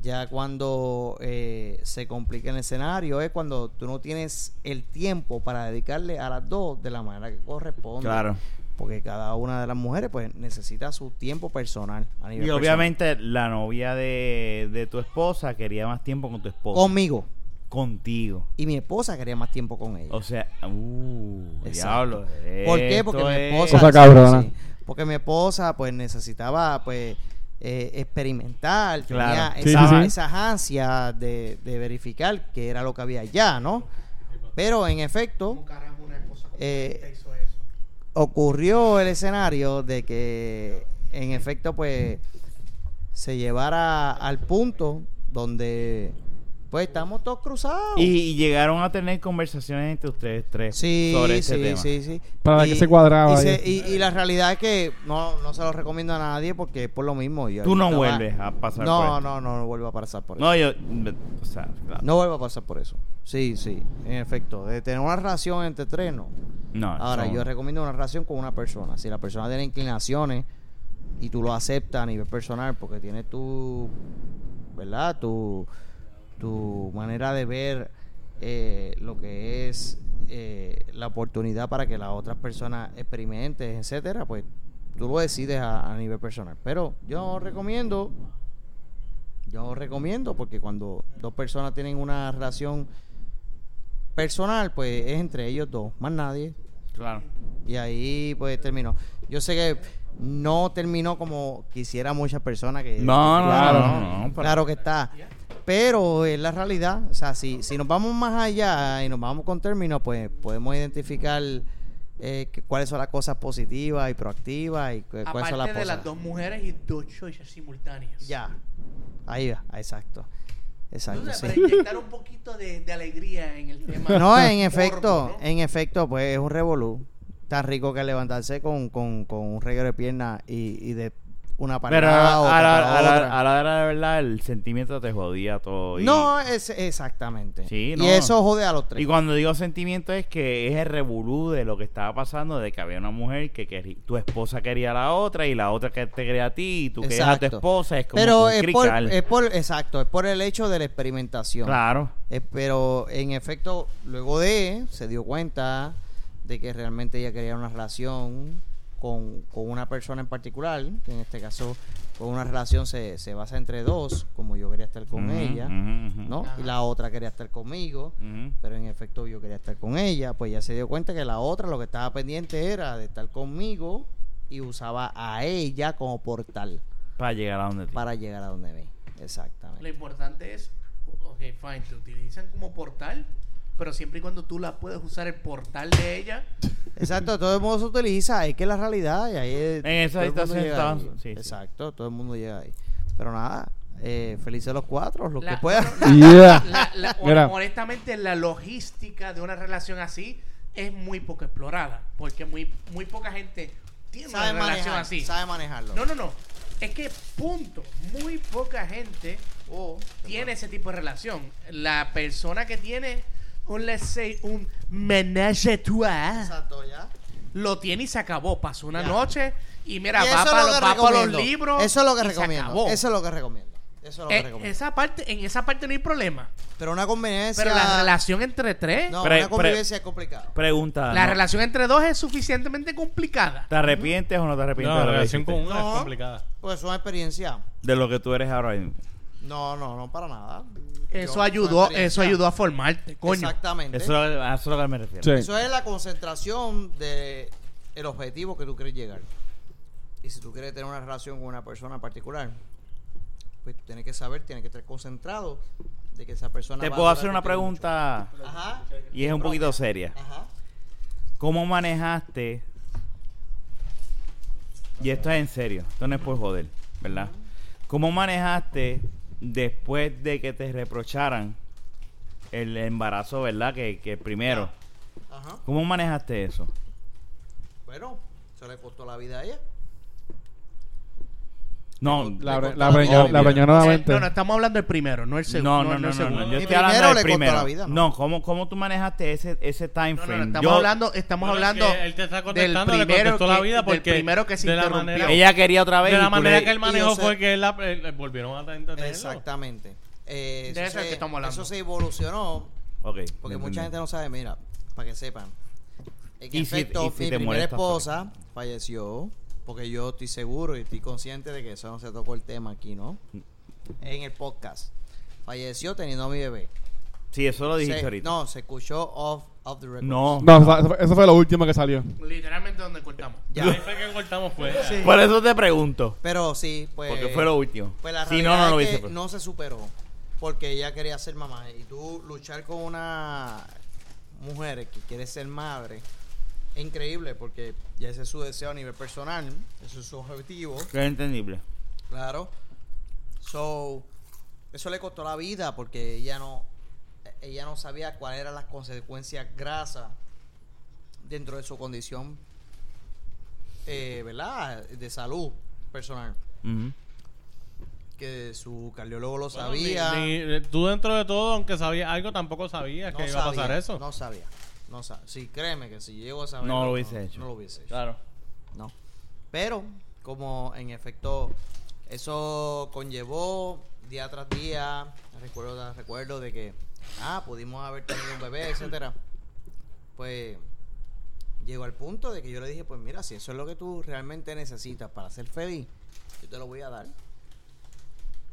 Speaker 6: ya cuando eh, se complica el escenario es cuando tú no tienes el tiempo para dedicarle a las dos de la manera que corresponde.
Speaker 1: Claro.
Speaker 6: Porque cada una de las mujeres pues necesita su tiempo personal. A
Speaker 1: Y
Speaker 6: nivel personal.
Speaker 1: obviamente la novia de, de tu esposa quería más tiempo con tu esposa.
Speaker 6: conmigo.
Speaker 1: Contigo.
Speaker 6: Y mi esposa quería más tiempo con ella.
Speaker 1: O sea, uh,
Speaker 6: Exacto.
Speaker 1: diablo.
Speaker 6: ¿Por qué?
Speaker 1: esto
Speaker 6: Porque mi
Speaker 1: es-
Speaker 6: esposa.
Speaker 5: Cosa cabrona.
Speaker 6: sí, porque mi esposa, pues, necesitaba, pues, eh, experimentar.
Speaker 1: Claro.
Speaker 6: Tenía
Speaker 5: Sí,
Speaker 6: esa-
Speaker 5: sí, sí.
Speaker 6: esas ansias de, de verificar que era lo que había allá, ¿no? Pero, en efecto, eh, ocurrió el escenario de que, en efecto, pues, se llevara al punto donde, pues, estamos todos cruzados.
Speaker 1: Y, y llegaron a tener conversaciones entre ustedes tres
Speaker 6: Sí,
Speaker 1: sobre este
Speaker 6: sí,
Speaker 1: tema.
Speaker 6: sí, sí.
Speaker 5: Para ver qué se cuadraba
Speaker 6: Y,
Speaker 5: ahí.
Speaker 6: se- y- y la realidad es que no, no se lo recomiendo a nadie porque es por lo mismo. y
Speaker 1: Tú no
Speaker 6: ahorita va-
Speaker 1: vuelves a pasar por
Speaker 6: No,
Speaker 1: esto.
Speaker 6: no, no, no vuelvo a pasar por eso.
Speaker 1: No, yo. O sea, claro.
Speaker 6: No vuelvo a pasar por eso. Sí, sí, en efecto. De tener una relación entre tres, no.
Speaker 1: No,
Speaker 6: Ahora,
Speaker 1: no.
Speaker 6: yo recomiendo una relación con una persona. Si la persona tiene inclinaciones y tú lo aceptas a nivel personal porque tienes tu, ¿verdad? Tu, tu manera de ver eh, lo que es eh, la oportunidad para que las otras personas experimenten, etcétera, pues tú lo decides a, a nivel personal. Pero yo recomiendo, yo recomiendo porque cuando dos personas tienen una relación personal, pues es entre ellos dos, más nadie.
Speaker 1: Claro.
Speaker 6: Y ahí pues terminó. Yo sé que no terminó como quisiera muchas personas que...
Speaker 1: No, no,
Speaker 6: claro,
Speaker 1: no, no, no, para-
Speaker 6: claro que está. Pero es la realidad. O sea, si, si nos vamos más allá y nos vamos con términos, pues podemos identificar eh, que- cuáles son las cosas positivas y proactivas y cu- cuáles
Speaker 3: Aparte
Speaker 6: son las
Speaker 3: de
Speaker 6: cosas...
Speaker 3: las dos mujeres y dos choices simultáneas.
Speaker 6: Ya. Ahí va, exacto. Exacto.
Speaker 3: Entonces,
Speaker 6: sí.
Speaker 3: para inyectar un poquito de, de alegría en el tema.
Speaker 6: No, en
Speaker 3: Morbo,
Speaker 6: efecto,
Speaker 3: ¿no?
Speaker 6: en efecto, pues es un revolú. Tan rico que levantarse con, con, con un reguero de pierna y, y de una para
Speaker 1: Pero
Speaker 6: una,
Speaker 1: a
Speaker 6: otra para
Speaker 1: la, a la-
Speaker 6: otra.
Speaker 1: a la hora de la verdad, el sentimiento te jodía todo. Y,
Speaker 6: No, es, exactamente.
Speaker 1: Sí,
Speaker 6: Y
Speaker 1: no.
Speaker 6: eso jode a los tres.
Speaker 1: Y cuando digo sentimiento es que es el revolú de lo que estaba pasando, de que había una mujer que quería, tu esposa quería a la otra y la otra que te quería a ti y tú querías a tu
Speaker 6: Exacto.
Speaker 1: esposa. Es como
Speaker 6: Pero
Speaker 1: un
Speaker 6: es por,
Speaker 1: crical.
Speaker 6: es por, exacto, es por el hecho de la experimentación.
Speaker 1: Claro.
Speaker 6: Eh, pero en efecto, luego de, se dio cuenta de que realmente ella quería una relación con, con una persona en particular, que en este caso, con una relación se, se basa entre dos, como yo quería estar con
Speaker 1: Ujú,
Speaker 6: ella,
Speaker 1: ujú, ujú.
Speaker 6: ¿no? Y la otra quería estar conmigo,
Speaker 1: Ujú.
Speaker 6: pero en efecto yo quería estar con ella, pues ya se dio cuenta que la otra lo que estaba pendiente era de estar conmigo y usaba a ella como portal
Speaker 1: Para llegar a donde ti.
Speaker 6: para llegar a donde me.
Speaker 3: Lo
Speaker 6: Exactamente.
Speaker 3: importante es, ok, fine, te utilizan como portal, pero siempre y cuando tú la puedes usar el portal de ella,
Speaker 6: Exacto, todo el mundo se utiliza, es que es la realidad. Y ahí es-
Speaker 1: En esa
Speaker 6: todo el mundo
Speaker 1: situación
Speaker 6: llega
Speaker 1: estaban-
Speaker 6: ahí.
Speaker 1: sí, sí.
Speaker 6: Exacto, todo el mundo llega ahí. Pero nada, eh, felices los cuatro, los
Speaker 3: (laughs) La-
Speaker 6: que puedan.
Speaker 3: no,
Speaker 2: (laughs)
Speaker 3: no,
Speaker 5: Yeah.
Speaker 3: la- la- hon-
Speaker 5: (laughs) Mira.
Speaker 3: honestamente la logística de una relación así es muy poco explorada, porque muy, muy poca gente tiene una
Speaker 6: (laughs) sabe
Speaker 3: relación
Speaker 6: manejar,
Speaker 3: así.
Speaker 6: sabe manejarlo.
Speaker 3: No, no, no. Es que punto. Muy
Speaker 6: Oh,
Speaker 3: poca gente tiene ese tipo de relación. La persona que tiene un let's say, un menage à trois,
Speaker 6: Exacto, ya.
Speaker 3: lo tiene y se acabó. Pasó una noche y mira,
Speaker 6: Y
Speaker 3: va para los, va pa' los
Speaker 6: recomiendo.
Speaker 3: libros.
Speaker 6: Eso es lo que
Speaker 3: y se
Speaker 6: recomiendo.
Speaker 3: acabó.
Speaker 6: Eso es lo que recomiendo. Eso es lo que
Speaker 3: Eh,
Speaker 6: recomiendo.
Speaker 3: esa parte, en esa parte no hay problema.
Speaker 6: Pero una conveniencia.
Speaker 3: Pero la relación entre tres,
Speaker 6: No,
Speaker 1: Pre-
Speaker 6: una convivencia es complicada.
Speaker 1: Pregunta.
Speaker 3: la
Speaker 1: ¿no?
Speaker 3: relación entre dos es suficientemente complicada.
Speaker 1: ¿Te arrepientes o no te arrepientes? de
Speaker 4: No, la
Speaker 1: lo que
Speaker 4: relación
Speaker 1: hiciste?
Speaker 4: con una
Speaker 6: No.
Speaker 4: es complicada.
Speaker 6: Pues es una experiencia.
Speaker 1: De lo que tú eres ahora mismo.
Speaker 6: No, no, no, para nada.
Speaker 3: Eso
Speaker 6: Yo-
Speaker 3: ayudó,
Speaker 6: una
Speaker 3: eso
Speaker 6: experiencia.
Speaker 3: ayudó a formarte, coño.
Speaker 6: Exactamente.
Speaker 1: Eso, es lo que- a eso es lo que me refiero.
Speaker 5: Sí.
Speaker 6: Eso es la concentración de el objetivo que tú quieres llegar. Y si tú quieres tener una relación con una persona en particular, pues tú tienes que saber, tienes que estar concentrado de que esa persona.
Speaker 1: Te
Speaker 6: va a
Speaker 1: puedo hacer
Speaker 6: durarte
Speaker 1: una pregunta
Speaker 6: mucho. Ajá.
Speaker 1: y es un poquito seria.
Speaker 6: Ajá.
Speaker 1: ¿Cómo manejaste? Y esto es en serio, esto no es por joder, ¿verdad? ¿Cómo manejaste después de que te reprocharan el embarazo, ¿verdad? Que, que primero.
Speaker 6: Ajá.
Speaker 1: ¿Cómo manejaste eso?
Speaker 6: Bueno, se le costó la vida a ella.
Speaker 1: No,
Speaker 5: La,
Speaker 6: Le
Speaker 5: bre- la,
Speaker 6: cortaron
Speaker 5: breñó-
Speaker 6: todo,
Speaker 5: la
Speaker 6: mira.
Speaker 5: breñó nuevamente.
Speaker 3: No, no, estamos hablando del primero, no el segundo.
Speaker 1: no, no, no,
Speaker 3: el
Speaker 1: no,
Speaker 3: segundo.
Speaker 1: no,
Speaker 3: no,
Speaker 1: yo estoy
Speaker 6: primero
Speaker 1: hablando del
Speaker 6: le costó
Speaker 1: primero.
Speaker 6: la vida, ¿no?
Speaker 1: no, ¿cómo, ¿cómo tú manejaste ese, ese time
Speaker 3: no,
Speaker 1: frame?
Speaker 3: estamos
Speaker 1: Yo-
Speaker 3: hablando, estamos
Speaker 4: Bueno, es
Speaker 3: hablando
Speaker 4: que él te está
Speaker 3: del
Speaker 4: contestando, le
Speaker 3: primero
Speaker 4: contestó
Speaker 3: que,
Speaker 4: la vida
Speaker 3: del
Speaker 4: porque
Speaker 3: primero que se
Speaker 4: de la
Speaker 3: interrumpió.
Speaker 4: manera-
Speaker 1: Ella quería otra vez.
Speaker 4: De la
Speaker 1: y tú le-
Speaker 4: manera que él
Speaker 6: Y yo
Speaker 4: manejó
Speaker 6: sé-
Speaker 4: fue que él la, él- él volvieron a entenderlo.
Speaker 6: Exactamente. Eh,
Speaker 3: De eso es
Speaker 6: se-
Speaker 3: que estamos hablando.
Speaker 6: Eso se evolucionó
Speaker 1: Ok,
Speaker 6: Porque
Speaker 1: entendí.
Speaker 6: mucha gente no sabe, mira, para que sepan. En
Speaker 1: Y si-
Speaker 6: efecto,
Speaker 1: y si
Speaker 6: mi
Speaker 1: te
Speaker 6: primera
Speaker 1: molesta,
Speaker 6: esposa falleció, porque yo estoy seguro y estoy consciente de que eso no se tocó el tema aquí, ¿no? En el podcast. Falleció teniendo a mi bebé.
Speaker 1: Sí, eso lo dijiste
Speaker 6: Se-
Speaker 1: ahorita.
Speaker 6: No, se escuchó off, off the record.
Speaker 1: No.
Speaker 5: No, o sea, eso fue- eso fue lo último que salió.
Speaker 3: Literalmente donde cortamos.
Speaker 6: Ya.
Speaker 4: Ahí fue que cortamos fue.
Speaker 1: Por eso te pregunto.
Speaker 6: Pero sí, pues.
Speaker 1: Porque fue lo último.
Speaker 6: Pues la
Speaker 1: si
Speaker 6: realidad
Speaker 1: no, no lo
Speaker 6: es
Speaker 1: hubiese.
Speaker 6: que
Speaker 1: puesto.
Speaker 6: no se superó. Porque ella quería ser mamá. Y tú luchar con una mujer que quiere ser madre es increíble. Porque ya ese es su deseo a nivel personal. Ese es su objetivo.
Speaker 1: Que Es entendible.
Speaker 6: Claro. So, eso le costó la vida porque ella no ella no sabía cuáles eran las consecuencias grasas dentro de su condición, eh, ¿verdad? De salud personal.
Speaker 1: Ujú.
Speaker 6: que su cardiólogo lo
Speaker 4: Bueno,
Speaker 6: sabía.
Speaker 4: ni- ni- tú dentro de todo, aunque sabías algo, tampoco sabías
Speaker 6: no
Speaker 4: que iba a pasar
Speaker 6: sabía,
Speaker 4: eso.
Speaker 6: No sabía. No sa- sí, créeme que si llego a saber.
Speaker 1: No lo hubiese hecho.
Speaker 6: No lo hubiese hecho.
Speaker 1: Claro.
Speaker 6: No. Pero, como en efecto, eso conllevó día tras día, recuerdo, tras recuerdo de que, ah, pudimos haber tenido un bebé, etcétera. Pues llegó al punto de que yo le dije, pues mira, si eso es lo que tú realmente necesitas para ser feliz, yo te lo voy a dar.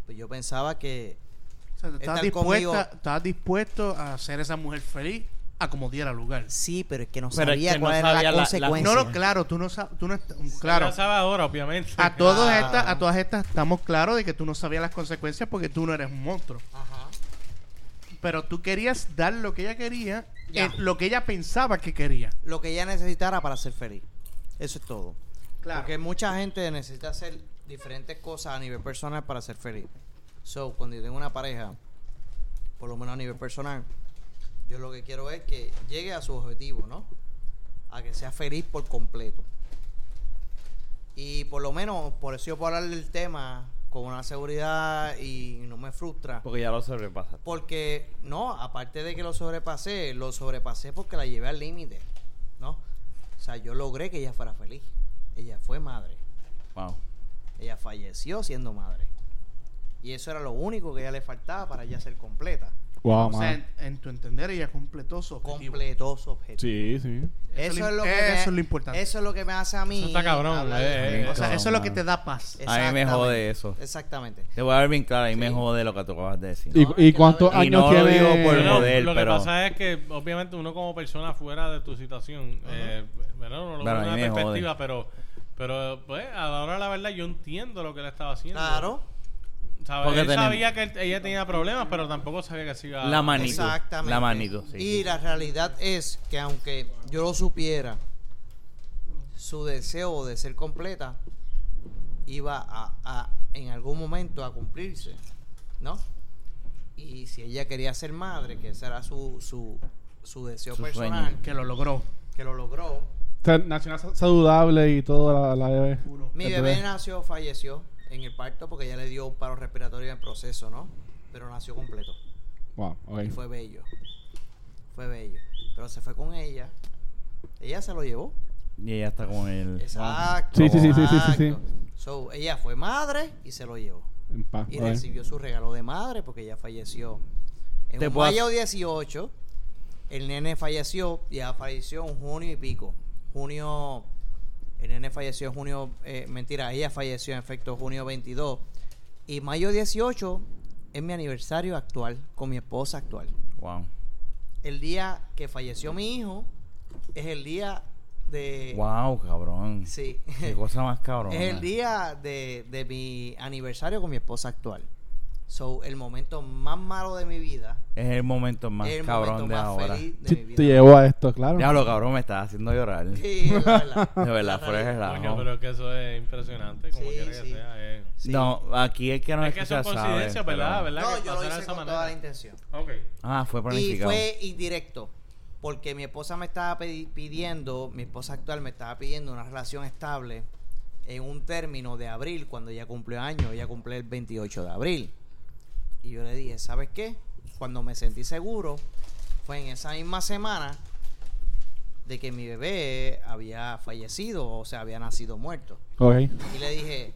Speaker 6: Pues yo pensaba que
Speaker 3: O sea, estabas
Speaker 6: Estar
Speaker 3: dispuesta,
Speaker 6: conmigo.
Speaker 3: estabas dispuesto a hacer esa mujer feliz a como diera lugar.
Speaker 6: Sí, pero es que no
Speaker 1: Pero es
Speaker 6: sabía
Speaker 1: que no
Speaker 6: cuál era
Speaker 1: sabía la-
Speaker 6: la,
Speaker 1: la-
Speaker 6: consecuencia.
Speaker 3: No, no, claro, tú no sabes, tú no estás- claro.
Speaker 4: Ya sabes ahora, obviamente.
Speaker 3: A todas
Speaker 6: Claro.
Speaker 3: estas, a todas estas estamos claros de que tú no sabías las consecuencias porque tú no eres un monstruo.
Speaker 6: Ajá.
Speaker 3: Pero tú querías dar lo que ella quería,
Speaker 6: Ya.
Speaker 3: eh, lo que ella pensaba que quería.
Speaker 6: Lo que ella necesitara para ser feliz. Eso es todo.
Speaker 3: Claro.
Speaker 6: Porque mucha gente necesita hacer diferentes cosas a nivel personal para ser feliz. So, cuando yo tengo una pareja, por lo menos a nivel personal, yo lo que quiero es que llegue a su objetivo, ¿no? A que sea feliz por completo. Y por lo menos, por eso yo puedo hablar del tema con una seguridad y no me frustra.
Speaker 1: Porque ya lo sobrepasas.
Speaker 6: Porque, no, aparte de que lo sobrepasé, lo sobrepasé porque la llevé al límite, ¿no? O sea, yo logré que ella fuera feliz. Ella fue madre.
Speaker 1: Wow.
Speaker 6: Ella falleció siendo madre. Y eso era lo único que a ella le faltaba para ella ser completa.
Speaker 5: Wow,
Speaker 3: o
Speaker 5: man.
Speaker 3: sea, en, en tu entender, ella completó su objetivo.
Speaker 6: Completó su objetivo.
Speaker 5: Sí, sí.
Speaker 6: Eso, es lo que
Speaker 3: eso
Speaker 6: me-
Speaker 3: es lo importante.
Speaker 6: Eso es lo que me hace a mí.
Speaker 4: Eso está cabrón,
Speaker 6: hablar
Speaker 4: eh,
Speaker 6: de-
Speaker 4: eh,
Speaker 3: o sea,
Speaker 5: Todo,
Speaker 3: eso es lo
Speaker 5: man.
Speaker 3: que te da paz.
Speaker 6: Eh.
Speaker 1: A mí me jode eso.
Speaker 6: Exactamente.
Speaker 1: Te voy a ver bien claro. Ahí me jode lo que tú acabas de decir.
Speaker 5: ¿Y,
Speaker 6: No,
Speaker 5: y
Speaker 6: es que
Speaker 5: cuántos
Speaker 6: la
Speaker 1: verdad- Y
Speaker 5: años
Speaker 1: no lo
Speaker 5: tiene?
Speaker 1: digo por
Speaker 4: Bueno,
Speaker 1: joder,
Speaker 4: lo que
Speaker 1: pero-
Speaker 4: pasa es que obviamente uno como persona fuera de tu situación, eh, bueno, no lo
Speaker 1: Bueno,
Speaker 4: veo
Speaker 1: a
Speaker 4: una
Speaker 1: mí me
Speaker 4: perspectiva, pero, pero pues a la hora de la verdad yo entiendo lo que él estaba haciendo.
Speaker 6: Claro.
Speaker 4: ¿Sabes?
Speaker 1: Porque
Speaker 4: él
Speaker 1: tenemos-
Speaker 4: sabía que él- ella tenía problemas, pero tampoco sabía que se iba
Speaker 1: La magnitud.
Speaker 6: Exactamente.
Speaker 1: La magnitud, sí.
Speaker 6: Y la realidad es que aunque yo lo supiera, su deseo de ser completa iba a, a- en algún momento a cumplirse, ¿no? Y si ella quería ser madre, que ese era su, su, su deseo
Speaker 1: Su
Speaker 6: personal,
Speaker 1: sueño.
Speaker 3: Que lo logró.
Speaker 6: Que, que lo logró.
Speaker 5: O sea, nació sa- saludable y todo la, la bebé. Este, pues,
Speaker 6: Mi
Speaker 5: El
Speaker 6: bebé
Speaker 5: bebé.
Speaker 6: nació, falleció en el parto porque ya le dio un paro respiratorio en el proceso, ¿no? Pero nació completo.
Speaker 5: Wow, ok.
Speaker 6: y fue bello. Fue fue bello. Pero se fue con ella. Ella se lo llevó.
Speaker 1: Y ella está con el.
Speaker 6: Exacto.
Speaker 5: Sí, sí, sí, sí, sí, sí, sí.
Speaker 6: exacto. So, ella fue madre y se lo llevó.
Speaker 5: En paz.
Speaker 6: Y
Speaker 5: joder.
Speaker 6: recibió su regalo de madre porque ella falleció. En
Speaker 1: Te
Speaker 6: un
Speaker 1: puedo
Speaker 6: mayo 18, el nene falleció, ya falleció en junio y pico. Junio, el nene falleció en junio, eh, mentira, ella falleció en efecto junio 22. Y mayo 18 es mi aniversario actual con mi esposa actual.
Speaker 1: Wow.
Speaker 6: El día que falleció mi hijo es el día de...
Speaker 1: Wow, cabrón.
Speaker 6: Sí.
Speaker 1: Qué cosa más cabrón.
Speaker 6: (laughs) Es el día de, de mi aniversario con mi esposa actual. So, el momento más malo de mi vida.
Speaker 1: Es el momento más
Speaker 6: es el
Speaker 1: cabrón
Speaker 6: momento
Speaker 1: de
Speaker 6: más
Speaker 1: ahora.
Speaker 6: feliz de
Speaker 5: Sí,
Speaker 6: mi vida.
Speaker 5: te llevó a esto, claro.
Speaker 1: Diablo, cabrón, me estás haciendo llorar. De
Speaker 6: Sí, la verdad.
Speaker 1: verdad, fuera (laughs) de
Speaker 4: Coño,
Speaker 1: relajo.
Speaker 4: pero es que eso es impresionante, como
Speaker 6: Sí,
Speaker 4: quiera que
Speaker 6: sí.
Speaker 4: sea. eh.
Speaker 6: Sí.
Speaker 1: No, aquí el que no
Speaker 4: Es que eso
Speaker 1: escucha
Speaker 4: es coincidencia,
Speaker 1: sabe,
Speaker 4: ¿verdad?
Speaker 1: pero-
Speaker 4: ¿Verdad?
Speaker 6: No,
Speaker 4: que
Speaker 6: yo lo
Speaker 4: pasara
Speaker 6: hice
Speaker 4: de esa
Speaker 6: con
Speaker 4: manera.
Speaker 6: toda la intención.
Speaker 4: Ok.
Speaker 1: Ah, fue
Speaker 6: Y
Speaker 1: planificado.
Speaker 6: fue indirecto. Porque mi esposa me estaba pedi- pidiendo, mi esposa actual me estaba pidiendo una relación estable en un término de abril, cuando ella cumplió años. Ella cumple el 28 de abril. Y yo le dije, ¿sabes qué? Cuando me sentí seguro, fue en esa misma semana de que mi bebé había fallecido, o sea, había nacido muerto.
Speaker 5: Ok.
Speaker 6: Y le dije,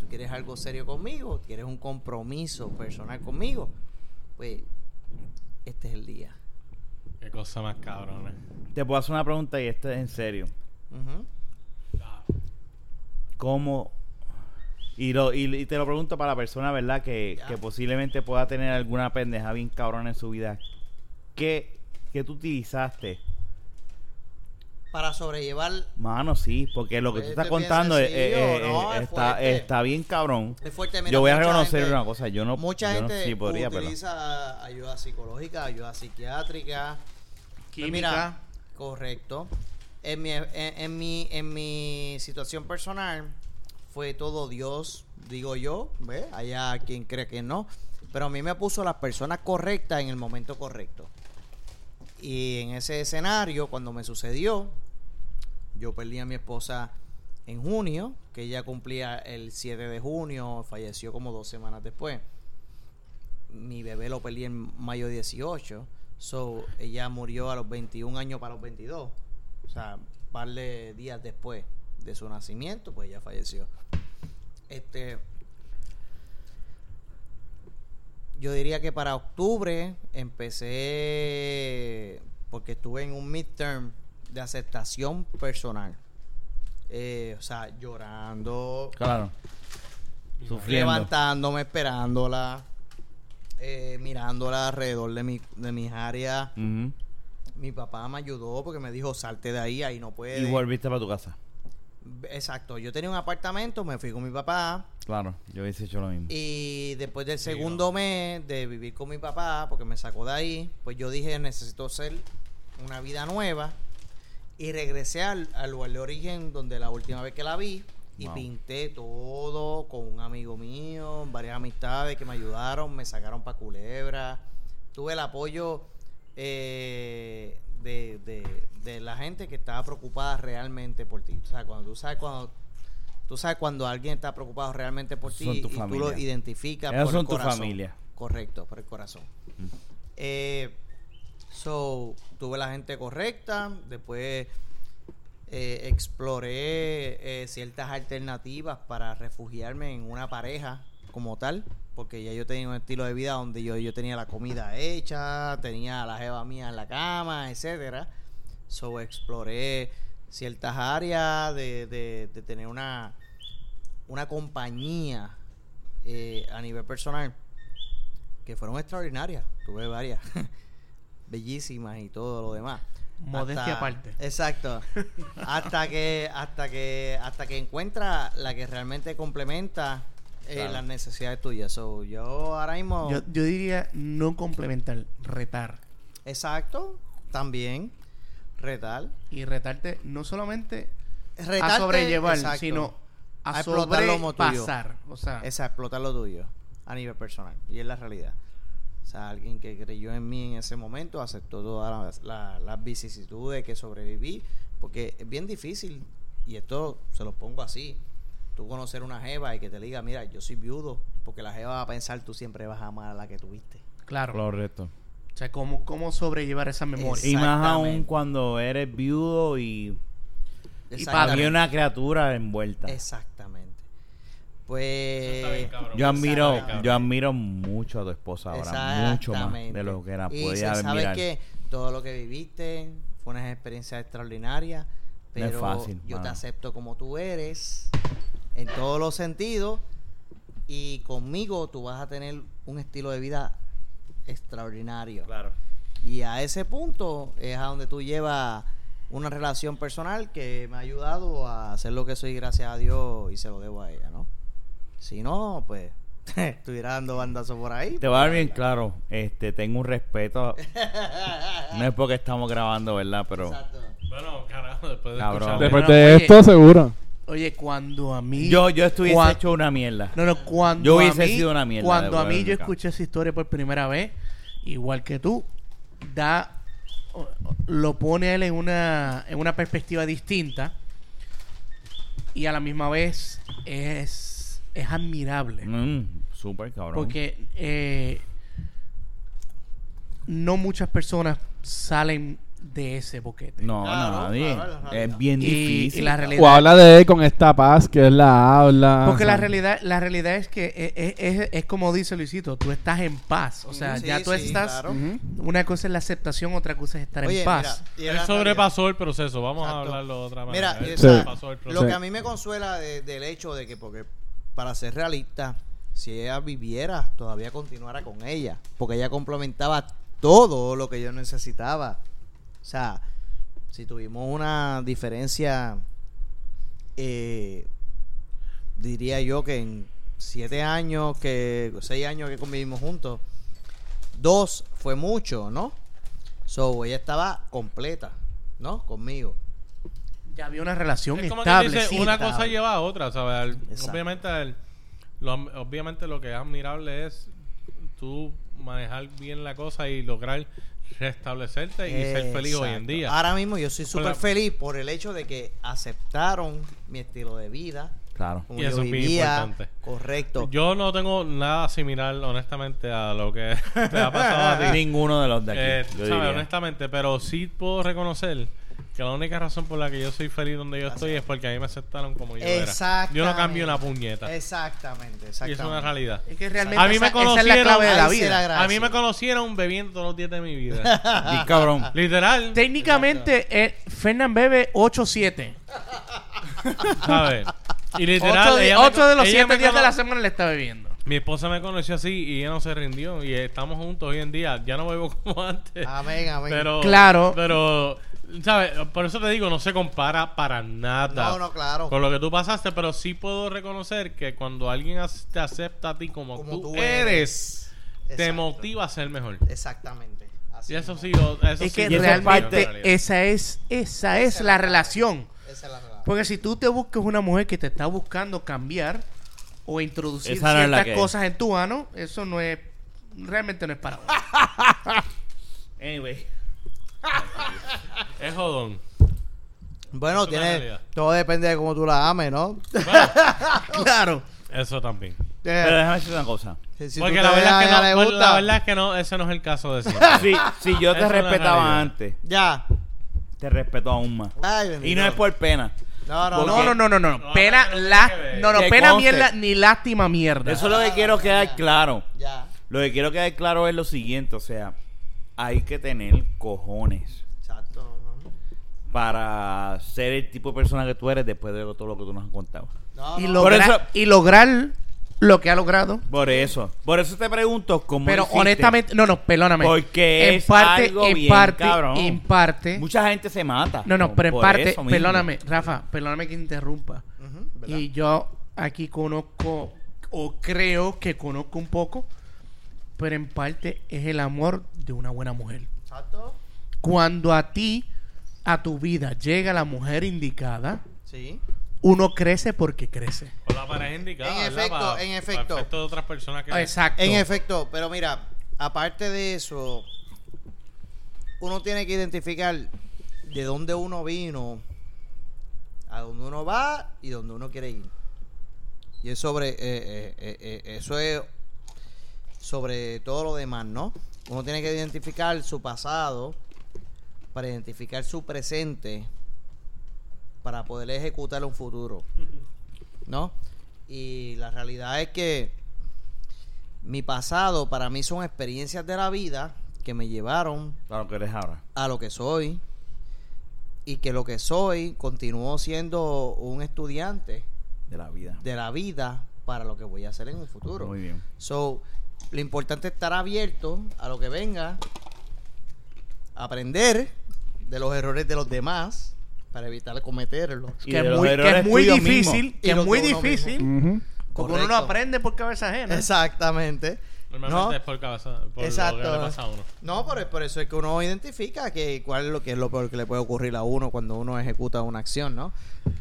Speaker 6: ¿tú quieres algo serio conmigo? ¿Quieres un compromiso personal conmigo? Pues, este es el día.
Speaker 4: Qué cosa más cabrona.
Speaker 1: Te puedo hacer una pregunta y esto es en serio.
Speaker 6: Ujú.
Speaker 1: ¿Cómo? Y, lo, y, y te lo pregunto para la persona, ¿verdad? Que,
Speaker 6: Ya.
Speaker 1: que posiblemente pueda tener alguna pendeja bien cabrona en su vida. ¿Qué, qué tú utilizaste?
Speaker 6: Para sobrellevar
Speaker 1: Mano, sí, porque lo que tú
Speaker 6: Este
Speaker 1: estás
Speaker 6: es bien
Speaker 1: contando es-
Speaker 6: sencillo,
Speaker 1: eh, eh,
Speaker 6: no,
Speaker 1: eh,
Speaker 6: es
Speaker 1: está,
Speaker 6: fuerte.
Speaker 1: está bien cabrón.
Speaker 6: es fuerte. Mira,
Speaker 1: yo voy a
Speaker 6: mucha
Speaker 1: reconocer
Speaker 6: gente-
Speaker 1: una cosa, yo no,
Speaker 6: Mucha
Speaker 1: yo no-
Speaker 6: gente
Speaker 1: sí podría, pero
Speaker 6: utiliza ayuda psicológica, ayuda psiquiátrica. Pues
Speaker 3: Química.
Speaker 6: mira, correcto. En mi, en, en mi, en mi situación personal fue todo Dios, digo yo, ¿ve? allá quien cree que no, pero a mí me puso las personas correctas en el momento correcto. Y en ese escenario, cuando me sucedió, yo perdí a mi esposa en junio, que ella cumplía el 7 de junio, falleció como dos semanas después. Mi bebé lo perdí en mayo 18, so ella murió a los 21 años para los 22. O sea, un par de días después de su nacimiento, pues ella falleció. Este yo diría que para octubre empecé porque estuve en un midterm de aceptación personal. Eh, o sea, llorando,
Speaker 1: claro. Sufriendo.
Speaker 6: levantándome, esperándola, eh, mirándola alrededor de, mi, de mis áreas.
Speaker 1: Ujú.
Speaker 6: Mi papá me ayudó porque me dijo, salte de ahí, ahí no puedes.
Speaker 1: Y volviste para tu casa.
Speaker 6: Exacto, yo tenía un apartamento, me fui con mi papá,
Speaker 1: Claro, yo hubiese hecho lo mismo.
Speaker 6: Y después del segundo mes de vivir con mi papá, porque me sacó de ahí, pues yo dije, necesito hacer una vida nueva. Y regresé al, al lugar de origen donde la última vez que la vi. Y
Speaker 1: Wow.
Speaker 6: pinté todo con un amigo mío, varias amistades que me ayudaron, me sacaron para Culebra. Tuve el apoyo eh, de, de- de la gente que estaba preocupada realmente por ti. O sea, cuando tú sabes cuando... Tú sabes cuando alguien está preocupado realmente por ti
Speaker 1: Son
Speaker 6: y
Speaker 1: tu
Speaker 6: tú lo
Speaker 1: familia.
Speaker 6: identificas
Speaker 1: Ellos
Speaker 6: por
Speaker 1: son
Speaker 6: el
Speaker 1: tu
Speaker 6: corazón.
Speaker 1: familia.
Speaker 6: Correcto, por el corazón. Eh, so, tuve la gente correcta, después eh, exploré eh, ciertas alternativas para refugiarme en una pareja como tal, porque ya yo tenía un estilo de vida donde yo, yo tenía la comida hecha, tenía a la jeva mía en la cama, etcétera. So, exploré ciertas áreas de, de- de tener una, una compañía eh, a nivel personal que fueron extraordinarias. Tuve varias (laughs) bellísimas y todo lo demás.
Speaker 3: Modestia aparte.
Speaker 6: Exacto. hasta que hasta que hasta que encuentra la que realmente complementa eh, las necesidades tuyas. So, yo ahora mismo
Speaker 3: Yo, yo diría no complementar, retar.
Speaker 6: Exacto, también retal
Speaker 3: Y retarte no solamente
Speaker 6: Retarte,
Speaker 3: a sobrellevar,
Speaker 6: exacto.
Speaker 3: sino a,
Speaker 6: A explotar lo mo tuyo.
Speaker 3: sobrepasar. O sea,
Speaker 6: Esa, explotar lo tuyo a nivel personal. Y es la realidad. O sea, alguien que creyó en mí en ese momento aceptó todas las, la- las vicisitudes que sobreviví. Porque es bien difícil, y esto se lo pongo así, tú conocer una jeva y que te diga, mira, yo soy viudo, porque la jeva va a pensar tú siempre vas a amar a la que tuviste.
Speaker 3: claro.
Speaker 1: Correcto.
Speaker 6: O
Speaker 3: O sea, ¿cómo, cómo sobrellevar esa memoria?
Speaker 1: Y más aún
Speaker 6: Exactamente.
Speaker 1: cuando eres viudo y
Speaker 6: Exactamente.
Speaker 1: había una criatura envuelta.
Speaker 6: Exactamente. Pues.
Speaker 1: Yo admiro,
Speaker 6: Exactamente.
Speaker 1: yo admiro mucho a tu esposa ahora, mucho más de lo que la
Speaker 6: Y
Speaker 1: podía
Speaker 6: se sabe
Speaker 1: admirar.
Speaker 6: que todo lo que viviste fue una experiencia extraordinaria,
Speaker 1: No
Speaker 6: pero
Speaker 1: es fácil,
Speaker 6: yo te
Speaker 1: mano.
Speaker 6: acepto como tú eres, en todos los sentidos, y conmigo tú vas a tener un estilo de vida extraordinario.
Speaker 1: Claro.
Speaker 6: Y a ese punto es a donde tú llevas una relación personal que me ha ayudado a hacer lo que soy, gracias a Dios, y se lo debo a ella, ¿no? Si no, pues (laughs) estuviera dando bandazos por ahí.
Speaker 1: Te va a dar bien claro, este, tengo un
Speaker 6: (laughs)
Speaker 1: respeto. No es porque estamos grabando, ¿verdad? Pero
Speaker 6: Exacto.
Speaker 4: Bueno, carajo, después de
Speaker 1: Cabrón.
Speaker 4: escuchar-
Speaker 5: Después
Speaker 3: Bueno,
Speaker 5: de
Speaker 3: oye.
Speaker 5: esto, seguro.
Speaker 3: Oye, cuando a mí...
Speaker 1: yo, yo estuviese
Speaker 3: Cuan-
Speaker 1: hecho una mierda.
Speaker 3: No, no, cuando
Speaker 1: Yo
Speaker 3: a
Speaker 1: hubiese
Speaker 3: mí-
Speaker 1: sido una mierda
Speaker 3: Cuando
Speaker 1: de
Speaker 3: a mí
Speaker 1: huevo
Speaker 3: yo
Speaker 1: nunca.
Speaker 3: escuché esa historia por primera vez, igual que tú, da o- o- lo pone a él en una, en una perspectiva distinta y a la misma vez es, es admirable.
Speaker 1: Mm, Súper cabrón.
Speaker 3: Porque eh, no muchas personas salen de ese boquete.
Speaker 1: no,
Speaker 6: Claro,
Speaker 1: nadie.
Speaker 6: claro, la realidad.
Speaker 1: es bien
Speaker 3: Y-
Speaker 1: difícil.
Speaker 3: y la realidad-
Speaker 5: O habla de él con esta paz que él la habla.
Speaker 3: Porque la
Speaker 5: o sea,
Speaker 3: realidad, la realidad es que e- e- es, es como dice Luisito, tú estás en paz. O sea,
Speaker 6: Sí,
Speaker 3: ya tú
Speaker 6: sí,
Speaker 3: estás...
Speaker 6: claro.
Speaker 3: Una cosa es la aceptación, otra cosa es estar
Speaker 6: Oye,
Speaker 3: en paz.
Speaker 6: mira, y es
Speaker 4: Él
Speaker 6: la
Speaker 4: sobrepasó el proceso. Vamos a
Speaker 6: Exacto.
Speaker 4: hablarlo de otra manera.
Speaker 6: Mira,
Speaker 4: Él
Speaker 6: o sea,
Speaker 4: sobrepasó el
Speaker 6: realidad.
Speaker 4: proceso.
Speaker 6: Lo que a mí me consuela de- del hecho de que, porque para ser realista, si ella viviera, todavía continuara con ella, porque ella complementaba todo lo que yo necesitaba. O sea, si tuvimos una diferencia, eh, diría yo que en siete años, que seis años que convivimos juntos, dos fue mucho, ¿no? So, ella estaba completa, ¿no? Conmigo.
Speaker 3: Ya había una relación
Speaker 4: Es como que
Speaker 3: estable.
Speaker 4: dice,
Speaker 3: sí,
Speaker 4: una
Speaker 3: estable.
Speaker 4: cosa lleva a otra, ¿sabes? Al-
Speaker 6: Exacto.
Speaker 4: obviamente, al- lo, am- obviamente lo que es admirable es tú manejar bien la cosa y lograr restablecerte y ser feliz hoy en
Speaker 6: Exacto.
Speaker 4: día.
Speaker 6: Ahora mismo yo soy súper
Speaker 4: la-
Speaker 6: feliz por el hecho de que aceptaron mi estilo de vida,
Speaker 1: Claro.
Speaker 6: como
Speaker 4: Y
Speaker 6: yo
Speaker 4: eso es bien
Speaker 6: vivía,
Speaker 4: importante.
Speaker 6: correcto.
Speaker 4: Yo no tengo nada similar, honestamente, a lo que (laughs) te ha pasado a ti.
Speaker 1: Ninguno de los de aquí.
Speaker 4: Eh,
Speaker 1: yo
Speaker 4: ¿sabes?
Speaker 1: diría.
Speaker 4: Honestamente, pero sí puedo reconocer que la única razón por la que yo soy feliz donde yo estoy es porque a mí me aceptaron como yo era. Yo no cambio una puñeta.
Speaker 6: Exactamente,
Speaker 4: Y
Speaker 6: exactamente.
Speaker 4: eso es una realidad.
Speaker 3: Es que realmente
Speaker 4: A mí me
Speaker 3: esa, esa es la clave de la
Speaker 6: Ahí se
Speaker 3: vida.
Speaker 6: la-
Speaker 4: A mí me conocieron bebiendo todos los días de mi vida.
Speaker 1: (laughs) Y
Speaker 4: (laughs)
Speaker 1: cabrón.
Speaker 4: Literal.
Speaker 3: Técnicamente, eh, Fernán bebe 8-7.
Speaker 4: ¿Sabes? Y
Speaker 3: 8
Speaker 4: literal. ella me
Speaker 3: de
Speaker 4: con-
Speaker 3: los
Speaker 4: ella
Speaker 3: 7
Speaker 4: me
Speaker 3: días de
Speaker 4: cono-
Speaker 3: la semana le está bebiendo.
Speaker 4: Mi esposa me conoció así y ella no se rindió. Y estamos juntos hoy en día. Ya no bebo como antes.
Speaker 6: Amén, amén.
Speaker 4: Pero.
Speaker 3: Claro.
Speaker 4: Pero. ¿Sabes? Por eso te digo, no se compara para nada.
Speaker 6: no, no, claro.
Speaker 4: Con lo que tú pasaste, pero sí puedo reconocer que cuando alguien ac- te acepta a ti como,
Speaker 6: Como
Speaker 4: tú,
Speaker 6: tú
Speaker 4: eres, te
Speaker 6: Exacto.
Speaker 4: motiva a ser mejor.
Speaker 6: Exactamente. Así
Speaker 4: Y eso sí,
Speaker 6: mismo.
Speaker 4: lo- eso
Speaker 3: es
Speaker 4: sí
Speaker 3: que
Speaker 4: lo-
Speaker 3: realmente
Speaker 4: realidad.
Speaker 3: esa es, esa es la relación.
Speaker 6: Esa es la realidad.
Speaker 4: Pues,
Speaker 3: Porque si tú te buscas una mujer que te está buscando cambiar o introducir
Speaker 1: Esa no es la
Speaker 3: ciertas
Speaker 1: que-
Speaker 3: cosas en tu ano, eso no es. Realmente no es para.
Speaker 1: Ah,
Speaker 3: uno.
Speaker 1: Anyway.
Speaker 4: Es jodón.
Speaker 6: Bueno,
Speaker 4: es una
Speaker 6: tiene,
Speaker 4: realidad.
Speaker 6: todo depende de cómo tú la
Speaker 4: (laughs)
Speaker 6: ames, ¿no?
Speaker 3: claro.
Speaker 4: Eso también.
Speaker 1: Pero déjame decirte una cosa.
Speaker 6: Eh, Si
Speaker 4: Porque
Speaker 6: tú
Speaker 4: la
Speaker 6: te
Speaker 4: verdad, es que
Speaker 6: ves a ella
Speaker 4: no, pues,
Speaker 6: le
Speaker 4: la
Speaker 6: gusta,
Speaker 4: verdad es que no, ese no es el caso de
Speaker 6: (laughs)
Speaker 4: siempre.
Speaker 1: Si, si yo
Speaker 4: Eso
Speaker 1: te
Speaker 4: es la
Speaker 1: respetaba
Speaker 4: realidad.
Speaker 1: antes,
Speaker 6: Ya.
Speaker 1: te respeto aún más.
Speaker 6: Ay, bendito.
Speaker 1: Y no es por pena.
Speaker 6: No, no,
Speaker 1: Porque-
Speaker 3: No, no, no, no, no.
Speaker 4: No,
Speaker 3: Pena,
Speaker 4: no, no, no,
Speaker 3: la,
Speaker 4: no, no, no,
Speaker 3: no, no,
Speaker 1: que
Speaker 3: pena
Speaker 1: conste.
Speaker 3: mierda ni lástima mierda.
Speaker 1: Eso es lo que quiero quedar claro.
Speaker 6: Ya.
Speaker 1: Lo que quiero quedar claro es lo siguiente, o sea, hay que tener cojones
Speaker 6: Exacto. no.
Speaker 1: para ser el tipo de persona que tú eres después de todo lo que tú nos has contado.
Speaker 6: No,
Speaker 3: y,
Speaker 6: no.
Speaker 3: logra-
Speaker 1: Por eso-
Speaker 3: y lograr lo que ha logrado.
Speaker 1: Por eso, por eso te pregunto cómo
Speaker 3: Pero
Speaker 1: lo hiciste.
Speaker 3: honestamente, no, no, perdóname.
Speaker 1: Porque es algo
Speaker 3: en
Speaker 1: bien
Speaker 3: parte,
Speaker 1: cabrón.
Speaker 3: en parte.
Speaker 1: mucha gente se mata.
Speaker 3: No, no,
Speaker 1: por-
Speaker 3: pero en
Speaker 1: por
Speaker 3: parte,
Speaker 1: eso mismo.
Speaker 3: perdóname, Rafa, perdóname que interrumpa. Y yo aquí conozco, o creo que conozco un poco, pero en parte es el amor de una buena mujer.
Speaker 6: Exacto.
Speaker 3: Cuando a ti, a tu vida, llega la mujer indicada,
Speaker 6: Sí.
Speaker 3: uno crece porque crece.
Speaker 4: O la pareja indicada.
Speaker 6: En
Speaker 4: ¿verdad?
Speaker 6: efecto,
Speaker 4: Pa-
Speaker 6: en
Speaker 4: pa
Speaker 6: efecto.
Speaker 4: efecto de otras personas que.
Speaker 3: Exacto.
Speaker 6: En efecto, pero mira, aparte de eso, uno tiene que identificar de dónde uno vino, a dónde uno va y dónde uno quiere ir. Y es sobre, eh, eh, eh, eh, eso es sobre todo lo demás, ¿no? Uno tiene que identificar su pasado para identificar su presente para poder ejecutar un futuro. ¿No? Y la realidad es que mi pasado para mí son experiencias de la vida que me llevaron
Speaker 2: Claro que eres ahora.
Speaker 6: a lo que soy y que lo que soy continuó siendo un estudiante
Speaker 2: De la vida.
Speaker 6: de la vida para lo que voy a hacer en un futuro.
Speaker 2: Muy bien.
Speaker 6: So, lo importante es estar abierto a lo que venga, aprender de los errores de los demás para evitar cometerlos.
Speaker 2: Y
Speaker 3: Que
Speaker 2: de
Speaker 3: es
Speaker 2: los
Speaker 3: muy, que
Speaker 2: errores
Speaker 3: es muy
Speaker 2: tuyos
Speaker 3: difícil,
Speaker 2: mismos.
Speaker 6: Y
Speaker 3: que es
Speaker 6: los
Speaker 3: muy
Speaker 6: de uno
Speaker 3: difícil,
Speaker 5: Ujú.
Speaker 3: porque uno
Speaker 6: Correcto.
Speaker 3: no aprende por cabeza ajena.
Speaker 6: Exactamente.
Speaker 4: Normalmente
Speaker 6: ¿No?
Speaker 4: es por, cabeza, por lo que le pasa a uno.
Speaker 6: No, por, por eso es que uno identifica que cuál es lo que es lo peor que le puede ocurrir a uno cuando uno ejecuta una acción, ¿no?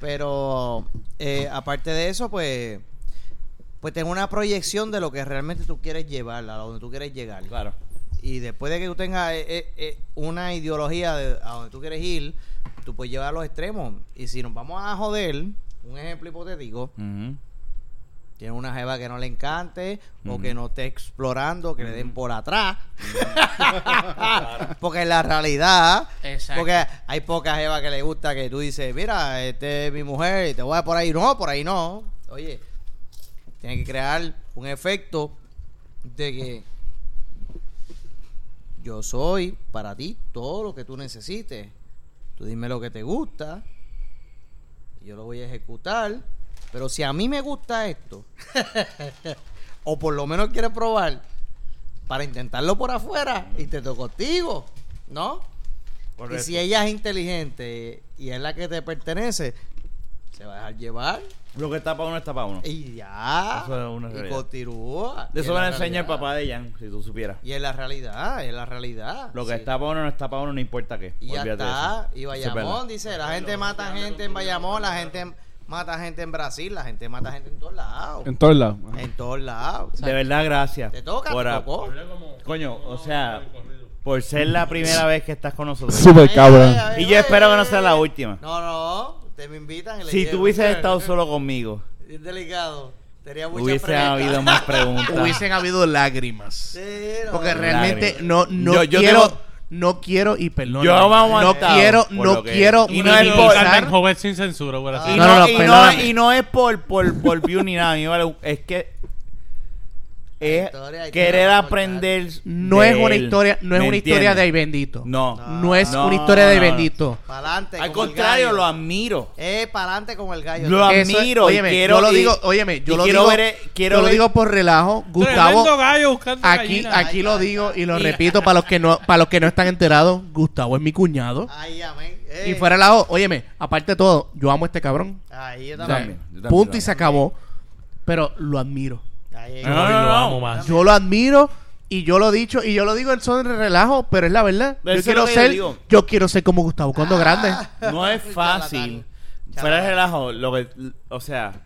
Speaker 6: Pero eh, aparte de eso, pues, pues tener una proyección de lo que realmente tú quieres llevar, a donde tú quieres llegar.
Speaker 2: Claro.
Speaker 6: Y después de que tú tengas eh, eh, eh, una ideología de a donde tú quieres ir, tú puedes llevar a los extremos. Y si nos vamos a joder, un ejemplo hipotético,
Speaker 2: Ujú.
Speaker 6: tiene una jeva que no le encante o
Speaker 2: Ujú.
Speaker 6: que no esté explorando, que le den por atrás. (laughs) porque en la realidad,
Speaker 3: Exacto.
Speaker 6: porque hay pocas jevas que le gusta que tú dices, mira, este es mi mujer y te voy a por ahí. No, por ahí no. Oye, tiene que crear un efecto de que yo soy para ti todo lo que tú necesites. Tú dime lo que te gusta y yo lo voy a ejecutar. Pero si a mí me gusta esto, (laughs) o por lo menos quieres probar, para intentarlo por afuera, y te toco contigo, ¿no? Y si ella es inteligente y es la que te pertenece, se va a dejar llevar
Speaker 2: Lo que está para uno está para uno.
Speaker 6: y ya.
Speaker 2: Eso es una
Speaker 6: y
Speaker 2: realidad.
Speaker 6: continúa.
Speaker 2: De
Speaker 6: Y
Speaker 2: eso
Speaker 6: es
Speaker 2: me
Speaker 6: la
Speaker 2: lo enseña el
Speaker 6: realidad.
Speaker 2: papá de Jan, si tú supieras.
Speaker 6: Y es la realidad, es la realidad.
Speaker 2: Lo que
Speaker 6: Sí.
Speaker 2: está para uno no está para uno, no importa qué.
Speaker 6: Y ya
Speaker 2: Olvídate de
Speaker 6: está.
Speaker 2: eso.
Speaker 6: Y
Speaker 2: Eso es verdad.
Speaker 6: Bayamón dice, la gente mata gente en Bayamón, la gente mata gente en Brasil, la gente mata gente en todos lados.
Speaker 5: En todos lados. Ajá.
Speaker 6: En todos lados. O sea,
Speaker 2: De verdad, gracias.
Speaker 6: Te toca,
Speaker 2: por
Speaker 6: te
Speaker 2: a-
Speaker 6: tocó.
Speaker 2: Coño, o sea, por ser la primera vez que estás con nosotros.
Speaker 5: (laughs) Súper cabrón.
Speaker 6: Ay, ay,
Speaker 2: Y yo
Speaker 6: ay,
Speaker 2: espero que no
Speaker 6: ay,
Speaker 2: sea la
Speaker 6: ay.
Speaker 2: última.
Speaker 6: No, no, te me invitan. y le
Speaker 2: Si
Speaker 6: llevo.
Speaker 2: tú hubieses estado solo conmigo,
Speaker 6: Es (laughs) delicado. Tenía muchas
Speaker 2: hubiese
Speaker 6: preguntas.
Speaker 2: habido más preguntas.
Speaker 3: Hubiesen habido lágrimas.
Speaker 6: Sí, no.
Speaker 3: Porque realmente
Speaker 2: Lágrimas.
Speaker 3: no, no
Speaker 2: Yo- yo
Speaker 3: quiero,
Speaker 2: tengo-
Speaker 3: no quiero y perdón.
Speaker 2: Yo me
Speaker 3: no
Speaker 2: aguantaba
Speaker 3: quiero,
Speaker 2: por lo
Speaker 3: no
Speaker 2: que-
Speaker 3: quiero
Speaker 2: Y no es por-
Speaker 3: minimizar-
Speaker 4: Carmen Jovet sin censura, hubiera
Speaker 6: Ah.
Speaker 2: Y no,
Speaker 3: No, no, no,
Speaker 2: y, no,
Speaker 3: perdóname.
Speaker 2: y no es por, por, por view ni nada, a mí me vale- es que es
Speaker 6: historia, hay
Speaker 2: querer
Speaker 6: temas que
Speaker 2: aprender.
Speaker 3: No
Speaker 2: de
Speaker 3: es una
Speaker 2: él,
Speaker 3: historia, no es
Speaker 2: ¿me
Speaker 3: una historia
Speaker 2: entiendes?
Speaker 3: de ahí bendito.
Speaker 2: No.
Speaker 3: No es
Speaker 2: No,
Speaker 3: una historia de
Speaker 2: no, no.
Speaker 3: bendito.
Speaker 6: Pa'lante
Speaker 2: Al
Speaker 6: como el
Speaker 2: contrario,
Speaker 6: gallo.
Speaker 2: lo admiro.
Speaker 6: Eh, pa'lante como el gallo.
Speaker 2: Lo
Speaker 3: Eso es-
Speaker 2: admiro. y
Speaker 3: óyeme,
Speaker 2: quiero,
Speaker 3: yo lo
Speaker 2: y-
Speaker 3: digo, óyeme, yo
Speaker 2: y
Speaker 3: lo
Speaker 2: quiero
Speaker 3: digo,
Speaker 2: ver, eh, quiero
Speaker 3: yo lo
Speaker 2: ver-
Speaker 3: digo por relajo, Gustavo.
Speaker 4: Tremendo gallo buscando
Speaker 3: Aquí,
Speaker 4: gallina.
Speaker 3: aquí lo digo y lo repito para los que no, para los que no están enterados, Gustavo es mi cuñado.
Speaker 2: Ah,
Speaker 6: Ay, amén. Eh.
Speaker 3: Y fuera relajo, óyeme, aparte de todo, yo amo a este cabrón.
Speaker 6: Ahí yo
Speaker 3: O sea,
Speaker 6: también.
Speaker 2: yo también
Speaker 3: punto
Speaker 2: lo
Speaker 3: y se
Speaker 2: amo.
Speaker 3: acabó. Pero lo admiro.
Speaker 6: Ahí,
Speaker 2: Ah.
Speaker 4: Yo también lo amo más.
Speaker 3: Yo lo admiro y yo lo he dicho y yo lo digo en son de relajo, pero es la verdad.
Speaker 2: Pero eso
Speaker 3: Yo
Speaker 2: es
Speaker 3: quiero
Speaker 2: lo que yo
Speaker 3: ser,
Speaker 2: digo. Ah.
Speaker 3: yo quiero ser como Gustavo cuando grande.
Speaker 2: No
Speaker 6: (laughs)
Speaker 2: es fácil.
Speaker 6: Charlatán.
Speaker 2: Fuera de relajo, lo que, o sea,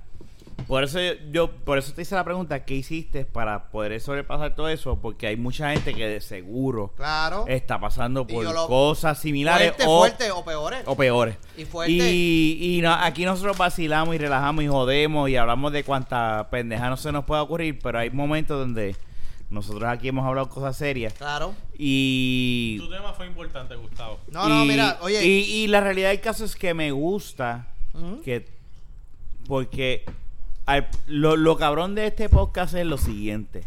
Speaker 2: por eso yo, yo- por eso te hice la pregunta, ¿qué hiciste para poder sobrepasar todo eso? Porque hay mucha gente que de seguro
Speaker 6: Claro.
Speaker 2: está pasando
Speaker 6: Y
Speaker 2: por
Speaker 6: yo lo-
Speaker 2: cosas similares
Speaker 6: fuerte,
Speaker 2: o,
Speaker 6: fuerte o peores.
Speaker 2: o peores.
Speaker 6: Y fuerte.
Speaker 2: Y, y no- aquí nosotros vacilamos y relajamos y jodemos y hablamos de cuánta pendeja no se nos pueda ocurrir, pero hay momentos donde nosotros aquí hemos hablado cosas serias
Speaker 6: Claro.
Speaker 2: y
Speaker 4: Tu tema fue importante, Gustavo.
Speaker 6: No, no,
Speaker 2: y-
Speaker 6: mira, oye.
Speaker 2: Y, y la realidad del caso es que me gusta
Speaker 6: Ujú.
Speaker 2: que. Porque al- lo, lo cabrón de este podcast es lo siguiente.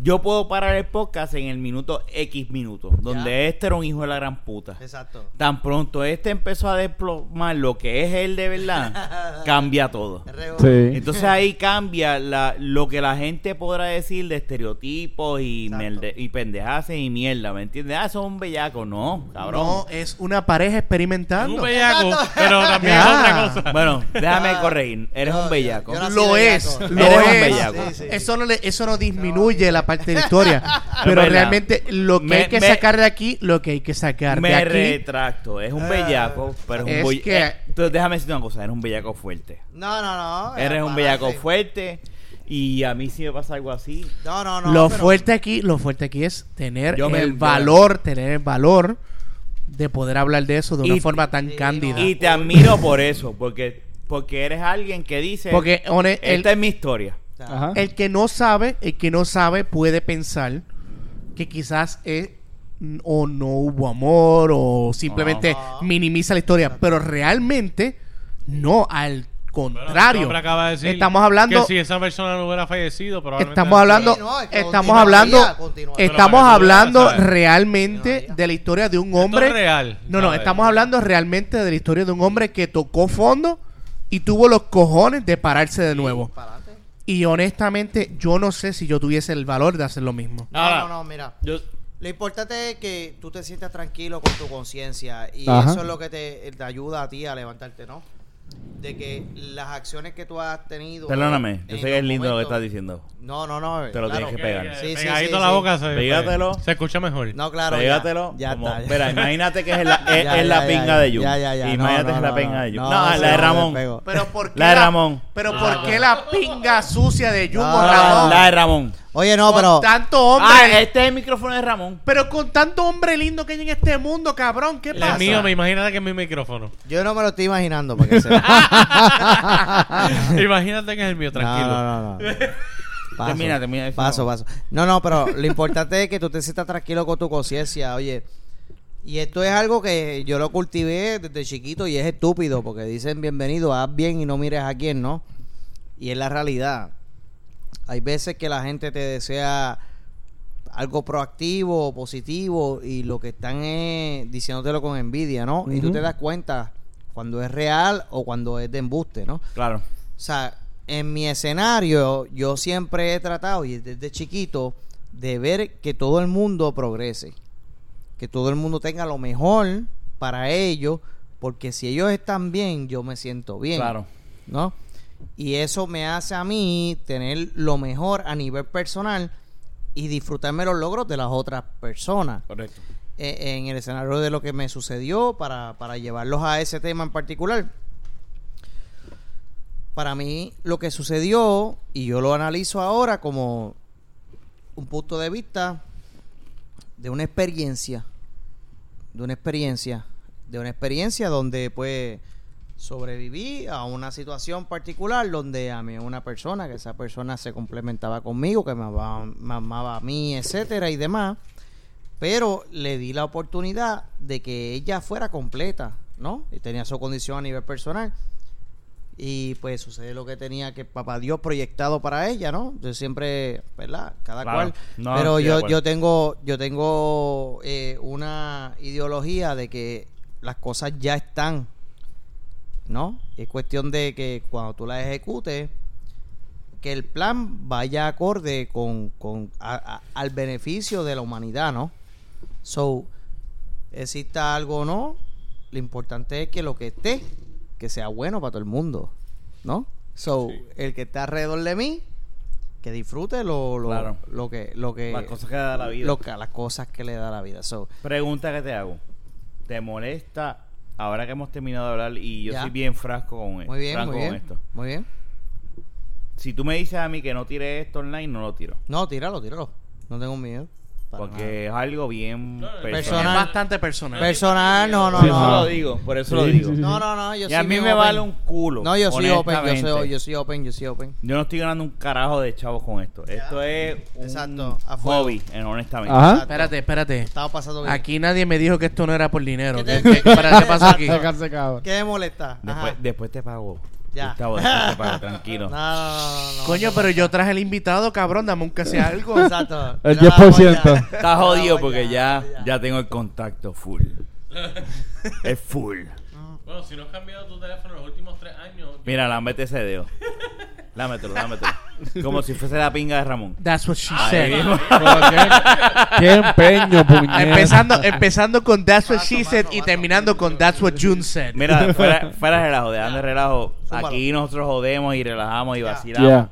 Speaker 2: Yo puedo parar el podcast en el minuto X minuto, donde
Speaker 6: Ya.
Speaker 2: este era un hijo de la gran puta.
Speaker 6: Exacto.
Speaker 2: Tan pronto este empezó a desplomar lo que es él de
Speaker 6: (laughs)
Speaker 2: verdad, cambia todo.
Speaker 6: Reo.
Speaker 5: Sí.
Speaker 2: Entonces ahí cambia la, lo que la gente podrá decir de estereotipos y,
Speaker 6: Exacto.
Speaker 2: merde- y pendejadas y mierda, ¿me entiendes? Ah, son un bellaco, no, cabrón.
Speaker 3: No, es una pareja experimentando.
Speaker 4: Un bellaco, pero también
Speaker 3: Ya.
Speaker 4: es otra cosa.
Speaker 2: Bueno, déjame
Speaker 6: Ah.
Speaker 2: corregir, eres
Speaker 6: Yo-
Speaker 2: un bellaco.
Speaker 6: yo- yo nací
Speaker 3: lo es,
Speaker 6: bellaco.
Speaker 3: lo
Speaker 2: Eres un
Speaker 3: es.
Speaker 2: bellaco.
Speaker 6: Sí, sí, sí.
Speaker 3: Eso no, le- eso no disminuye la parte de la historia.
Speaker 2: (laughs) Es
Speaker 3: Pero
Speaker 2: verdad.
Speaker 3: realmente lo que
Speaker 2: Me-
Speaker 3: hay que
Speaker 2: me-
Speaker 3: sacar de aquí, lo que hay que sacar de
Speaker 2: me
Speaker 3: aquí.
Speaker 2: retracto, es
Speaker 6: Ah,
Speaker 2: un bellaco, pero es
Speaker 3: Es
Speaker 2: un boy-
Speaker 3: que-
Speaker 2: eh, Entonces déjame decirte una cosa, eres un bellaco fuerte.
Speaker 6: No, no, no.
Speaker 2: Eres un
Speaker 6: Pa'lante.
Speaker 2: bellaco fuerte y a mí si me pasa algo así,
Speaker 6: No, no, no.
Speaker 3: lo
Speaker 6: pero-
Speaker 3: fuerte aquí, lo fuerte aquí es tener
Speaker 2: Yo me-
Speaker 3: el
Speaker 2: yo-
Speaker 3: valor, tener el valor de poder hablar de eso de una
Speaker 2: Y-
Speaker 3: forma tan
Speaker 6: Sí,
Speaker 3: cándida.
Speaker 6: no.
Speaker 2: y te admiro por eso, porque porque eres alguien que dice,
Speaker 3: Porque hone- el,
Speaker 2: este esta es mi historia.
Speaker 6: O sea,
Speaker 5: Ajá.
Speaker 3: el que no sabe, el que no sabe puede pensar que quizás es mm, o no hubo amor o simplemente minimiza la historia, pero realmente no, al
Speaker 4: Bueno,
Speaker 3: contrario.
Speaker 4: hombre acaba de decir
Speaker 3: estamos hablando
Speaker 4: que si esa persona no hubiera fallecido, probablemente
Speaker 3: Estamos hablando,
Speaker 6: Sí, no, es que
Speaker 3: estamos
Speaker 6: continuaría,
Speaker 3: hablando,
Speaker 6: continuaría.
Speaker 3: estamos
Speaker 4: Pero para que tú veas,
Speaker 3: hablando
Speaker 4: ¿sabes?
Speaker 3: realmente
Speaker 6: Continuaría.
Speaker 3: de la historia de un
Speaker 4: es
Speaker 3: hombre.
Speaker 4: real,
Speaker 3: No, no,
Speaker 4: ¿sabes?
Speaker 3: estamos hablando realmente de la historia de un hombre que tocó fondo y tuvo los cojones de pararse de nuevo.
Speaker 6: Para adelante.
Speaker 3: Y honestamente, yo no sé si yo tuviese el valor de hacer lo mismo.
Speaker 6: No,
Speaker 4: Ahora,
Speaker 6: no, no, mira.
Speaker 4: Yo,
Speaker 6: Lo importante es que tú te sientas tranquilo con tu conciencia y
Speaker 5: Ajá.
Speaker 6: eso es lo que te, eh, te ayuda a ti a levantarte, ¿no? De que las acciones que tú has tenido.
Speaker 2: Perdóname,
Speaker 6: en
Speaker 2: yo
Speaker 6: los
Speaker 2: sé que es lindo lo que
Speaker 6: momentos-
Speaker 2: estás diciendo.
Speaker 6: No, no, no. eh,
Speaker 2: Te lo
Speaker 6: claro.
Speaker 2: tienes que pegar.
Speaker 6: Sí, sí,
Speaker 4: pegadito
Speaker 6: sí,
Speaker 4: la
Speaker 6: sí.
Speaker 4: boca se,
Speaker 2: Pégatelo.
Speaker 4: se escucha mejor.
Speaker 6: No, claro. ya.
Speaker 2: Pégatelo.
Speaker 6: Ya,
Speaker 2: como-
Speaker 6: está. ya.
Speaker 2: Espera, imagínate que es la, es,
Speaker 6: (laughs) Ya,
Speaker 2: es
Speaker 6: ya,
Speaker 2: la
Speaker 6: ya,
Speaker 2: pinga
Speaker 6: ya.
Speaker 2: de Jun.
Speaker 6: Ya, ya, ya. No,
Speaker 2: Imagínate
Speaker 6: no,
Speaker 2: es la
Speaker 6: no,
Speaker 2: pinga de Jun.
Speaker 6: no,
Speaker 2: No,
Speaker 6: no,
Speaker 2: la de
Speaker 6: no,
Speaker 2: Ramón.
Speaker 6: me pego.
Speaker 3: Pero ¿por qué
Speaker 2: La de
Speaker 3: la-
Speaker 2: Ramón.
Speaker 3: Pero ¿por qué la pinga sucia de Jumbo
Speaker 6: No,
Speaker 3: Ramón?
Speaker 2: Ah, La de Ramón.
Speaker 6: Oye, no,
Speaker 3: Con
Speaker 6: pero. eh.
Speaker 3: tanto hombre,
Speaker 2: Ah, este es el micrófono de Ramón.
Speaker 3: pero con tanto hombre lindo que hay en este mundo, cabrón, ¿qué
Speaker 4: El
Speaker 3: pasa?
Speaker 4: mío, me imagínate que es mi
Speaker 3: (laughs)
Speaker 4: micrófono.
Speaker 6: Yo no me lo estoy imaginando porque
Speaker 4: (laughs)
Speaker 6: se.
Speaker 4: imagínate que es el mío, tranquilo.
Speaker 6: No, no, no. no. Paso,
Speaker 2: Termina, termina, eso
Speaker 6: Paso,
Speaker 2: no.
Speaker 6: paso. No, no, pero lo importante es que tú te sientas tranquilo con tu conciencia, oye. Y esto es algo que yo lo cultivé desde chiquito y es estúpido porque dicen bienvenido, haz bien y no mires a quién, ¿no? Y es la realidad. Hay veces que la gente te desea algo proactivo, positivo y lo que están es diciéndotelo con envidia, ¿no? Y tú
Speaker 5: Ujú.
Speaker 6: te das cuenta cuando es real o cuando es de embuste, ¿no?
Speaker 2: Claro.
Speaker 6: O sea, en mi escenario yo siempre he tratado, y desde chiquito, de ver que todo el mundo progrese. Que todo el mundo tenga lo mejor para ellos, porque si ellos están bien, yo me siento bien.
Speaker 2: Claro.
Speaker 6: ¿No? Y eso me hace a mí tener lo mejor a nivel personal y disfrutarme los logros de las otras personas
Speaker 2: Correcto.
Speaker 6: eh, en el escenario de lo que me sucedió para, para llevarlos a ese tema en particular. Para mí lo que sucedió, y yo lo analizo ahora como un punto de vista de una experiencia, de una experiencia, de una experiencia donde pues sobreviví a una situación particular donde a mí una persona, que esa persona se complementaba conmigo, que me amaba, me amaba a mí, etcétera y demás pero le di la oportunidad de que ella fuera completa, ¿no? Y tenía su condición a nivel personal. Y pues sucede lo que tenía que papá Dios proyectado para ella, ¿no? Yo siempre, ¿verdad? Cada
Speaker 2: Claro.
Speaker 6: cual.
Speaker 2: No,
Speaker 6: pero
Speaker 2: estoy de
Speaker 6: yo,
Speaker 2: acuerdo.
Speaker 6: yo tengo, yo tengo eh, una ideología de que las cosas ya están, ¿no? Es cuestión de que cuando tú las ejecutes, que el plan vaya acorde con, con a- a- al beneficio de la humanidad, ¿no? So, exista algo o no, lo importante es que lo que esté, que sea bueno para todo el mundo, ¿no? So, el que está alrededor de mí, que disfrute lo, lo,
Speaker 2: Claro.
Speaker 6: lo que, lo que,
Speaker 2: Las cosas que da la vida.
Speaker 6: lo que- las cosas que le da la vida. So,
Speaker 2: Pregunta que te hago. ¿Te molesta ahora que hemos terminado de hablar y yo
Speaker 6: Ya.
Speaker 2: soy bien frasco con, e-,
Speaker 6: muy bien,
Speaker 2: franco
Speaker 6: muy
Speaker 2: con
Speaker 6: bien,
Speaker 2: esto?
Speaker 6: muy bien.
Speaker 2: Si tú me dices a mí que no tire esto online, no lo tiro.
Speaker 6: No, tíralo, tíralo. No tengo miedo. para nada.
Speaker 2: porque es algo bien
Speaker 3: Es
Speaker 6: Personal.
Speaker 2: personal.
Speaker 3: bastante personal.
Speaker 6: personal, no, no,
Speaker 2: Por eso
Speaker 6: no.
Speaker 2: lo digo, por eso lo
Speaker 5: Sí,
Speaker 2: digo.
Speaker 5: sí, sí.
Speaker 6: No, no, no, yo
Speaker 2: y a
Speaker 6: soy
Speaker 2: mí
Speaker 6: bien
Speaker 2: me
Speaker 6: open.
Speaker 2: vale un culo.
Speaker 6: No, yo soy open, yo soy,
Speaker 2: honestamente.
Speaker 6: yo soy open, yo soy open.
Speaker 2: Yo no estoy ganando un carajo de chavos con esto. Esto es un
Speaker 6: Exacto, a fuego.
Speaker 2: hobby, eh, honestamente.
Speaker 5: Ajá.
Speaker 3: Espérate, espérate.
Speaker 6: Estaba pasando bien.
Speaker 3: Aquí nadie me dijo que esto no era por dinero.
Speaker 6: ¿Qué
Speaker 3: ¿Qué,
Speaker 6: te-
Speaker 3: qué- qué- espérate, ¿qué pasó
Speaker 6: (laughs)
Speaker 3: aquí?
Speaker 6: Exacto.
Speaker 5: Sácate, cabrón.
Speaker 6: ¿Qué me molesta?
Speaker 2: Después,
Speaker 6: Ajá.
Speaker 2: después te pago.
Speaker 6: Ya.
Speaker 2: Gustavo, después
Speaker 6: (laughs)
Speaker 2: te pago, tranquilo.
Speaker 6: No, no, no, no, no,
Speaker 3: Coño,
Speaker 6: no,
Speaker 3: pero
Speaker 6: no.
Speaker 3: yo traje el invitado, cabrón. Dame un que sea algo. (laughs)
Speaker 6: Exacto.
Speaker 5: El
Speaker 6: Tira la
Speaker 5: 10%.
Speaker 6: olla.
Speaker 2: Está jodido porque
Speaker 6: Tira la
Speaker 2: ya,
Speaker 6: olla.
Speaker 2: ya tengo el contacto
Speaker 6: (laughs)
Speaker 2: full. es full.
Speaker 4: Bueno, si no has cambiado tu teléfono en los últimos tres años, (laughs)
Speaker 2: Mira, lámete ese dedo. Lámetelo, lámetelo. Como si fuese la pinga de Ramón.
Speaker 3: That's what she
Speaker 2: Ahí
Speaker 3: said.
Speaker 2: mismo.
Speaker 5: Qué empeño, puñeta.
Speaker 2: (laughs)
Speaker 3: Empezando, empezando con That's what she
Speaker 6: Mato,
Speaker 3: said
Speaker 6: mato,
Speaker 3: y
Speaker 6: mato.
Speaker 3: terminando con That's what June said.
Speaker 2: Mira, fuera, fuera de relajo, dejando de relajo.
Speaker 6: Zúmbalo.
Speaker 2: Aquí nosotros jodemos y relajamos y vacilamos.
Speaker 5: Ya.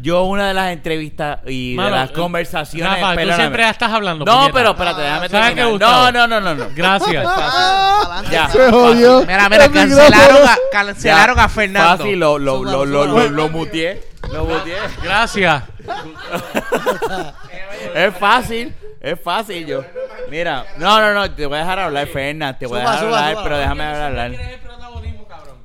Speaker 2: Yo una de las entrevistas y
Speaker 4: Mano,
Speaker 2: de las
Speaker 4: eh,
Speaker 2: conversaciones...
Speaker 4: Rafa, tú
Speaker 2: perdóname.
Speaker 4: siempre estás hablando.
Speaker 2: No,
Speaker 4: puñeta.
Speaker 2: pero espérate, déjame
Speaker 4: ¿Sabes qué,
Speaker 2: terminar. No,
Speaker 4: Gustavo?
Speaker 2: no, no, no, no.
Speaker 3: (laughs)
Speaker 4: Gracias.
Speaker 6: Ah,
Speaker 2: Ya.
Speaker 5: Se jodió.
Speaker 3: Mira, mira,
Speaker 5: El micrófono.
Speaker 3: cancelaron a, cancelaron a Fernando.
Speaker 2: Fácil, lo, lo,
Speaker 6: Súbalo,
Speaker 2: lo, lo,
Speaker 6: súbalo.
Speaker 2: lo, lo muteé. Lo muteé.
Speaker 4: Gracias.
Speaker 2: Es fácil, es fácil yo. Mira, no, no, no, te voy a dejar hablar, Fernan, te voy a
Speaker 6: Suba,
Speaker 2: dejar
Speaker 6: suba,
Speaker 2: hablar,
Speaker 6: suba.
Speaker 2: pero déjame hablar.
Speaker 4: protagonismo, cabrón.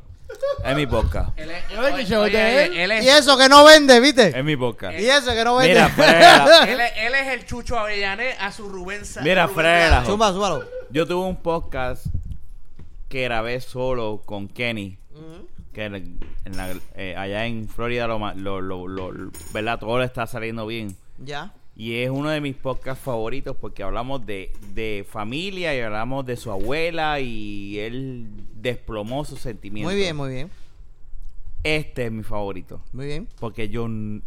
Speaker 2: Es mi podcast.
Speaker 3: Él es-
Speaker 5: Oye, que
Speaker 3: oye,
Speaker 5: yo
Speaker 3: oye,
Speaker 5: de
Speaker 3: él- él
Speaker 6: Y
Speaker 3: es-
Speaker 6: eso que no vende, ¿viste?
Speaker 2: Es mi podcast.
Speaker 6: Y eso que no vende.
Speaker 2: Eh, Mira, pues,
Speaker 6: (laughs)
Speaker 2: fuera.
Speaker 3: él es- él es el Chucho Avellané a su Rubén Sa-
Speaker 2: Mira,
Speaker 3: Rubén
Speaker 2: fuera.
Speaker 3: Blades.
Speaker 6: Zumba, súbalo.
Speaker 2: Yo tuve un podcast que grabé solo con Kenny. Que en- en la- eh, allá en Florida lo, ma- lo, lo- lo- lo- ¿verdad? Todo le está saliendo bien.
Speaker 6: Ya.
Speaker 2: Y es uno de mis podcasts favoritos porque hablamos de, de familia y hablamos de su abuela y él desplomó sus sentimientos.
Speaker 6: Muy bien, muy bien.
Speaker 2: Este es mi favorito.
Speaker 6: Muy bien.
Speaker 2: Porque yo n-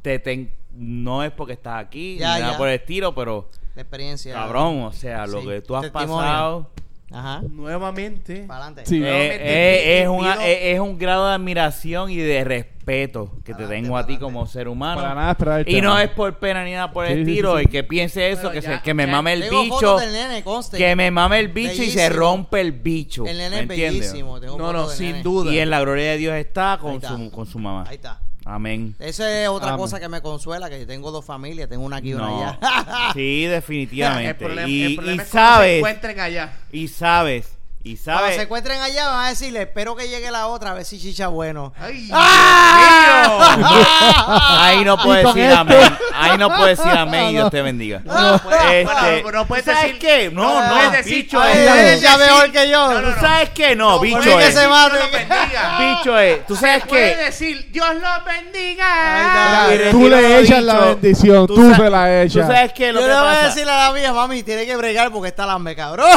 Speaker 2: te, ten- no es porque estás aquí, ni
Speaker 6: Ya,
Speaker 2: nada
Speaker 6: ya.
Speaker 2: por el estilo, pero
Speaker 6: La experiencia.
Speaker 2: cabrón, o sea, lo
Speaker 6: Sí,
Speaker 2: que tú has
Speaker 6: testimonio.
Speaker 2: pasado.
Speaker 6: Ajá.
Speaker 3: Nuevamente.
Speaker 6: Para adelante.
Speaker 5: Sí.
Speaker 2: Eh,
Speaker 3: Nuevamente,
Speaker 2: eh, es, una-
Speaker 3: pido-
Speaker 2: eh, es un grado de admiración y de respeto que te
Speaker 6: Adelante,
Speaker 2: tengo a ti
Speaker 6: adelante.
Speaker 2: como ser humano.
Speaker 5: Para nada esperar el
Speaker 2: y
Speaker 5: tema.
Speaker 2: no es por pena ni nada por
Speaker 5: Sí,
Speaker 2: el
Speaker 5: sí,
Speaker 2: estilo.
Speaker 5: sí,
Speaker 2: Y que piense eso,
Speaker 3: Pero
Speaker 2: que,
Speaker 3: ya-
Speaker 2: se- que me
Speaker 3: ya-
Speaker 2: mame el
Speaker 6: Tengo
Speaker 2: bicho.
Speaker 6: fotos del nene, conste.
Speaker 2: Que me mame el bicho y se
Speaker 6: Bellísimo.
Speaker 2: rompe el bicho.
Speaker 6: El
Speaker 2: ¿me
Speaker 6: nene es
Speaker 2: entiendes?
Speaker 6: bellísimo. Tengo
Speaker 3: No,
Speaker 6: fotos
Speaker 3: no,
Speaker 6: del
Speaker 3: sin
Speaker 6: nene.
Speaker 3: duda.
Speaker 2: Y en la gloria de Dios está con,
Speaker 6: Ahí está.
Speaker 2: Su, con su mamá.
Speaker 6: Ahí está.
Speaker 2: Amén.
Speaker 6: Esa es otra
Speaker 3: Ah,
Speaker 2: Amo.
Speaker 6: cosa que me consuela, que yo tengo dos familias, tengo una aquí y una
Speaker 2: No.
Speaker 6: allá.
Speaker 2: sí,
Speaker 6: (laughs)
Speaker 2: definitivamente.
Speaker 3: El problema-
Speaker 2: y,
Speaker 3: el
Speaker 2: y
Speaker 3: problema es cuando se
Speaker 2: sabes,
Speaker 3: encuentren allá.
Speaker 2: y sabes, y
Speaker 6: Cuando
Speaker 2: sabes,
Speaker 6: se encuentren allá van a decirle, espero que llegue la otra, a ver si chicha bueno.
Speaker 3: ¡Ay!
Speaker 2: Ah.
Speaker 6: ¡Ah!
Speaker 2: Ahí no puedes
Speaker 5: con
Speaker 2: decir
Speaker 5: esto.
Speaker 2: amén. Ahí no puedes decir amén y Dios te bendiga.
Speaker 3: No, puede-
Speaker 2: Este,
Speaker 3: bueno, no puedes
Speaker 2: ¿sabes
Speaker 3: decir-
Speaker 2: qué? No,
Speaker 3: no
Speaker 2: no,
Speaker 3: puedes decir-
Speaker 2: bicho
Speaker 6: Ay,
Speaker 2: es.
Speaker 6: eres ya
Speaker 3: decir-
Speaker 6: mejor que yo.
Speaker 3: No, no,
Speaker 2: ¿Tú sabes qué? No, bicho
Speaker 6: porque
Speaker 2: es.
Speaker 6: se mate.
Speaker 3: Dios los bendiga.
Speaker 2: Bicho es. ¿Tú sabes
Speaker 3: Puedes
Speaker 2: qué?
Speaker 3: decir, Dios los bendiga.
Speaker 6: Ahí
Speaker 2: Y
Speaker 6: está.
Speaker 5: Tú
Speaker 2: retiro lo
Speaker 5: le echas
Speaker 2: dicho.
Speaker 5: la bendición, tú
Speaker 2: sa-
Speaker 5: se la
Speaker 2: ¿Tú
Speaker 5: echas.
Speaker 2: sabes qué?
Speaker 6: Yo
Speaker 2: Lo
Speaker 6: le
Speaker 2: que
Speaker 6: voy a
Speaker 2: pasa.
Speaker 6: decir a la mía, mami, tiene que bregar porque está lambe, cabrón.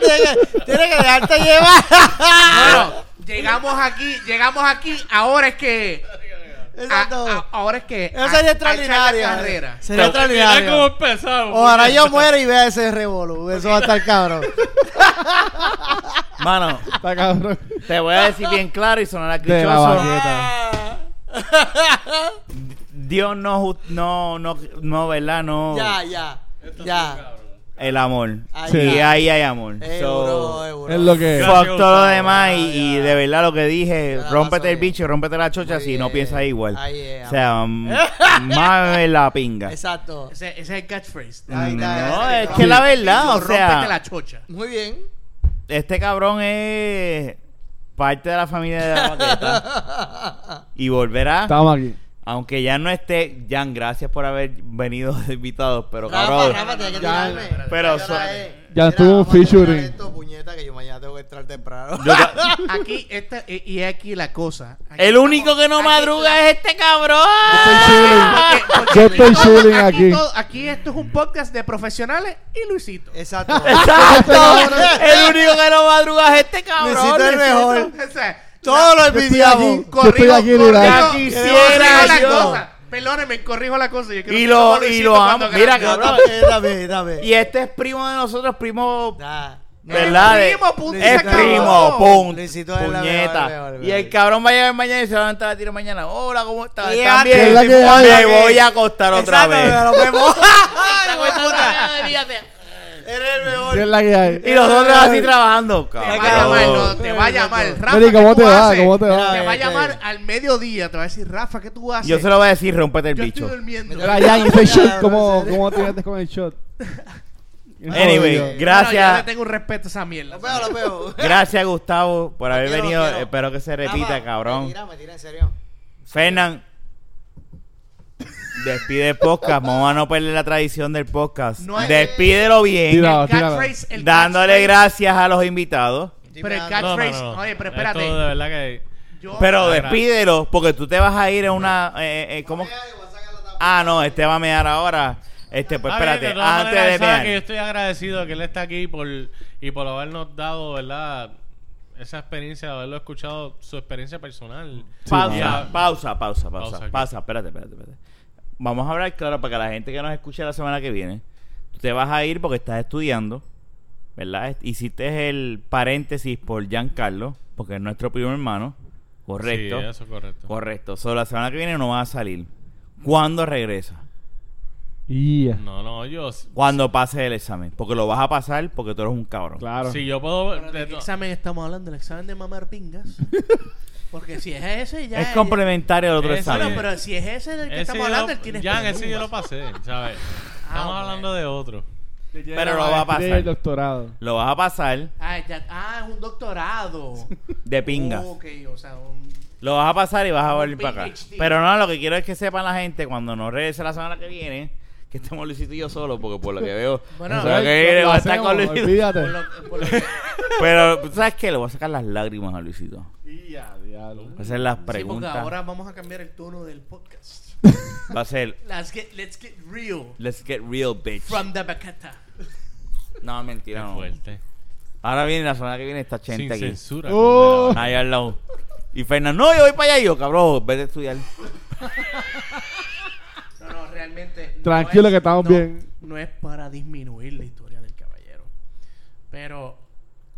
Speaker 6: tiene, que, tiene
Speaker 2: (laughs)
Speaker 6: que dejarte llevar.
Speaker 3: Bueno, llegamos aquí, llegamos aquí, ahora es que. a-
Speaker 6: Exacto.
Speaker 3: a- ahora es que.
Speaker 6: Eso
Speaker 3: a-
Speaker 6: sería
Speaker 3: a echar la
Speaker 6: extraordinario.
Speaker 3: carrera.
Speaker 6: Sería
Speaker 4: Mira cómo
Speaker 6: extraordinario.
Speaker 4: empezamos.
Speaker 6: Ojalá yo muera y vea ese revolú. Eso va a estar cabrón.
Speaker 2: Mano,
Speaker 5: Está cabrón.
Speaker 2: te voy a decir bien claro y sonará
Speaker 5: De la
Speaker 2: clichoso.
Speaker 5: baqueta.
Speaker 2: Dios no, ju- no, no, no, ¿verdad? No.
Speaker 6: ya, ya. Ya.
Speaker 2: El amor.
Speaker 6: Ahí
Speaker 2: Sí. Y
Speaker 6: está.
Speaker 2: ahí hay amor. So,
Speaker 6: Euro, euro.
Speaker 5: Es lo que es.
Speaker 4: Gracias,
Speaker 2: Fuck todo lo
Speaker 4: Gustavo.
Speaker 2: demás y, y
Speaker 6: Ya, ya.
Speaker 2: de verdad lo que dije,
Speaker 6: Ya,
Speaker 2: rómpete
Speaker 6: pasó
Speaker 2: el
Speaker 6: bien.
Speaker 2: bicho, y rómpete la chocha
Speaker 6: Muy
Speaker 2: si no
Speaker 6: bien.
Speaker 2: piensas igual.
Speaker 6: Ahí es,
Speaker 2: o sea, mame la
Speaker 6: (laughs)
Speaker 2: pinga.
Speaker 6: Exacto.
Speaker 3: Ese, ese es el catchphrase.
Speaker 6: Ahí está,
Speaker 2: No,
Speaker 6: ahí
Speaker 2: es
Speaker 6: está.
Speaker 2: que la verdad, o
Speaker 3: Rómpete la
Speaker 2: sea, (laughs)
Speaker 3: chocha.
Speaker 6: Muy bien.
Speaker 2: este cabrón es parte de la familia de la maqueta y volverá,
Speaker 5: Estamos aquí.
Speaker 2: aunque ya no esté. Jan, gracias por haber venido de invitado, pero
Speaker 6: Rafa,
Speaker 2: cabrón.
Speaker 6: Rafa, tienes que
Speaker 5: Ya,
Speaker 6: tirarme.
Speaker 2: pero
Speaker 6: Ya,
Speaker 2: suave.
Speaker 6: eh.
Speaker 5: Ya
Speaker 6: Mira,
Speaker 5: estuvo un
Speaker 6: vamos a terminar
Speaker 5: featuring.
Speaker 6: esto, puñeta, que yo mañana tengo que entrar temprano.
Speaker 2: Yo
Speaker 3: (laughs)
Speaker 2: ta-
Speaker 3: Aquí, esta, y y aquí la cosa. Aquí
Speaker 2: el
Speaker 3: estamos-
Speaker 2: único que no
Speaker 3: aquí-
Speaker 2: madruga es este cabrón. Ah,
Speaker 5: Estoy
Speaker 3: porque- porque
Speaker 5: Yo estoy shooting aquí.
Speaker 3: todo- aquí esto es un podcast de profesionales y Luisito.
Speaker 6: Exacto.
Speaker 2: (laughs) Exacto. El único que no madruga es este cabrón.
Speaker 6: Luisito es el mejor.
Speaker 3: (laughs) O sea,
Speaker 6: Todo lo
Speaker 5: estoy
Speaker 6: envidiamos.
Speaker 5: aquí. Yo estoy aquí,
Speaker 3: corrijo,
Speaker 5: mira.
Speaker 3: corrijo,
Speaker 2: Ya quisiera
Speaker 3: corrijo la
Speaker 2: yo.
Speaker 3: cosa. Perdóneme, corrijo la cosa. Yo quiero
Speaker 2: Y
Speaker 3: ser
Speaker 2: lo-
Speaker 3: como
Speaker 2: y
Speaker 3: Luisito
Speaker 2: lo
Speaker 3: cuando
Speaker 2: amo. Mira,
Speaker 3: grande.
Speaker 6: Yo
Speaker 2: cabrón.
Speaker 6: también, también, también.
Speaker 2: Y este es primo de nosotros, primo.
Speaker 6: Nah.
Speaker 2: ¿Verdad?
Speaker 3: Es primo, punto,
Speaker 6: y se
Speaker 2: Es
Speaker 6: acabó.
Speaker 2: primo, pum.
Speaker 6: Luisito es la mejor, la
Speaker 2: Puñeta.
Speaker 6: mejor, la
Speaker 2: Y el
Speaker 6: mejor.
Speaker 2: cabrón va a llegar mañana y se va a levantar a tiro mañana. Hola, ¿cómo estás?
Speaker 6: Y
Speaker 2: ¿Estás
Speaker 6: ya,
Speaker 5: ¿qué
Speaker 2: bien?
Speaker 5: es la que hay?
Speaker 2: Me voy a acostar otra
Speaker 6: Exacto,
Speaker 2: vez.
Speaker 6: pero nos
Speaker 2: (laughs)
Speaker 6: vemos.
Speaker 2: Eres el mejor.
Speaker 5: ¿Qué es la que hay?
Speaker 2: Y los dos así trabajando,
Speaker 3: Te va a llamar, no,
Speaker 2: cabrón.
Speaker 3: te va a llamar. Rafa,
Speaker 5: Mira, ¿y cómo
Speaker 3: ¿qué tú
Speaker 5: te va?
Speaker 3: haces?
Speaker 5: ¿Cómo te va?
Speaker 3: Te va a
Speaker 6: Mira,
Speaker 3: llamar
Speaker 6: este.
Speaker 3: al mediodía. Te va a decir, Rafa, ¿qué tú haces?
Speaker 2: Yo se lo voy a decir, rompete el
Speaker 3: Yo
Speaker 2: bicho.
Speaker 3: estoy durmiendo.
Speaker 5: Mira, ya, ese
Speaker 2: (laughs)
Speaker 5: shot, ¿cómo, cómo te metes con el shot?
Speaker 2: Anyway,
Speaker 5: Jodido.
Speaker 2: gra- Gracias.
Speaker 3: Bueno, yo le tengo un respeto a esa mierda.
Speaker 6: Lo veo, lo veo.
Speaker 2: Gracias, Gustavo, por haber
Speaker 6: quiero,
Speaker 2: venido.
Speaker 6: los quiero.
Speaker 2: Espero que se repita,
Speaker 6: Rafa, Me
Speaker 2: cabrón.
Speaker 6: tira, me tira en serio.
Speaker 2: Fernan, despide el podcast. Vamos a no perder la tradición del podcast.
Speaker 3: No es-
Speaker 2: Despídelo bien.
Speaker 5: Tira,
Speaker 3: El
Speaker 5: tíralo.
Speaker 3: catchphrase- el
Speaker 2: dándole
Speaker 3: catchphrase-
Speaker 2: gracias a los invitados.
Speaker 3: Pero el
Speaker 6: Estoy
Speaker 4: No, no,
Speaker 3: catchphrase.
Speaker 4: no.
Speaker 3: Oye, pero
Speaker 4: Esto
Speaker 3: espérate.
Speaker 4: de verdad que.
Speaker 3: Yo-
Speaker 2: Pero
Speaker 4: Ahora.
Speaker 2: despídelo, porque tú te vas a ir en una. Eh, eh, ¿Cómo?
Speaker 6: pegando, voy a sacar la tapa.
Speaker 2: Ah, no, este va a mear ahora. Este, pues
Speaker 4: Ah, bien,
Speaker 2: espérate,
Speaker 4: de todas
Speaker 2: antes
Speaker 4: maneras,
Speaker 2: de
Speaker 4: él sabe que yo
Speaker 2: mear.
Speaker 4: estoy agradecido que él está aquí por, y por habernos dado, ¿verdad? Esa experiencia, de haberlo escuchado, su experiencia personal.
Speaker 2: Pausa,
Speaker 4: Ya.
Speaker 2: pausa, pausa,
Speaker 4: Pausa
Speaker 2: pausa,
Speaker 4: aquí.
Speaker 2: pausa. Espérate, espérate, espérate. Vamos a hablar claro para que la gente que nos escuche la semana que viene. Tú te vas a ir porque estás estudiando, ¿verdad? Hiciste el paréntesis por Giancarlo, porque es nuestro primo hermano. Correcto.
Speaker 4: Sí, eso es correcto.
Speaker 2: Correcto. Solo la semana que viene no vas a salir. ¿Cuándo regresa?
Speaker 5: Yeah.
Speaker 4: No, no, yo.
Speaker 2: Cuando pase el examen. Porque lo vas a pasar porque tú eres un cabrón.
Speaker 5: Claro.
Speaker 4: Si yo puedo. de
Speaker 3: ¿De qué
Speaker 4: to-
Speaker 3: examen estamos hablando? ¿El examen de mamar pingas?
Speaker 2: (laughs)
Speaker 3: Porque si es ese, ya.
Speaker 2: es complementario al otro
Speaker 4: Ese-
Speaker 2: examen.
Speaker 3: Bueno, pero si es ese del que
Speaker 4: ese
Speaker 3: estamos
Speaker 4: yo
Speaker 3: hablando,
Speaker 4: lo-
Speaker 3: él tiene Ah,
Speaker 4: Jan, ese yo
Speaker 3: espelumbas.
Speaker 4: lo pasé, ¿sabes? Estamos
Speaker 3: bueno.
Speaker 4: hablando de otro.
Speaker 2: Pero lo va a pasar.
Speaker 5: doctorado.
Speaker 2: Lo vas a pasar.
Speaker 1: Ah, ya- ah, es un doctorado.
Speaker 2: De pinga.
Speaker 1: Ok, o sea, un-
Speaker 2: Lo vas a pasar y vas a volver
Speaker 1: Un
Speaker 2: para acá.
Speaker 1: PhD.
Speaker 2: Pero no, lo que quiero es que sepan la gente cuando nos regrese la semana que viene, que estemos Luisito y yo solo, porque por lo que
Speaker 5: (laughs)
Speaker 2: veo,
Speaker 1: Bueno,
Speaker 2: la semana que viene
Speaker 5: Lo
Speaker 2: va a estar
Speaker 5: hacemos,
Speaker 2: con Luisito.
Speaker 5: Olvídate.
Speaker 1: por lo- por lo que-
Speaker 2: (laughs) Pero, ¿tú ¿sabes qué? Le voy a sacar las lágrimas a Luisito.
Speaker 5: Ya, diablo.
Speaker 2: Va a ser las
Speaker 1: Sí, porque
Speaker 2: preguntas.
Speaker 1: ahora vamos a cambiar el tono del podcast.
Speaker 2: Va a ser,
Speaker 1: Let's get, let's get real.
Speaker 2: let's get real, bitch.
Speaker 1: From the bacata.
Speaker 2: No, mentira,
Speaker 4: Qué
Speaker 2: no.
Speaker 4: fuerte.
Speaker 2: Ahora viene la semana que viene está
Speaker 4: Sin
Speaker 2: gente aquí.
Speaker 4: censura.
Speaker 5: Oh.
Speaker 2: Ahí al lado. Y Fernando, no, yo voy para allá Y yo, cabrón, vete a estudiar.
Speaker 1: No, no, realmente. no
Speaker 5: Tranquilo,
Speaker 1: es-
Speaker 5: que estamos
Speaker 1: no-
Speaker 5: bien.
Speaker 1: No es para disminuir la historia del caballero. Pero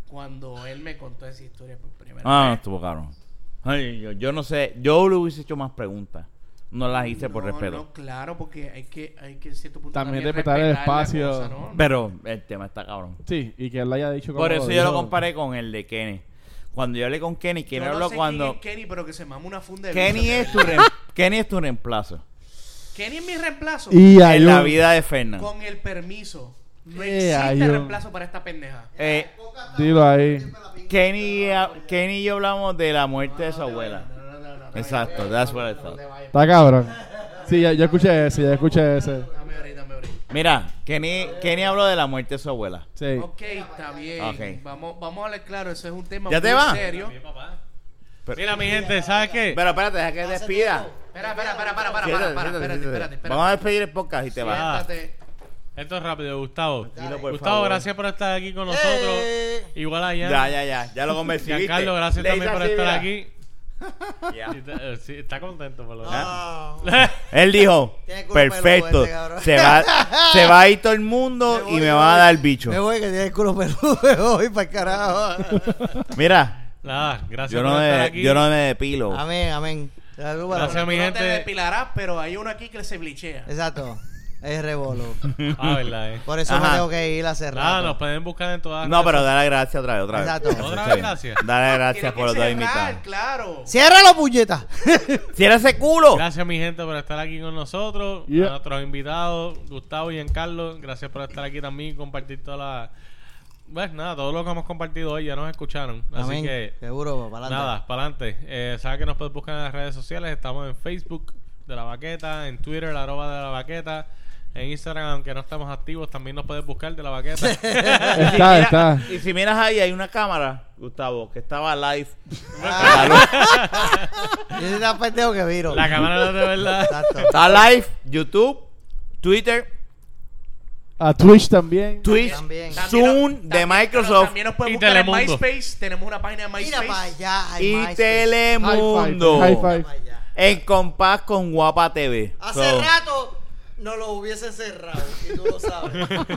Speaker 1: cuando él me contó esa historia por primera
Speaker 2: Ah, no,
Speaker 1: vez.
Speaker 2: estuvo cabrón. Ay, yo, yo no sé, yo le hubiese hecho más preguntas. No las hice por
Speaker 1: no,
Speaker 2: respeto.
Speaker 1: No, claro, porque hay que, hay que en cierto punto.
Speaker 5: También respetar el
Speaker 1: respetar la
Speaker 5: espacio.
Speaker 1: cosa, ¿no?
Speaker 2: Pero el tema está cabrón.
Speaker 5: Sí, y que él lo haya dicho como
Speaker 2: Por eso yo
Speaker 5: dijo.
Speaker 2: lo comparé con el de Kenny. Cuando yo hablé con Kenny,
Speaker 1: Yo
Speaker 2: Kenny
Speaker 1: no
Speaker 2: habló
Speaker 1: sé
Speaker 2: cuando.
Speaker 1: quién es Kenny, pero que se mama una funda de
Speaker 2: Kenny
Speaker 1: luces.
Speaker 2: es, tu
Speaker 4: (laughs)
Speaker 2: re- Kenny es tu reemplazo
Speaker 1: Kenny es mi reemplazo.
Speaker 5: Y hay
Speaker 2: en la
Speaker 5: un-
Speaker 2: vida de Fernan.
Speaker 1: Con el permiso. No
Speaker 5: Eh,
Speaker 1: existe
Speaker 5: hay un-
Speaker 1: reemplazo para esta pendeja.
Speaker 2: Eh,
Speaker 5: Dilo ahí.
Speaker 2: Kenny, y- Kenny y yo hablamos de la muerte de su abuela.
Speaker 1: No, no, no, no, no,
Speaker 2: Exacto,
Speaker 1: no,
Speaker 2: that's
Speaker 1: no,
Speaker 2: what I
Speaker 1: no,
Speaker 2: thought.
Speaker 1: no, no,
Speaker 5: Está cabrón. Sí, ya- yo escuché ese, ya escuché ese.
Speaker 1: Dame ahorita, dame ahorita.
Speaker 2: Mira, Kenny, Kenny habló de la muerte de su abuela.
Speaker 5: Sí.
Speaker 1: Ok, está bien.
Speaker 2: Ok.
Speaker 1: Vamos, vamos a hablar claro, eso es un tema
Speaker 2: ¿Ya
Speaker 1: muy
Speaker 2: te vas?
Speaker 1: serio.
Speaker 4: Bien, papá.
Speaker 2: Pero-
Speaker 4: Mira, mi gente, ¿sabes qué?
Speaker 2: Pero espérate, deja que despida.
Speaker 1: Espera, espera, espera, para, para,
Speaker 2: Siéntate,
Speaker 1: para, para,
Speaker 2: siéntate,
Speaker 1: espérate, espérate,
Speaker 2: siéntate.
Speaker 1: espérate.
Speaker 2: Vamos a despedir el podcast y te
Speaker 4: Ah,
Speaker 2: vas.
Speaker 1: Siéntate.
Speaker 4: Esto es rápido, Gustavo.
Speaker 2: por
Speaker 4: Gustavo,
Speaker 2: favor.
Speaker 4: gracias por estar aquí con nosotros.
Speaker 6: Eh.
Speaker 4: Igual allá.
Speaker 2: Ya, ya, ya. Ya lo convencí.
Speaker 4: Giancarlo, gracias también por estar aquí.
Speaker 2: Ya.
Speaker 4: Y te- eh, sí, está contento por lo
Speaker 6: Ah.
Speaker 4: menos. (laughs)
Speaker 2: Él dijo,
Speaker 6: Tiene culo
Speaker 2: perfecto,
Speaker 6: peludo ese este, cabrón".
Speaker 2: se va, se va a ir todo el mundo y me va a dar bicho.
Speaker 6: Me voy que tiene el culo peludo, me voy para el carajo.
Speaker 2: Mira,
Speaker 4: Nada, gracias
Speaker 2: yo
Speaker 4: por
Speaker 2: no,
Speaker 4: estar
Speaker 2: me,
Speaker 4: aquí.
Speaker 2: yo no me depilo.
Speaker 6: amén, amén. Salud para-
Speaker 4: Gracias, mi
Speaker 1: Tú no te
Speaker 4: gente.
Speaker 1: depilarás, pero hay uno aquí que se blichea.
Speaker 6: Exacto. Es rebolo.
Speaker 4: Ah,
Speaker 2: (laughs)
Speaker 4: verdad, eh.
Speaker 6: Por eso
Speaker 2: Ajá.
Speaker 6: me tengo que ir a cerrar.
Speaker 4: Nada, nos pueden buscar en todas las
Speaker 2: No,
Speaker 4: redes
Speaker 2: pero dale gracias otra vez, otra vez.
Speaker 6: ah, Exacto.
Speaker 2: Eso
Speaker 4: Otra
Speaker 2: está
Speaker 4: vez
Speaker 2: bien.
Speaker 4: gracias.
Speaker 2: Dale
Speaker 1: Tienes
Speaker 2: gracias
Speaker 1: que
Speaker 2: por los dos
Speaker 1: cerrar,
Speaker 2: invitados.
Speaker 1: Claro.
Speaker 6: ¡Cierra la puñeta!
Speaker 2: ¡Cierra ese culo!
Speaker 4: Gracias mi gente por estar aquí con nosotros,
Speaker 5: Yeah.
Speaker 4: a nuestros invitados, Gustavo y Giancarlo, gracias por estar aquí también y compartir toda la... Pues nada, todo lo que hemos compartido hoy ya nos escucharon, así
Speaker 6: Amén.
Speaker 4: que
Speaker 6: Seguro, para adelante.
Speaker 4: nada, para adelante. Eh, Sabes que nos puedes buscar en las redes sociales, estamos en Facebook de la Baqueta, en Twitter, arroba de la Baqueta, en Instagram, aunque no estamos activos, también nos puedes buscar de la
Speaker 6: (laughs)
Speaker 4: Baqueta.
Speaker 5: Está, está.
Speaker 2: Y si miras ahí, hay una cámara, Gustavo, que estaba live.
Speaker 6: Ah. Yo soy tan pendejo que viro.
Speaker 4: la cámara no de verdad.
Speaker 6: Exacto.
Speaker 2: Está live, YouTube, Twitter,
Speaker 5: A Twitch también.
Speaker 2: Twitch,
Speaker 6: También.
Speaker 2: Zoom
Speaker 1: También-
Speaker 2: de
Speaker 1: también-
Speaker 2: Microsoft
Speaker 1: También nos pueden
Speaker 4: y
Speaker 1: buscar en
Speaker 4: Telemundo.
Speaker 1: MySpace. Tenemos una página de
Speaker 6: Mira
Speaker 1: MySpace.
Speaker 6: para allá. ay,
Speaker 2: y
Speaker 6: maestro.
Speaker 2: Telemundo.
Speaker 5: High five.
Speaker 6: Para allá.
Speaker 2: En compás con Guapa TV.
Speaker 6: Hace
Speaker 2: So,
Speaker 6: rato no lo hubiese cerrado y tú lo sabes.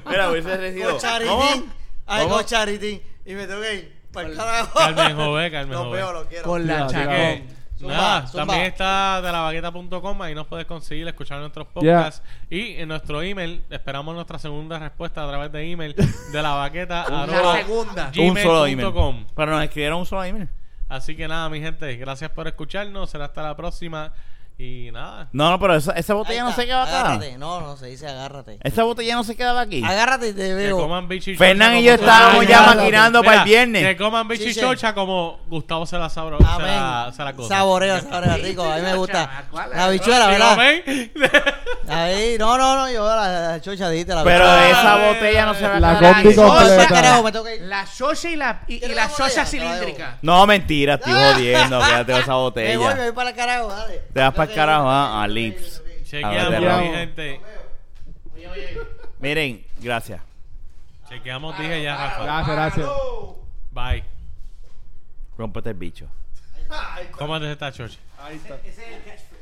Speaker 2: Mira, hubiese recibido.
Speaker 6: con Charitín. Ay, con Charitín. Y me tengo que ir. Para el carajo.
Speaker 4: Carmen Jové, Carmen
Speaker 6: Los
Speaker 4: Jové.
Speaker 6: veo, los quiero.
Speaker 1: Con la
Speaker 5: Ya,
Speaker 1: chaca.
Speaker 4: que
Speaker 6: Zumba,
Speaker 4: nada,
Speaker 6: zumba.
Speaker 4: también está de la baqueta.com, ahí nos puedes conseguir, escuchar nuestros podcasts y en nuestro email, esperamos nuestra segunda respuesta a través de email de la baqueta
Speaker 6: (laughs)
Speaker 1: La
Speaker 4: arroba
Speaker 1: segunda.
Speaker 4: (laughs)
Speaker 2: Un solo
Speaker 4: gmail punto
Speaker 2: email.
Speaker 4: com.
Speaker 2: Pero nos escribieron un solo email.
Speaker 4: Así que nada, mi gente, gracias por escucharnos, será hasta la próxima y nada.
Speaker 2: No, no, pero esa, esa
Speaker 6: Ahí
Speaker 2: botella no
Speaker 6: está,
Speaker 2: se quedaba acá. Eh,
Speaker 6: Agárrate. No, no, se dice agárrate.
Speaker 2: Esa botella no se quedaba aquí.
Speaker 6: Agárrate y te
Speaker 4: Que
Speaker 6: veo.
Speaker 4: coman bicho y
Speaker 2: Fernán
Speaker 4: chocha
Speaker 2: y yo
Speaker 4: como-
Speaker 2: estábamos
Speaker 4: Ay,
Speaker 2: ya
Speaker 4: nada.
Speaker 2: maquinando
Speaker 4: Mira,
Speaker 2: para el viernes.
Speaker 4: Que coman bicho y
Speaker 6: Sí, sí.
Speaker 4: chocha como Gustavo se la sabro. Se la, se la
Speaker 6: Amén.
Speaker 4: goza.
Speaker 6: Saboreo, saboreo rico. A mí me gusta.
Speaker 1: Chaval, ¿cuál es?
Speaker 6: La bichuela,
Speaker 4: Digo,
Speaker 6: ¿verdad?
Speaker 4: amén.
Speaker 6: Ahí, no, no, no, yo la, la chocha dijiste la
Speaker 2: Pero
Speaker 6: verdad.
Speaker 2: esa
Speaker 4: Ay,
Speaker 2: botella no se va a
Speaker 5: La
Speaker 2: quedar aquí.
Speaker 5: combi
Speaker 6: Oh,
Speaker 5: completa.
Speaker 6: ya, carajo, me tengo que ir.
Speaker 1: La sosa y la, y, y la
Speaker 6: Tira la botella,
Speaker 1: sosa
Speaker 6: te la debo.
Speaker 1: cilíndrica.
Speaker 2: No, mentira, estoy
Speaker 6: Ah.
Speaker 2: jodiendo. Quédate con
Speaker 6: (laughs)
Speaker 2: esa
Speaker 6: Me voy, me
Speaker 2: botella.
Speaker 6: voy para el carajo, dale.
Speaker 2: Te vas
Speaker 6: Me
Speaker 2: para el
Speaker 6: tengo
Speaker 2: carajo
Speaker 6: que ir.
Speaker 2: ah, a Lips.
Speaker 4: Chequeamos,
Speaker 2: Ahora
Speaker 5: te
Speaker 4: mi
Speaker 5: veo.
Speaker 4: gente.
Speaker 1: Oye, oye.
Speaker 2: Miren, gracias.
Speaker 4: Chequeamos, dije ya, Rafa.
Speaker 5: Gracias, gracias.
Speaker 4: Bye.
Speaker 2: Rómpete el bicho.
Speaker 4: Cómate esta chocha.
Speaker 1: Ese es el catchphrase.